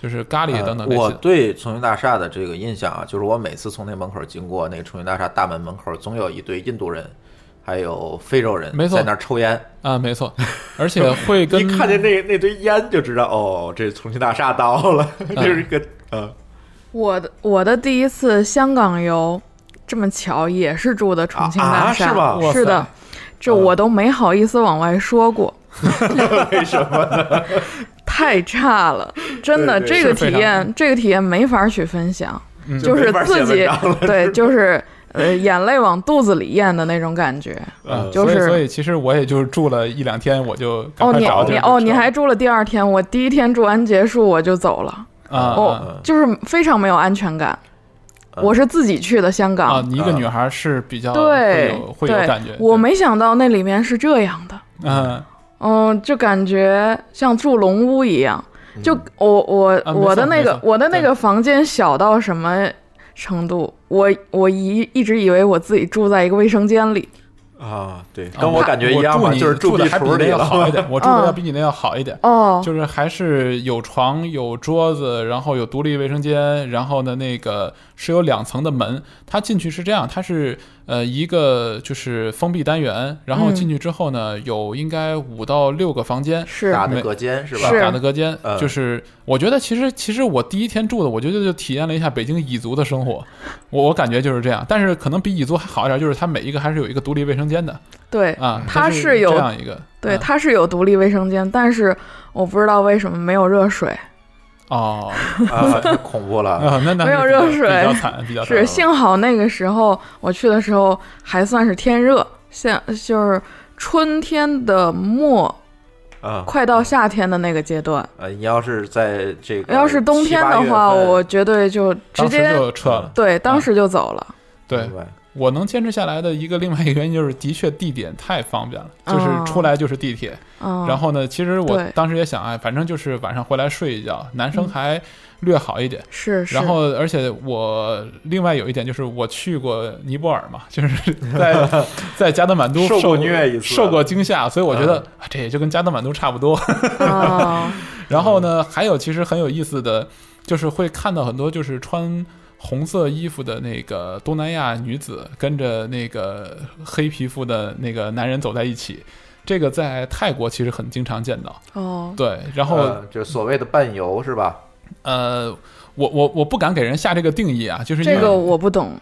Speaker 4: 就是咖喱等等
Speaker 3: 呃
Speaker 4: 类
Speaker 3: 我
Speaker 4: 似的。
Speaker 3: 对重庆大厦的这个印象啊，就是我每次从那门口经过，那个重庆大厦大门门口总有一堆印度人，还有非洲人
Speaker 4: 没错
Speaker 3: 在那儿抽烟。
Speaker 4: 啊，
Speaker 3: [laughs]
Speaker 4: 没错，而且会跟
Speaker 3: 一看见那那堆烟就知道，哦，这重庆大厦到了，
Speaker 4: 嗯
Speaker 3: [laughs] 这是一个呃，
Speaker 5: 我的我的第一次香港游，这么巧也是住的重庆
Speaker 3: 啊
Speaker 5: 大
Speaker 3: 啊
Speaker 5: 厦，
Speaker 3: 是吗
Speaker 4: 哇塞
Speaker 5: 的，这我都没好意思往外说过， [laughs]
Speaker 3: 为什么呢？
Speaker 5: 太差了，真的，
Speaker 3: 对
Speaker 5: 这个
Speaker 4: 是非
Speaker 5: 体
Speaker 4: 常
Speaker 5: 验，这个体验没法去分享，
Speaker 4: 嗯
Speaker 5: 就
Speaker 3: 没
Speaker 5: 是
Speaker 3: 法
Speaker 5: 自
Speaker 3: 写文
Speaker 5: 己
Speaker 3: 章了
Speaker 5: 对，就是呃，眼泪往肚子里咽的那种感觉。
Speaker 3: 呃
Speaker 4: 啊，
Speaker 5: 就
Speaker 4: 所以
Speaker 5: 是
Speaker 4: 所以其实我也就是住了一两天，我就赶
Speaker 5: 哦，
Speaker 4: 快
Speaker 5: 你
Speaker 4: 找地
Speaker 5: 你
Speaker 4: 儿
Speaker 5: 哦，
Speaker 4: 吃
Speaker 5: 你
Speaker 4: 了
Speaker 5: 还住了第二天，我第一天住完结束我就走了，
Speaker 4: 啊啊
Speaker 5: 哦，就是非常没有安全感。我是自己去的香
Speaker 4: 啊！
Speaker 5: 港，
Speaker 4: 你一个女孩是比较会
Speaker 5: 对
Speaker 4: 有会有感觉
Speaker 5: 对，，我没想到那里面是这样的。
Speaker 4: 嗯
Speaker 5: 嗯，就感觉像住龙屋一样。就我我、
Speaker 4: 嗯啊没
Speaker 5: 我的
Speaker 4: 错
Speaker 5: 那
Speaker 4: 没
Speaker 5: 个
Speaker 4: 错
Speaker 5: 我的那
Speaker 4: 对
Speaker 5: 个房间小到什么程度？我我一一直以为我自己住在一个卫生间里，
Speaker 3: 啊，对，
Speaker 4: 啊
Speaker 3: 跟我感觉一样
Speaker 4: 我
Speaker 3: 嘛，
Speaker 4: 住你
Speaker 3: 就是
Speaker 4: 住
Speaker 3: 壁
Speaker 4: 的还比
Speaker 3: 橱
Speaker 4: 那
Speaker 3: 里
Speaker 4: 要
Speaker 3: 了。
Speaker 4: 好一点，我住的
Speaker 5: 嗯
Speaker 4: 要比你那要好一点。
Speaker 5: 哦，
Speaker 4: 就是还是有床有桌子，然后有独立卫生间，然后呢，那个是有两层的门。它进去是这样，它是呃一个就是封闭单元，然后
Speaker 5: 嗯
Speaker 4: 进去之后呢，有应该五到六个房间，
Speaker 5: 是
Speaker 3: 打的隔间是吧？
Speaker 5: 是
Speaker 4: 打的隔间。
Speaker 3: 嗯
Speaker 4: 就是我觉得其实其实我第一天住的，我觉得就体验了一下北京蚁族的生活，我我感觉就是这样。但是可能比蚁族还好一点，就是它每一个还是有一个独立卫生间的
Speaker 5: 对
Speaker 4: 啊，
Speaker 5: 它
Speaker 4: 是
Speaker 5: 是有
Speaker 4: 这样一个
Speaker 5: 对，
Speaker 4: 嗯
Speaker 5: 它是有独立卫生间，但是我不知道为什么没有热水，
Speaker 4: 哦
Speaker 3: 啊，太恐怖了。
Speaker 4: 啊，那那
Speaker 5: 没有
Speaker 4: 比较
Speaker 5: 热水
Speaker 4: 比较惨，比较惨
Speaker 5: 是幸好那个时候我去的时候还算是天热，现就是春天的末，
Speaker 4: 嗯
Speaker 3: 啊，
Speaker 5: 快到夏天的那个阶段。
Speaker 3: 呃，你要是在这
Speaker 4: 呃
Speaker 3: 个
Speaker 5: 要是冬天的话，
Speaker 3: 七八月份
Speaker 5: 我绝对就直
Speaker 4: 当时
Speaker 5: 接
Speaker 4: 就撤了。
Speaker 5: 对，当时就走了。
Speaker 4: 对
Speaker 3: 嗯明白
Speaker 4: 我能坚持下来的一个另外一个原因就是，的确地点太方便了，就是出来就是地铁。
Speaker 5: 嗯，
Speaker 4: 啊然后呢，其实我
Speaker 5: 啊对嗯
Speaker 4: 当时也想，哎，反正就是晚上回来睡一觉，男生还略好一点。
Speaker 5: 是是，
Speaker 4: 然后，而且我另外有一点就是，我去过尼泊尔嘛， [laughs] 就是
Speaker 3: [laughs]
Speaker 4: 在在加德满都
Speaker 3: 受过
Speaker 4: 过
Speaker 3: 虐一次嗯
Speaker 4: 受过惊吓，所以我觉得、啊这也就跟加德满都差不多。
Speaker 5: 啊，
Speaker 4: [laughs] 然后呢，还有其实很有意思的，就是会看到很多就是穿红色衣服的那个东南亚女子跟着那个黑皮肤的那个男人走在一起，这个在泰国其实很经常见到。
Speaker 5: 哦，
Speaker 4: 对，然后
Speaker 3: 呃就是所谓的伴游是吧？
Speaker 4: 呃，我我我不敢给人下这个定义啊，就是因
Speaker 5: 这
Speaker 4: 为
Speaker 5: 个我不懂。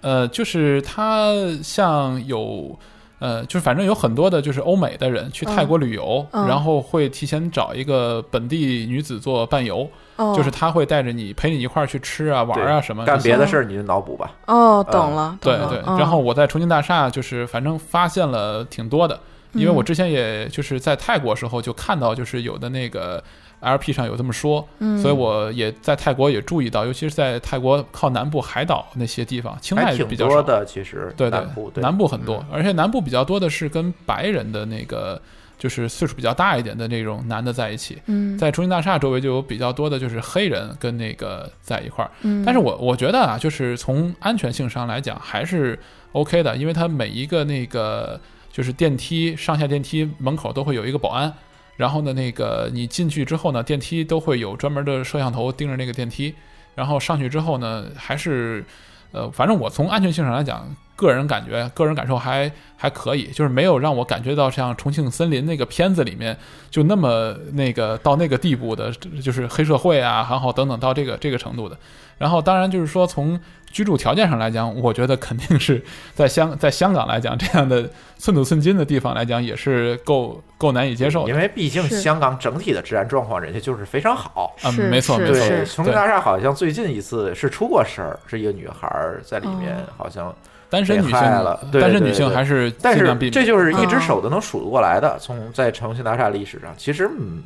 Speaker 4: 呃，就是他像有。呃，就是反正有很多的，就是欧美的人去泰国旅游，
Speaker 5: 嗯嗯
Speaker 4: 然后会提前找一个本地女子做伴游，
Speaker 5: 哦，
Speaker 4: 就是他会带着你陪你一块儿去吃啊、玩
Speaker 3: 对
Speaker 4: 儿啊什么。
Speaker 3: 干
Speaker 4: 这些
Speaker 3: 别的事儿你就脑补吧。
Speaker 5: 哦，懂了，懂
Speaker 4: 呃对
Speaker 5: 了
Speaker 4: 对，
Speaker 5: 嗯
Speaker 4: 然后我在重庆大厦就是反正发现了挺多的，因为我之前也就是在泰国时候就看到就是有的那个 LP 上有这么说，
Speaker 5: 嗯
Speaker 4: 所以我也在泰国也注意到，尤其是在泰国靠南部海岛那些地方，清
Speaker 3: 还
Speaker 4: 迈
Speaker 3: 挺
Speaker 4: 比较
Speaker 3: 多
Speaker 4: 少。
Speaker 3: 的，其实
Speaker 4: 对对
Speaker 3: 南部，对嗯
Speaker 4: 南部很多，而且南部比较多的是跟白人的那个，就是岁数比较大一点的那种男的在一起。
Speaker 5: 嗯
Speaker 4: 在中心大厦周围就有比较多的就是黑人跟那个在一块儿，但是我我觉得啊，就是从安全性上来讲还是 OK 的，因为它每一个那个就是电梯上下电梯门口都会有一个保安，然后呢，那个你进去之后呢，电梯都会有专门的摄像头盯着那个电梯，然后上去之后呢，还是呃，反正我从安全性上来讲，个人感觉、个人感受还还可以，就是没有让我感觉到像《重庆森林》那个片子里面就那么那个到那个地步的，就是黑社会啊，然后等等到这个这个程度的。然后当然就是说，从居住条件上来讲，我觉得肯定是在香在香港来讲，这样的寸土寸金的地方来讲，也是够够难以接受的
Speaker 3: 因。为毕竟
Speaker 5: 是
Speaker 3: 香港整体的治安状况，人家就是非常好。
Speaker 4: 啊
Speaker 5: 是
Speaker 4: 没错
Speaker 5: 是
Speaker 4: 没错
Speaker 5: 是
Speaker 3: 对，重庆大厦好像最近一次是出过事儿，是一个女孩儿在里面
Speaker 5: 哦
Speaker 3: 好像，
Speaker 4: 单身女性
Speaker 3: 被害了，对
Speaker 4: 单身
Speaker 3: 对
Speaker 4: 女性
Speaker 3: 对
Speaker 4: 还是
Speaker 3: 但
Speaker 4: 尽
Speaker 3: 是
Speaker 4: 量避免。
Speaker 3: 这就是一只
Speaker 5: 哦
Speaker 3: 手都能数得过来的。从在重庆大厦历史上，其实嗯，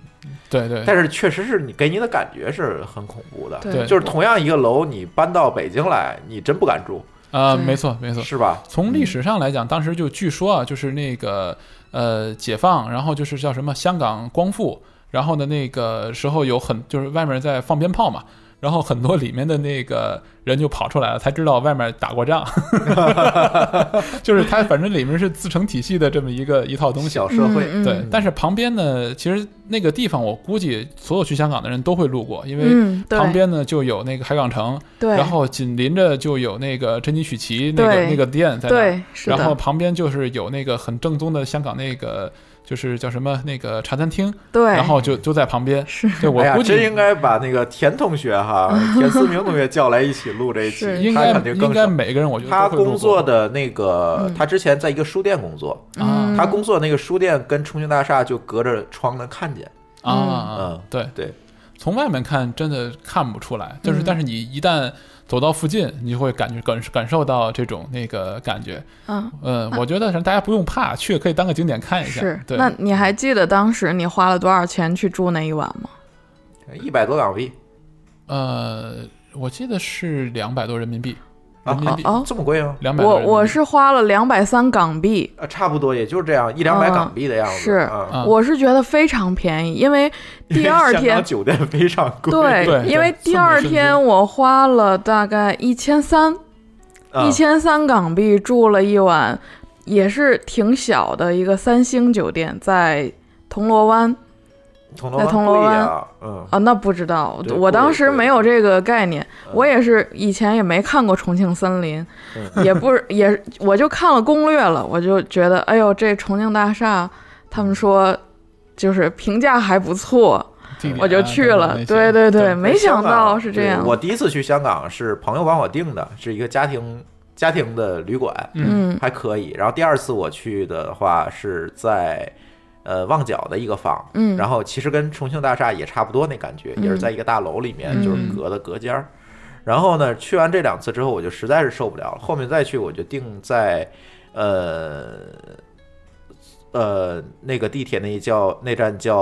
Speaker 4: 对对，
Speaker 3: 但是确实是你给你的感觉是很恐怖的。
Speaker 5: 对
Speaker 3: 就是同样一个楼，你搬到北京来，你真不敢住，
Speaker 4: 啊，
Speaker 5: 对
Speaker 4: 没错没错。
Speaker 3: 是吧？
Speaker 4: 从历史上来讲，当时就据说啊，就是那个呃解放，然后就是叫什么香港光复，然后呢那个时候有很就是外面在放鞭炮嘛。然后很多里面的那个人就跑出来了，才知道外面打过仗， [laughs] 就是它反正里面是自成体系的这么一个一套东西。
Speaker 3: 小社会，
Speaker 5: 嗯嗯
Speaker 4: 对，但是旁边呢，其实那个地方我估计所有去香港的人都会路过，因为
Speaker 5: 嗯，对
Speaker 4: 旁边呢就有那个海港城，
Speaker 5: 对，
Speaker 4: 然后紧邻着就有那个珍妮曲奇那个
Speaker 5: 对
Speaker 4: 那个店在那儿，
Speaker 5: 对是的，
Speaker 4: 然后旁边就是有那个很正宗的香港那个就是叫什么那个茶餐厅，
Speaker 5: 对，
Speaker 4: 然后就就在旁边。
Speaker 5: 是
Speaker 4: 对我
Speaker 3: 哎呀，
Speaker 4: 估计
Speaker 3: 真应该把那个田同学哈，
Speaker 5: [laughs]
Speaker 3: 田思明同学叫来一起录这一
Speaker 5: 是
Speaker 3: 期，
Speaker 4: 应
Speaker 3: 他
Speaker 4: 该
Speaker 3: 肯定
Speaker 4: 应
Speaker 3: 更
Speaker 4: 该
Speaker 3: 熟。
Speaker 4: 每个人我觉得
Speaker 3: 他
Speaker 4: 都会路
Speaker 3: 工
Speaker 4: 过
Speaker 3: 作的那个，
Speaker 5: 嗯
Speaker 3: 他之前在一个书店工作，
Speaker 4: 啊
Speaker 3: 他工作那个书店跟重庆大厦就隔着窗能看见。
Speaker 4: 啊啊
Speaker 3: 嗯，
Speaker 4: 对
Speaker 3: 对，
Speaker 4: 从外面看真的看不出来，
Speaker 5: 嗯
Speaker 4: 就是但是你一旦走到附近，你就会感觉感感受到这种那个感觉。
Speaker 5: 嗯，
Speaker 4: 嗯，我觉得是大家不用怕，去可以当个景点看一下。
Speaker 5: 是。
Speaker 4: 哎对，
Speaker 5: 那你还记得当时你花了多少钱去住那一晚吗？
Speaker 3: 一百多港币
Speaker 4: 呃，我记得是两百多人民币，
Speaker 3: 啊
Speaker 4: 人民币
Speaker 5: 哦哦
Speaker 3: 这么贵吗？
Speaker 4: 两百。
Speaker 5: 我我是花了两百三港币，
Speaker 3: 啊，差不多也就是这样，一两百
Speaker 5: 嗯
Speaker 3: 港币的样子。
Speaker 5: 是
Speaker 3: 啊，
Speaker 4: 啊
Speaker 5: 我是觉得非常便宜，因为第
Speaker 4: [laughs]
Speaker 5: 二
Speaker 3: 香
Speaker 5: 天
Speaker 3: 港酒店非常贵，
Speaker 5: 对，
Speaker 4: 对
Speaker 5: 因为
Speaker 4: 对送
Speaker 5: 第
Speaker 4: 你
Speaker 5: 二
Speaker 4: 瞬
Speaker 5: 天
Speaker 4: 间
Speaker 5: 我花了大概一千三，
Speaker 3: 啊
Speaker 5: 一千三港币住了一晚，也是挺小的一个三星酒店，在铜锣湾
Speaker 3: 铜锣
Speaker 5: 在
Speaker 3: 湾
Speaker 5: 铜锣
Speaker 3: 贵
Speaker 5: 湾
Speaker 3: 呀，嗯，
Speaker 5: 啊。那不知道
Speaker 3: 对，
Speaker 5: 我当
Speaker 3: 贵
Speaker 5: 时
Speaker 3: 贵
Speaker 5: 没有这个概念，
Speaker 3: 嗯
Speaker 5: 我也是以前也没看过《重庆森林》
Speaker 3: 嗯
Speaker 5: 也不是也我就看了攻略了，我就觉得哎呦，这重庆大厦，他们说就是评价还不错，
Speaker 4: 地点啊
Speaker 5: 我就去
Speaker 4: 等等
Speaker 5: 了
Speaker 4: 那。些
Speaker 5: 对对对，嗯
Speaker 4: 对，
Speaker 5: 没
Speaker 3: 在
Speaker 5: 想
Speaker 3: 呃香港
Speaker 5: 到是这
Speaker 3: 对
Speaker 5: 样。
Speaker 3: 我第一次去香港是朋友帮我订的，是一个家庭家庭的旅馆，
Speaker 5: 嗯
Speaker 3: 还可以。然后第二次我去的话是在呃旺角的一个房，
Speaker 5: 嗯
Speaker 3: 然后其实跟重庆大厦也差不多那感觉，也是在一个大楼里面，
Speaker 5: 嗯
Speaker 3: 就是隔的隔间儿。然后呢，去完这两次之后，我就实在是受不了了，后面再去我就定在呃。呃，那个地铁那一叫那站叫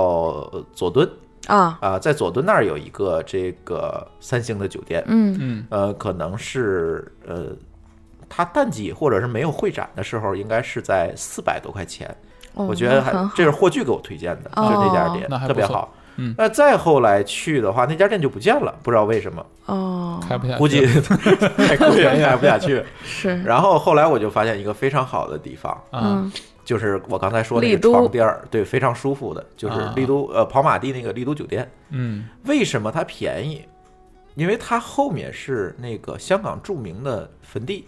Speaker 3: 呃佐敦
Speaker 5: 啊，
Speaker 3: 啊、在佐敦那儿有一个这个三星的酒店，
Speaker 5: 嗯
Speaker 4: 嗯
Speaker 3: 呃，可能是呃，它淡季或者是没有会展的时候，应该是在四百多块钱。
Speaker 5: 哦
Speaker 3: 我觉得
Speaker 5: 那
Speaker 3: 还
Speaker 5: 很好
Speaker 3: 这是霍炬给我推荐的，就
Speaker 5: 哦
Speaker 3: 是那家店
Speaker 4: 那还
Speaker 3: 特
Speaker 4: 不
Speaker 3: 别
Speaker 4: 错
Speaker 3: 好。
Speaker 4: 嗯
Speaker 3: 那再后来去的话，那家店就不见了，不知道为什么，
Speaker 5: 哦，
Speaker 4: 开不下去，
Speaker 3: 估计
Speaker 4: [laughs]
Speaker 3: 太贵了，开不下去。
Speaker 5: 是
Speaker 3: 然后后来我就发现一个非常好的地方，
Speaker 4: 啊，
Speaker 5: 嗯
Speaker 3: 就是我刚才说那
Speaker 5: 丽
Speaker 3: 个
Speaker 5: 都
Speaker 3: 床垫儿，对，非常舒服的，就是
Speaker 4: 啊
Speaker 3: 丽都呃跑马地那个丽都酒店。
Speaker 4: 嗯
Speaker 3: 为什么它便宜？因为它后面是那个香港著名的坟地，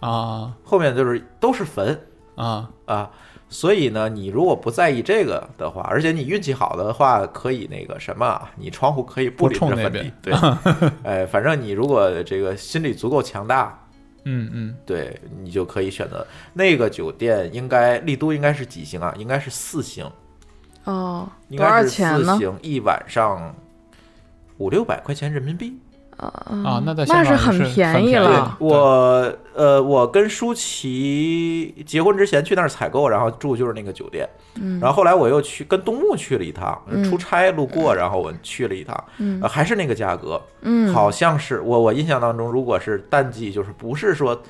Speaker 4: 啊
Speaker 3: 后面就是都是坟
Speaker 4: 啊
Speaker 3: 啊，所以呢，你如果不在意这个的话，而且你运气好的话，可以那个什么啊，你窗户可以不临
Speaker 4: 不
Speaker 3: 着
Speaker 4: 冲那
Speaker 3: 坟地
Speaker 4: 边，
Speaker 3: 对，
Speaker 4: [laughs]
Speaker 3: 哎，反正你如果这个心理足够强大，
Speaker 4: 嗯嗯
Speaker 3: 对你就可以选择那个酒店，应该丽都应该是几星啊？应该是四星，
Speaker 5: 哦，
Speaker 3: 啊应
Speaker 5: 多少
Speaker 3: 该是
Speaker 5: 钱
Speaker 3: 四
Speaker 5: 呢？
Speaker 3: 星，一晚上五六百块钱人民币。
Speaker 4: 啊，那在
Speaker 5: 嗯
Speaker 4: 香港
Speaker 5: 那是
Speaker 4: 也
Speaker 5: 很
Speaker 4: 很
Speaker 5: 便宜
Speaker 4: 宜
Speaker 3: 对
Speaker 5: 了啊
Speaker 3: 我呃，我跟舒淇结婚之前去那儿采购，然后住就是那个酒店，
Speaker 5: 嗯
Speaker 3: 然后后来我又去跟东木去了一趟，
Speaker 5: 嗯
Speaker 3: 出差路过，然后我去了一趟，
Speaker 5: 嗯
Speaker 3: 呃还是那个价格，
Speaker 5: 嗯，
Speaker 3: 好像是我我印象当中，如果是淡季，就是不是说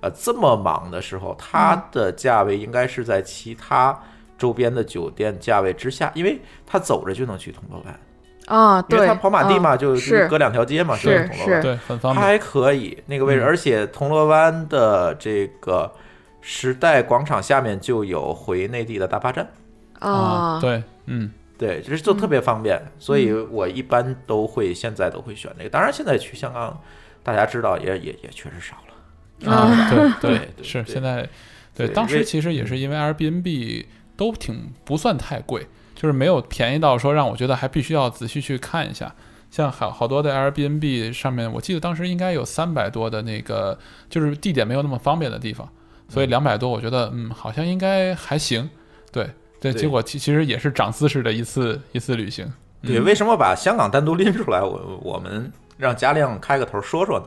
Speaker 3: 呃这么忙的时候，它的价位应该是在其他。周边的酒店价位之下，因为它走着就能去铜锣湾，
Speaker 5: 啊，
Speaker 3: 因为
Speaker 5: 对，
Speaker 3: 它跑马地嘛，
Speaker 5: 啊
Speaker 3: 就就是隔两条街嘛，就是铜锣湾。
Speaker 5: 是，
Speaker 4: 对，很方
Speaker 3: 它
Speaker 4: 便。
Speaker 3: 还可以那个位置，
Speaker 4: 嗯
Speaker 3: 而且铜锣湾的这个时代广场下面就有回内地的大巴站，
Speaker 5: 啊，
Speaker 4: 对，嗯
Speaker 3: 对，就是就特别方便，所以我一般都会现在都会选这个。当然，现在去香港，大家知道也也也确实少了，
Speaker 4: 啊，对
Speaker 3: 对对
Speaker 4: 是
Speaker 3: 对
Speaker 4: 现在，对
Speaker 3: 对
Speaker 4: 当
Speaker 3: 因为
Speaker 4: 时其实也是因为 Airbnb 都挺不算太贵，就是没有便宜到说让我觉得还必须要仔细去看一下。像好好多的 Airbnb 上面，我记得当时应该有三百多的那个，就是地点没有那么方便的地方，所以两百多，我觉得嗯，好像应该还行。对
Speaker 3: 对
Speaker 4: 对，结果其其实也是长姿势的一次一次旅行。
Speaker 3: 对，为什么把香港单独拎出来？我我们让嘉亮开个头说说呢？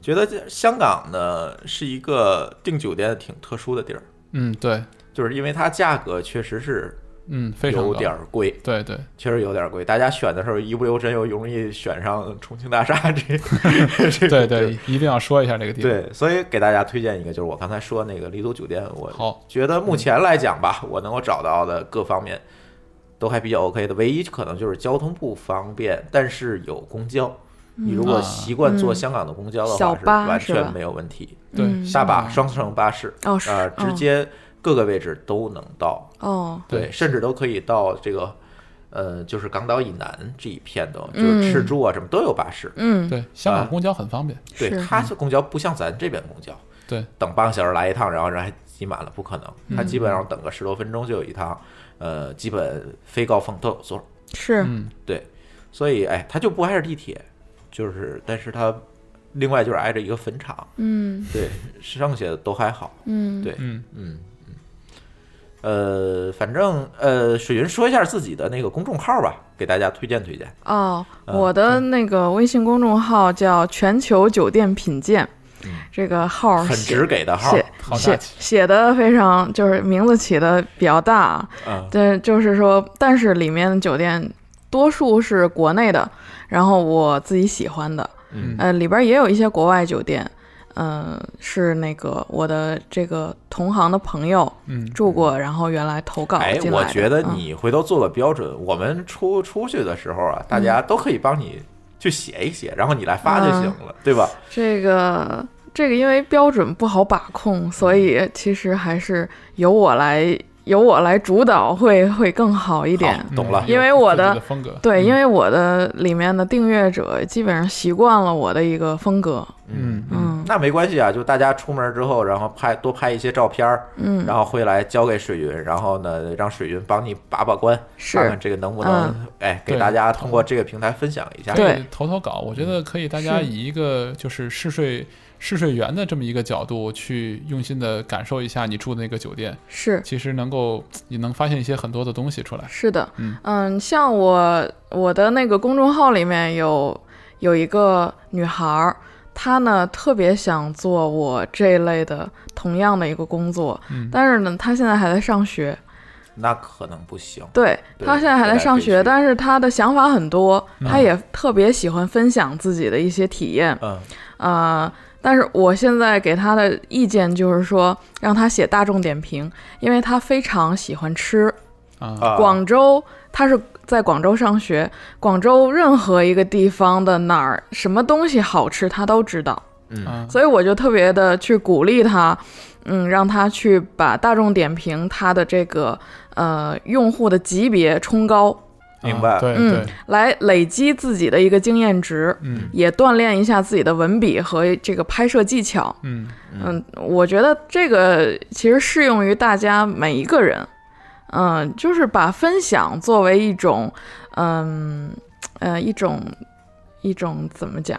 Speaker 3: 觉得这香港呢是一个订酒店挺特殊的地儿，
Speaker 4: 嗯，对，
Speaker 3: 就是因为它价格确实是
Speaker 4: 嗯，非常
Speaker 3: 有
Speaker 4: 高
Speaker 3: 点儿贵，
Speaker 4: 对对，
Speaker 3: 确实有点贵，大家选的时候一不留神又容易选上重庆大厦这这
Speaker 4: 对
Speaker 3: 个
Speaker 4: 对，一定要说一下这个地方。
Speaker 3: 对，所以给大家推荐一个，就是我刚才说那个丽都酒店，我
Speaker 4: 好
Speaker 3: 觉得目前来讲吧，我能够找到的各方面都还比较 OK 的，唯一可能就是交通不方便，但是有公交。你如果
Speaker 4: 啊
Speaker 3: 习惯坐
Speaker 5: 嗯
Speaker 3: 香港的公交的
Speaker 5: 小
Speaker 3: 话，是
Speaker 5: 巴
Speaker 3: 完
Speaker 5: 是吧
Speaker 3: 全没有问题。
Speaker 4: 对
Speaker 5: 嗯
Speaker 3: 大巴、
Speaker 4: 嗯
Speaker 3: 双层巴士
Speaker 5: 哦
Speaker 3: 啊
Speaker 5: 是，
Speaker 3: 呃
Speaker 5: 哦
Speaker 3: 直接各个位置都能到。
Speaker 5: 哦，
Speaker 3: 对，
Speaker 4: 对
Speaker 3: 甚至都可以到这个，呃，就是港岛以南这一片的，就
Speaker 5: 嗯
Speaker 3: 是赤柱啊什么都有巴士。
Speaker 5: 嗯，
Speaker 4: 对，香港
Speaker 3: 啊
Speaker 4: 公交很方便。
Speaker 3: 对
Speaker 5: 是，
Speaker 3: 它这公交不像咱这边公交，
Speaker 4: 对，
Speaker 3: 等半个小时来一趟，然后人还挤满了，不可能。他基本上等个十多分钟就有一趟，呃，基本非高峰都有座儿。
Speaker 5: 是
Speaker 4: 嗯，
Speaker 3: 所以，哎，他就不挨着地铁，就是，但是他另外就是挨着一个坟场，
Speaker 5: 嗯
Speaker 3: 对，剩下的都还好。
Speaker 5: 嗯
Speaker 3: 对
Speaker 4: 嗯
Speaker 3: 嗯，嗯，呃，反正呃，水云说一下自己的那个公众号吧，给大家推荐推荐。
Speaker 5: 哦，
Speaker 3: 啊
Speaker 5: 我的那个微信公众号叫“全球酒店品鉴”，这个号
Speaker 3: 嗯很
Speaker 5: 写
Speaker 3: 直给的号，
Speaker 5: 写
Speaker 4: 好大
Speaker 5: 写
Speaker 4: 气
Speaker 5: 写的非常，就是名字起的比较大啊，
Speaker 3: 嗯，
Speaker 5: 对，就是说，但是里面的酒店多数是国内的，然后我自己喜欢的，
Speaker 3: 嗯
Speaker 5: 呃，里边也有一些国外酒店，嗯、是那个我的这个同行的朋友
Speaker 4: 嗯
Speaker 5: 住过，然后原来投稿
Speaker 3: 哎
Speaker 5: 进来，的。
Speaker 3: 我觉得
Speaker 5: 嗯
Speaker 3: 你回头做个标准，我们出出去的时候啊，大
Speaker 5: 嗯
Speaker 3: 家都可以帮你去写一写，然后你来发就行了，对吧？
Speaker 5: 这个这个因为标准不好把控，所
Speaker 3: 嗯
Speaker 5: 以其实还是由我来由我来主导会会更好一点。
Speaker 3: 懂了
Speaker 4: 嗯
Speaker 5: 因为我的
Speaker 4: 有自己风格，
Speaker 5: 对，因
Speaker 4: 为
Speaker 5: 为我的里面的订阅者基本上习惯了我的一个风格，
Speaker 4: 嗯嗯
Speaker 5: 嗯
Speaker 3: 那没关系啊，就大家出门之后，然后拍多拍一些照片儿，
Speaker 5: 嗯，
Speaker 3: 然后回来交给水云，然后呢，让水云帮你把把关，看
Speaker 5: 是嗯
Speaker 3: 看这个能不能哎给大家通过这个平台分享一下。
Speaker 5: 对
Speaker 4: 可以投投稿，我觉得可以，大家
Speaker 5: 是
Speaker 4: 以一个就是试睡试睡员的这么一个角度去用心的感受一下你住的那个酒店，
Speaker 5: 是
Speaker 4: 其实能够也能发现一些很多的东西出来。
Speaker 5: 是的
Speaker 4: 嗯，
Speaker 5: 嗯，像我我的那个公众号里面有有一个女孩儿，她呢特别想做我这一类的同样的一个工作，
Speaker 4: 嗯
Speaker 5: 但是呢，她现在还在上学，
Speaker 3: 那可能不行，
Speaker 5: 对
Speaker 3: 对
Speaker 5: 他现在还在上
Speaker 3: 未来可以
Speaker 5: 学，
Speaker 3: 去
Speaker 5: 但是他的想法很多，
Speaker 4: 嗯
Speaker 5: 他也特别喜欢分享自己的一些体验
Speaker 3: 嗯
Speaker 5: 啊、呃但是我现在给他的意见就是说，让他写大众点评，因为他非常喜欢吃。
Speaker 4: 啊，
Speaker 3: 啊，
Speaker 5: 广州，他是在广州上学，广州任何一个地方的哪儿什么东西好吃，他都知道。
Speaker 3: 嗯
Speaker 4: 啊
Speaker 5: 所以我就特别的去鼓励他，嗯，让他去把大众点评它的这个呃用户的级别冲高，
Speaker 3: 明白
Speaker 4: 啊对
Speaker 5: 嗯
Speaker 4: 对，
Speaker 5: 来累积自己的一个经验值，
Speaker 4: 嗯
Speaker 5: 也锻炼一下自己的文笔和这个拍摄技巧。
Speaker 4: 嗯
Speaker 5: 嗯，我觉得这个其实适用于大家每一个人。嗯，就是把分享作为一种，嗯呃一种一种怎么讲？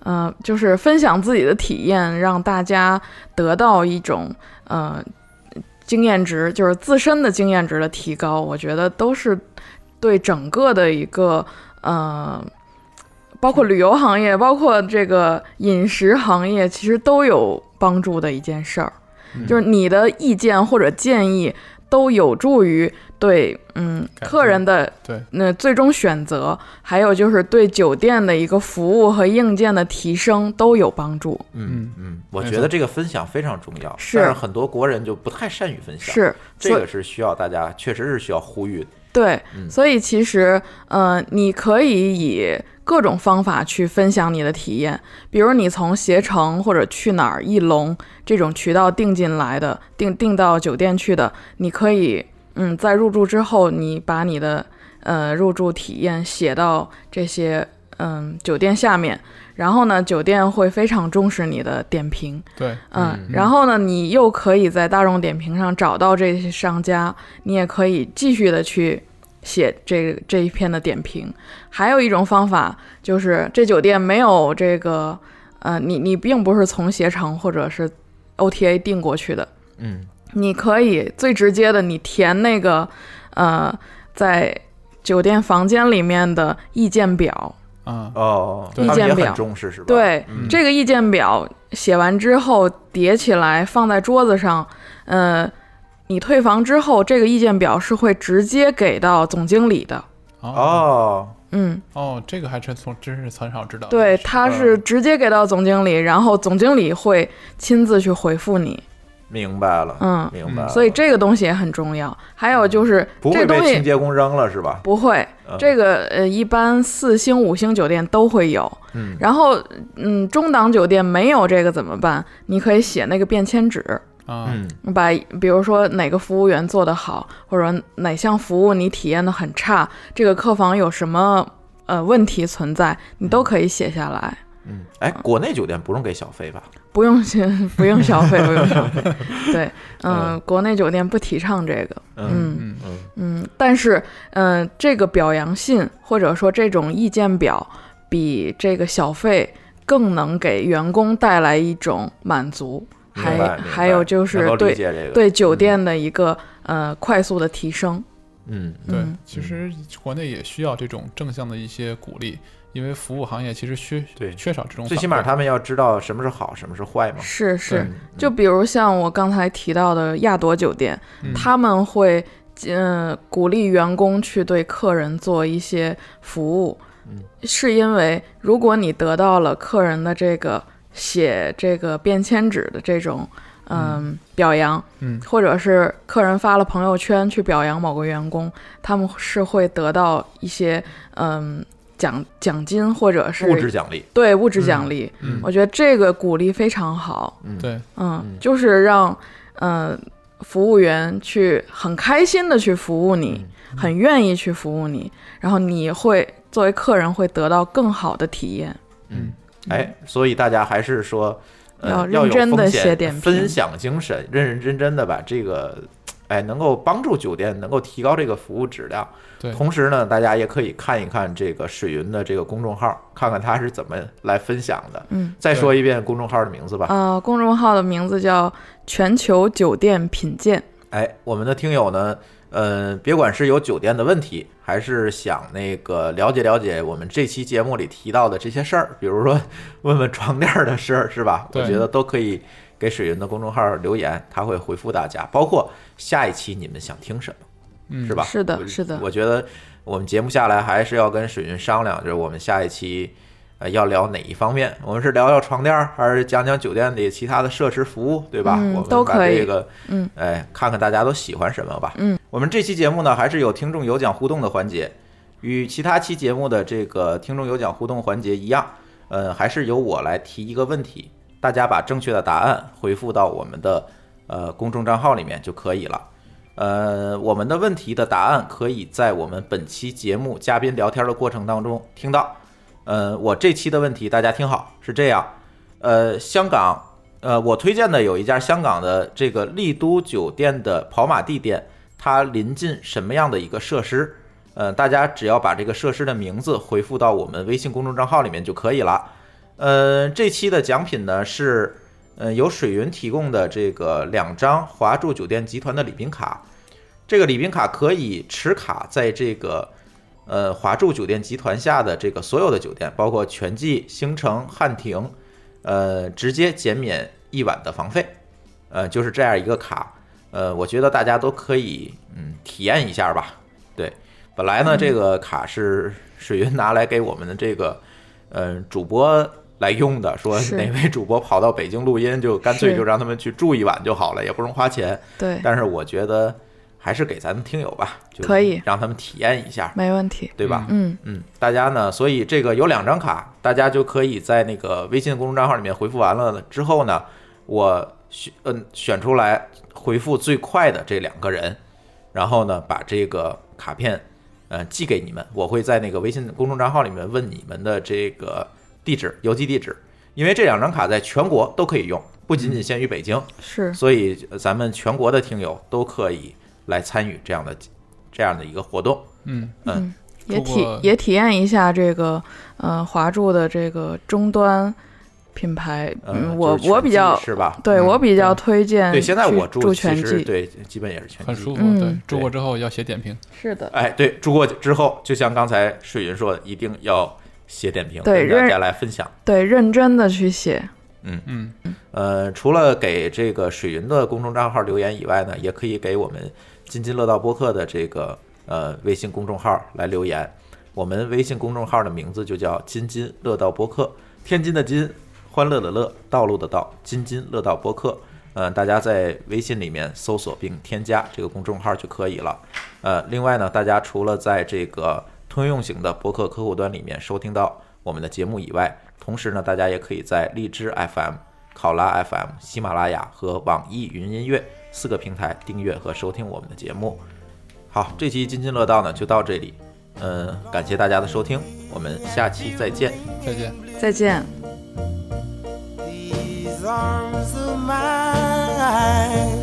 Speaker 5: 呃，就是分享自己的体验，让大家得到一种呃经验值，就是自身的经验值的提高。我觉得都是对整个的一个呃，包括旅游行业，包括这个饮食行业，其实都有帮助的一件事儿。就是你的意见或者建议都有助于对嗯
Speaker 4: 改进
Speaker 5: 客人的
Speaker 4: 对，
Speaker 5: 那最终选择，还有就是对酒店的一个服务和硬件的提升都有帮助。
Speaker 3: 嗯嗯，我
Speaker 4: 没
Speaker 3: 觉
Speaker 4: 错
Speaker 3: 得这个分享非常重要，
Speaker 5: 是
Speaker 3: 但是很多国人就不太善于分享，
Speaker 5: 是，
Speaker 3: 这
Speaker 5: 所
Speaker 3: 个是需要大家，确实是需要呼吁的。
Speaker 5: 对，
Speaker 3: 嗯
Speaker 5: 所以其实，呃，你可以以各种方法去分享你的体验，比如你从携程或者去哪儿一龙这种渠道订进来的，订订到酒店去的，你可以，嗯，在入住之后，你把你的呃入住体验写到这些嗯酒店下面，然后呢，酒店会非常重视你的点评，
Speaker 4: 对，
Speaker 5: 嗯
Speaker 3: 嗯，
Speaker 5: 然后呢，你又可以在大众点评上找到这些商家，你也可以继续的去写这这一篇的点评。还有一种方法就是，这酒店没有这个，呃，你你并不是从携程或者是 OTA 订过去的，
Speaker 3: 嗯，
Speaker 5: 你可以最直接的，你填那个，呃，在酒店房间里面的意见表，
Speaker 4: 啊，
Speaker 3: 哦，
Speaker 4: 对
Speaker 3: 他们也
Speaker 5: 意见表
Speaker 3: 很重视是吧？
Speaker 5: 对，
Speaker 3: 嗯
Speaker 5: 这个意见表写完之后叠起来放在桌子上，呃，你退房之后，这个意见表是会直接给到总经理的。
Speaker 4: 哦
Speaker 3: 哦，
Speaker 5: 嗯，
Speaker 4: 哦，这个还真从真是很少知
Speaker 3: 啊
Speaker 4: 道的，
Speaker 5: 对，
Speaker 4: 是
Speaker 5: 他是
Speaker 3: 嗯
Speaker 5: 直接给到总经理，然后总经理会亲自去回复你。
Speaker 3: 明白了，
Speaker 5: 嗯
Speaker 3: 明白了。
Speaker 5: 所以这个东西也很重要。还有就是
Speaker 3: 啊嗯不
Speaker 5: 这
Speaker 3: 会
Speaker 5: 东
Speaker 3: 被清
Speaker 5: 西
Speaker 3: 洁工扔了是吧？
Speaker 5: 不会，
Speaker 3: 嗯
Speaker 5: 这个呃，一般四星、五星酒店都会有。
Speaker 3: 嗯
Speaker 5: 然后嗯，中档酒店没有这个怎么办？你可以写那个便签纸。
Speaker 4: 啊，
Speaker 3: 嗯
Speaker 5: 把比如说哪个服务员做得好，或者哪项服务你体验的很差，这个客房有什么呃问题存在，你都可以写下来。
Speaker 3: 嗯，哎，国内酒店不用给小费吧？
Speaker 5: 不用钱， [laughs] 不用小费，不用小
Speaker 3: [laughs]
Speaker 5: 费。对，嗯，国内酒店不提倡这个。嗯
Speaker 4: 嗯
Speaker 3: 呃嗯
Speaker 5: 嗯，但是，嗯、这个表扬信或者说这种意见表，比这个小费更能给员工带来一种满足，
Speaker 3: 明白
Speaker 5: 还
Speaker 3: 明白
Speaker 5: 还有就
Speaker 3: 能够
Speaker 5: 是
Speaker 3: 理
Speaker 5: 对
Speaker 3: 解这个，，
Speaker 5: 对酒店的一个、呃快速的提升。
Speaker 3: 嗯
Speaker 4: 对
Speaker 5: 嗯，
Speaker 4: 其实国内也需要这种正向的一些鼓励，因为服务行业其实缺
Speaker 3: 对
Speaker 4: 缺少这种反馈，
Speaker 3: 最起码他们要知道什么是好，什么是坏嘛。嗯
Speaker 5: 是是，
Speaker 4: 对
Speaker 5: 就比如像我刚才提到的亚朵酒店，
Speaker 4: 嗯
Speaker 5: 他们会嗯、呃鼓励员工去对客人做一些服务，是因为如果你得到了客人的这个写这个便签纸的这种。嗯，表扬，
Speaker 4: 嗯
Speaker 5: 或者是客人发了朋友圈去表扬某个员工，他们是会得到一些嗯奖奖金或者是
Speaker 3: 物质奖励，
Speaker 5: 对物质奖励。
Speaker 4: 嗯
Speaker 5: 我觉得这个鼓励非常好。
Speaker 4: 对
Speaker 5: 嗯，就是让呃服务员去很开心的去服务
Speaker 3: 嗯
Speaker 5: 你，很愿意去服务你，然后你会作为客人会得到更好的体验。
Speaker 3: 哎，所以大家还是说，呃，
Speaker 5: 嗯要
Speaker 3: 要有
Speaker 5: 认真地
Speaker 3: 风险
Speaker 5: 写点评
Speaker 3: 分享精神，认认真真的把这个，哎，能够帮助酒店能够提高这个服务质量。
Speaker 4: 对
Speaker 3: 同时呢，大家也可以看一看这个水云的这个公众号，看看他是怎么来分享的。
Speaker 5: 嗯，
Speaker 3: 再说一遍公众号的名字吧。
Speaker 5: 呃，公众号的名字叫“全球酒店品鉴
Speaker 3: 哎，我们的听友呢，呃，别管是有酒店的问题，还是想那个了解了解我们这期节目里提到的这些事儿，比如说 [laughs] 问问床垫儿的事儿，是吧？我
Speaker 4: 对
Speaker 3: 觉得都可以给水云的公众号留言，他会回复大家。包括下一期你们想听什么，
Speaker 4: 嗯
Speaker 3: 是吧？
Speaker 5: 是的
Speaker 3: 我
Speaker 5: 是的
Speaker 3: 我觉得我们节目下来还是要跟水云商量，就是我们下一期。呃，要聊哪一方面？我们是聊聊床垫儿，还是讲讲酒店里其他的设施服务，对吧？
Speaker 5: 嗯
Speaker 3: 我们
Speaker 5: 都
Speaker 3: 把
Speaker 5: 可以
Speaker 3: 这个
Speaker 5: 嗯，
Speaker 3: 哎，看看大家都喜欢什么吧。
Speaker 5: 嗯，
Speaker 3: 我们这期节目呢，还是有听众有奖互动的环节，与其他期节目的这个听众有奖互动环节一样，呃，还是由我来提一个问题，大家把正确的答案回复到我们的呃公众账号里面就可以了。呃，我们的问题的答案可以在我们本期节目嘉宾聊天的过程当中听到。呃，我这期的问题大家听好，是这样，呃，香港，呃，我推荐的有一家香港的这个丽都酒店的跑马地店，它临近什么样的一个设施？呃，大家只要把这个设施的名字回复到我们微信公众账号里面就可以了。呃，这期的奖品呢是，呃，由水云提供的这个两张华住酒店集团的礼宾卡，这个礼宾卡可以持卡在这个呃华住酒店集团下的这个所有的酒店，包括全季、星城、汉庭，呃，直接减免一晚的房费，呃，就是这样一个卡，呃，我觉得大家都可以嗯体验一下吧。对，本来呢这个卡是水云拿来给我们的这个呃主播来用的，说
Speaker 5: 是
Speaker 3: 哪位主播跑到北京录音，就干脆
Speaker 5: 是
Speaker 3: 就让他们去住一晚就好了，也不用花钱。”，
Speaker 5: 对，
Speaker 3: 但是我觉得还是给咱们听友吧，就
Speaker 5: 可以
Speaker 3: 让他们体验一下，
Speaker 5: 没问题。
Speaker 3: 对吧？
Speaker 5: 嗯，
Speaker 3: 嗯，大家呢，所以这个有两张卡，大家就可以在那个微信公众账号里面回复完了之后呢，我选嗯选出来回复最快的这两个人，然后呢把这个卡片呃寄给你们，我会在那个微信公众账号里面问你们的这个地址邮寄地址，因为这两张卡在全国都可以用，不仅仅限于北京。
Speaker 5: 是
Speaker 3: 所以呃咱们全国的听友都可以来参与这样的这样的一个活动。
Speaker 4: 嗯，
Speaker 5: 也
Speaker 4: 不
Speaker 5: 体
Speaker 4: 过
Speaker 5: 也体验一下这个呃华住的这个终端品牌。
Speaker 3: 嗯，
Speaker 5: 我
Speaker 3: 就是
Speaker 5: 我
Speaker 3: 全
Speaker 5: 比
Speaker 3: 季
Speaker 5: 较
Speaker 3: 是吧？
Speaker 5: 对
Speaker 3: 嗯
Speaker 5: 我比较推荐
Speaker 3: 对，现在我
Speaker 5: 住住
Speaker 3: 其
Speaker 5: 全
Speaker 3: 实
Speaker 5: 季，
Speaker 3: 对基本也是全
Speaker 4: 很
Speaker 3: 季
Speaker 4: 舒服。
Speaker 5: 嗯
Speaker 4: 对，住过之后要写点评。
Speaker 5: 是的，
Speaker 3: 哎，对，住过之后，就像刚才水云说的，一定要写点评，
Speaker 5: 对
Speaker 3: 跟大
Speaker 5: 认
Speaker 3: 家来分享。
Speaker 5: 对，认真的去写，
Speaker 4: 嗯，
Speaker 3: 呃，除了给这个水云的公众账号留言以外呢，也可以给我们津津乐道播客的这个呃微信公众号来留言。我们微信公众号的名字就叫“津津乐道播客”，天津的津，欢乐的乐，道路的道，津津乐道播客。呃，大家在微信里面搜索并添加这个公众号就可以了。呃，另外呢，大家除了在这个通用型的播客客户端里面收听到我们的节目以外，同时呢，大家也可以在荔枝 FM、考拉 FM、喜马拉雅和网易云音乐四个平台订阅和收听我们的节目。好，这期津津乐道呢就到这里，嗯、感谢大家的收听，我们下期再见。
Speaker 4: 再见。
Speaker 5: 再见。
Speaker 7: 「
Speaker 6: arms of mine.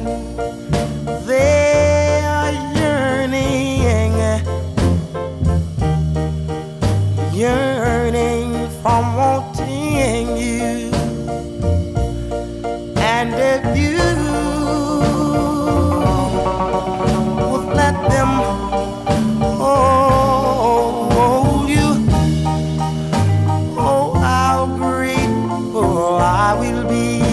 Speaker 6: They are yearning, yearning for wanting you. And if you would let them hold you, oh, how grateful oh, I will be. oh,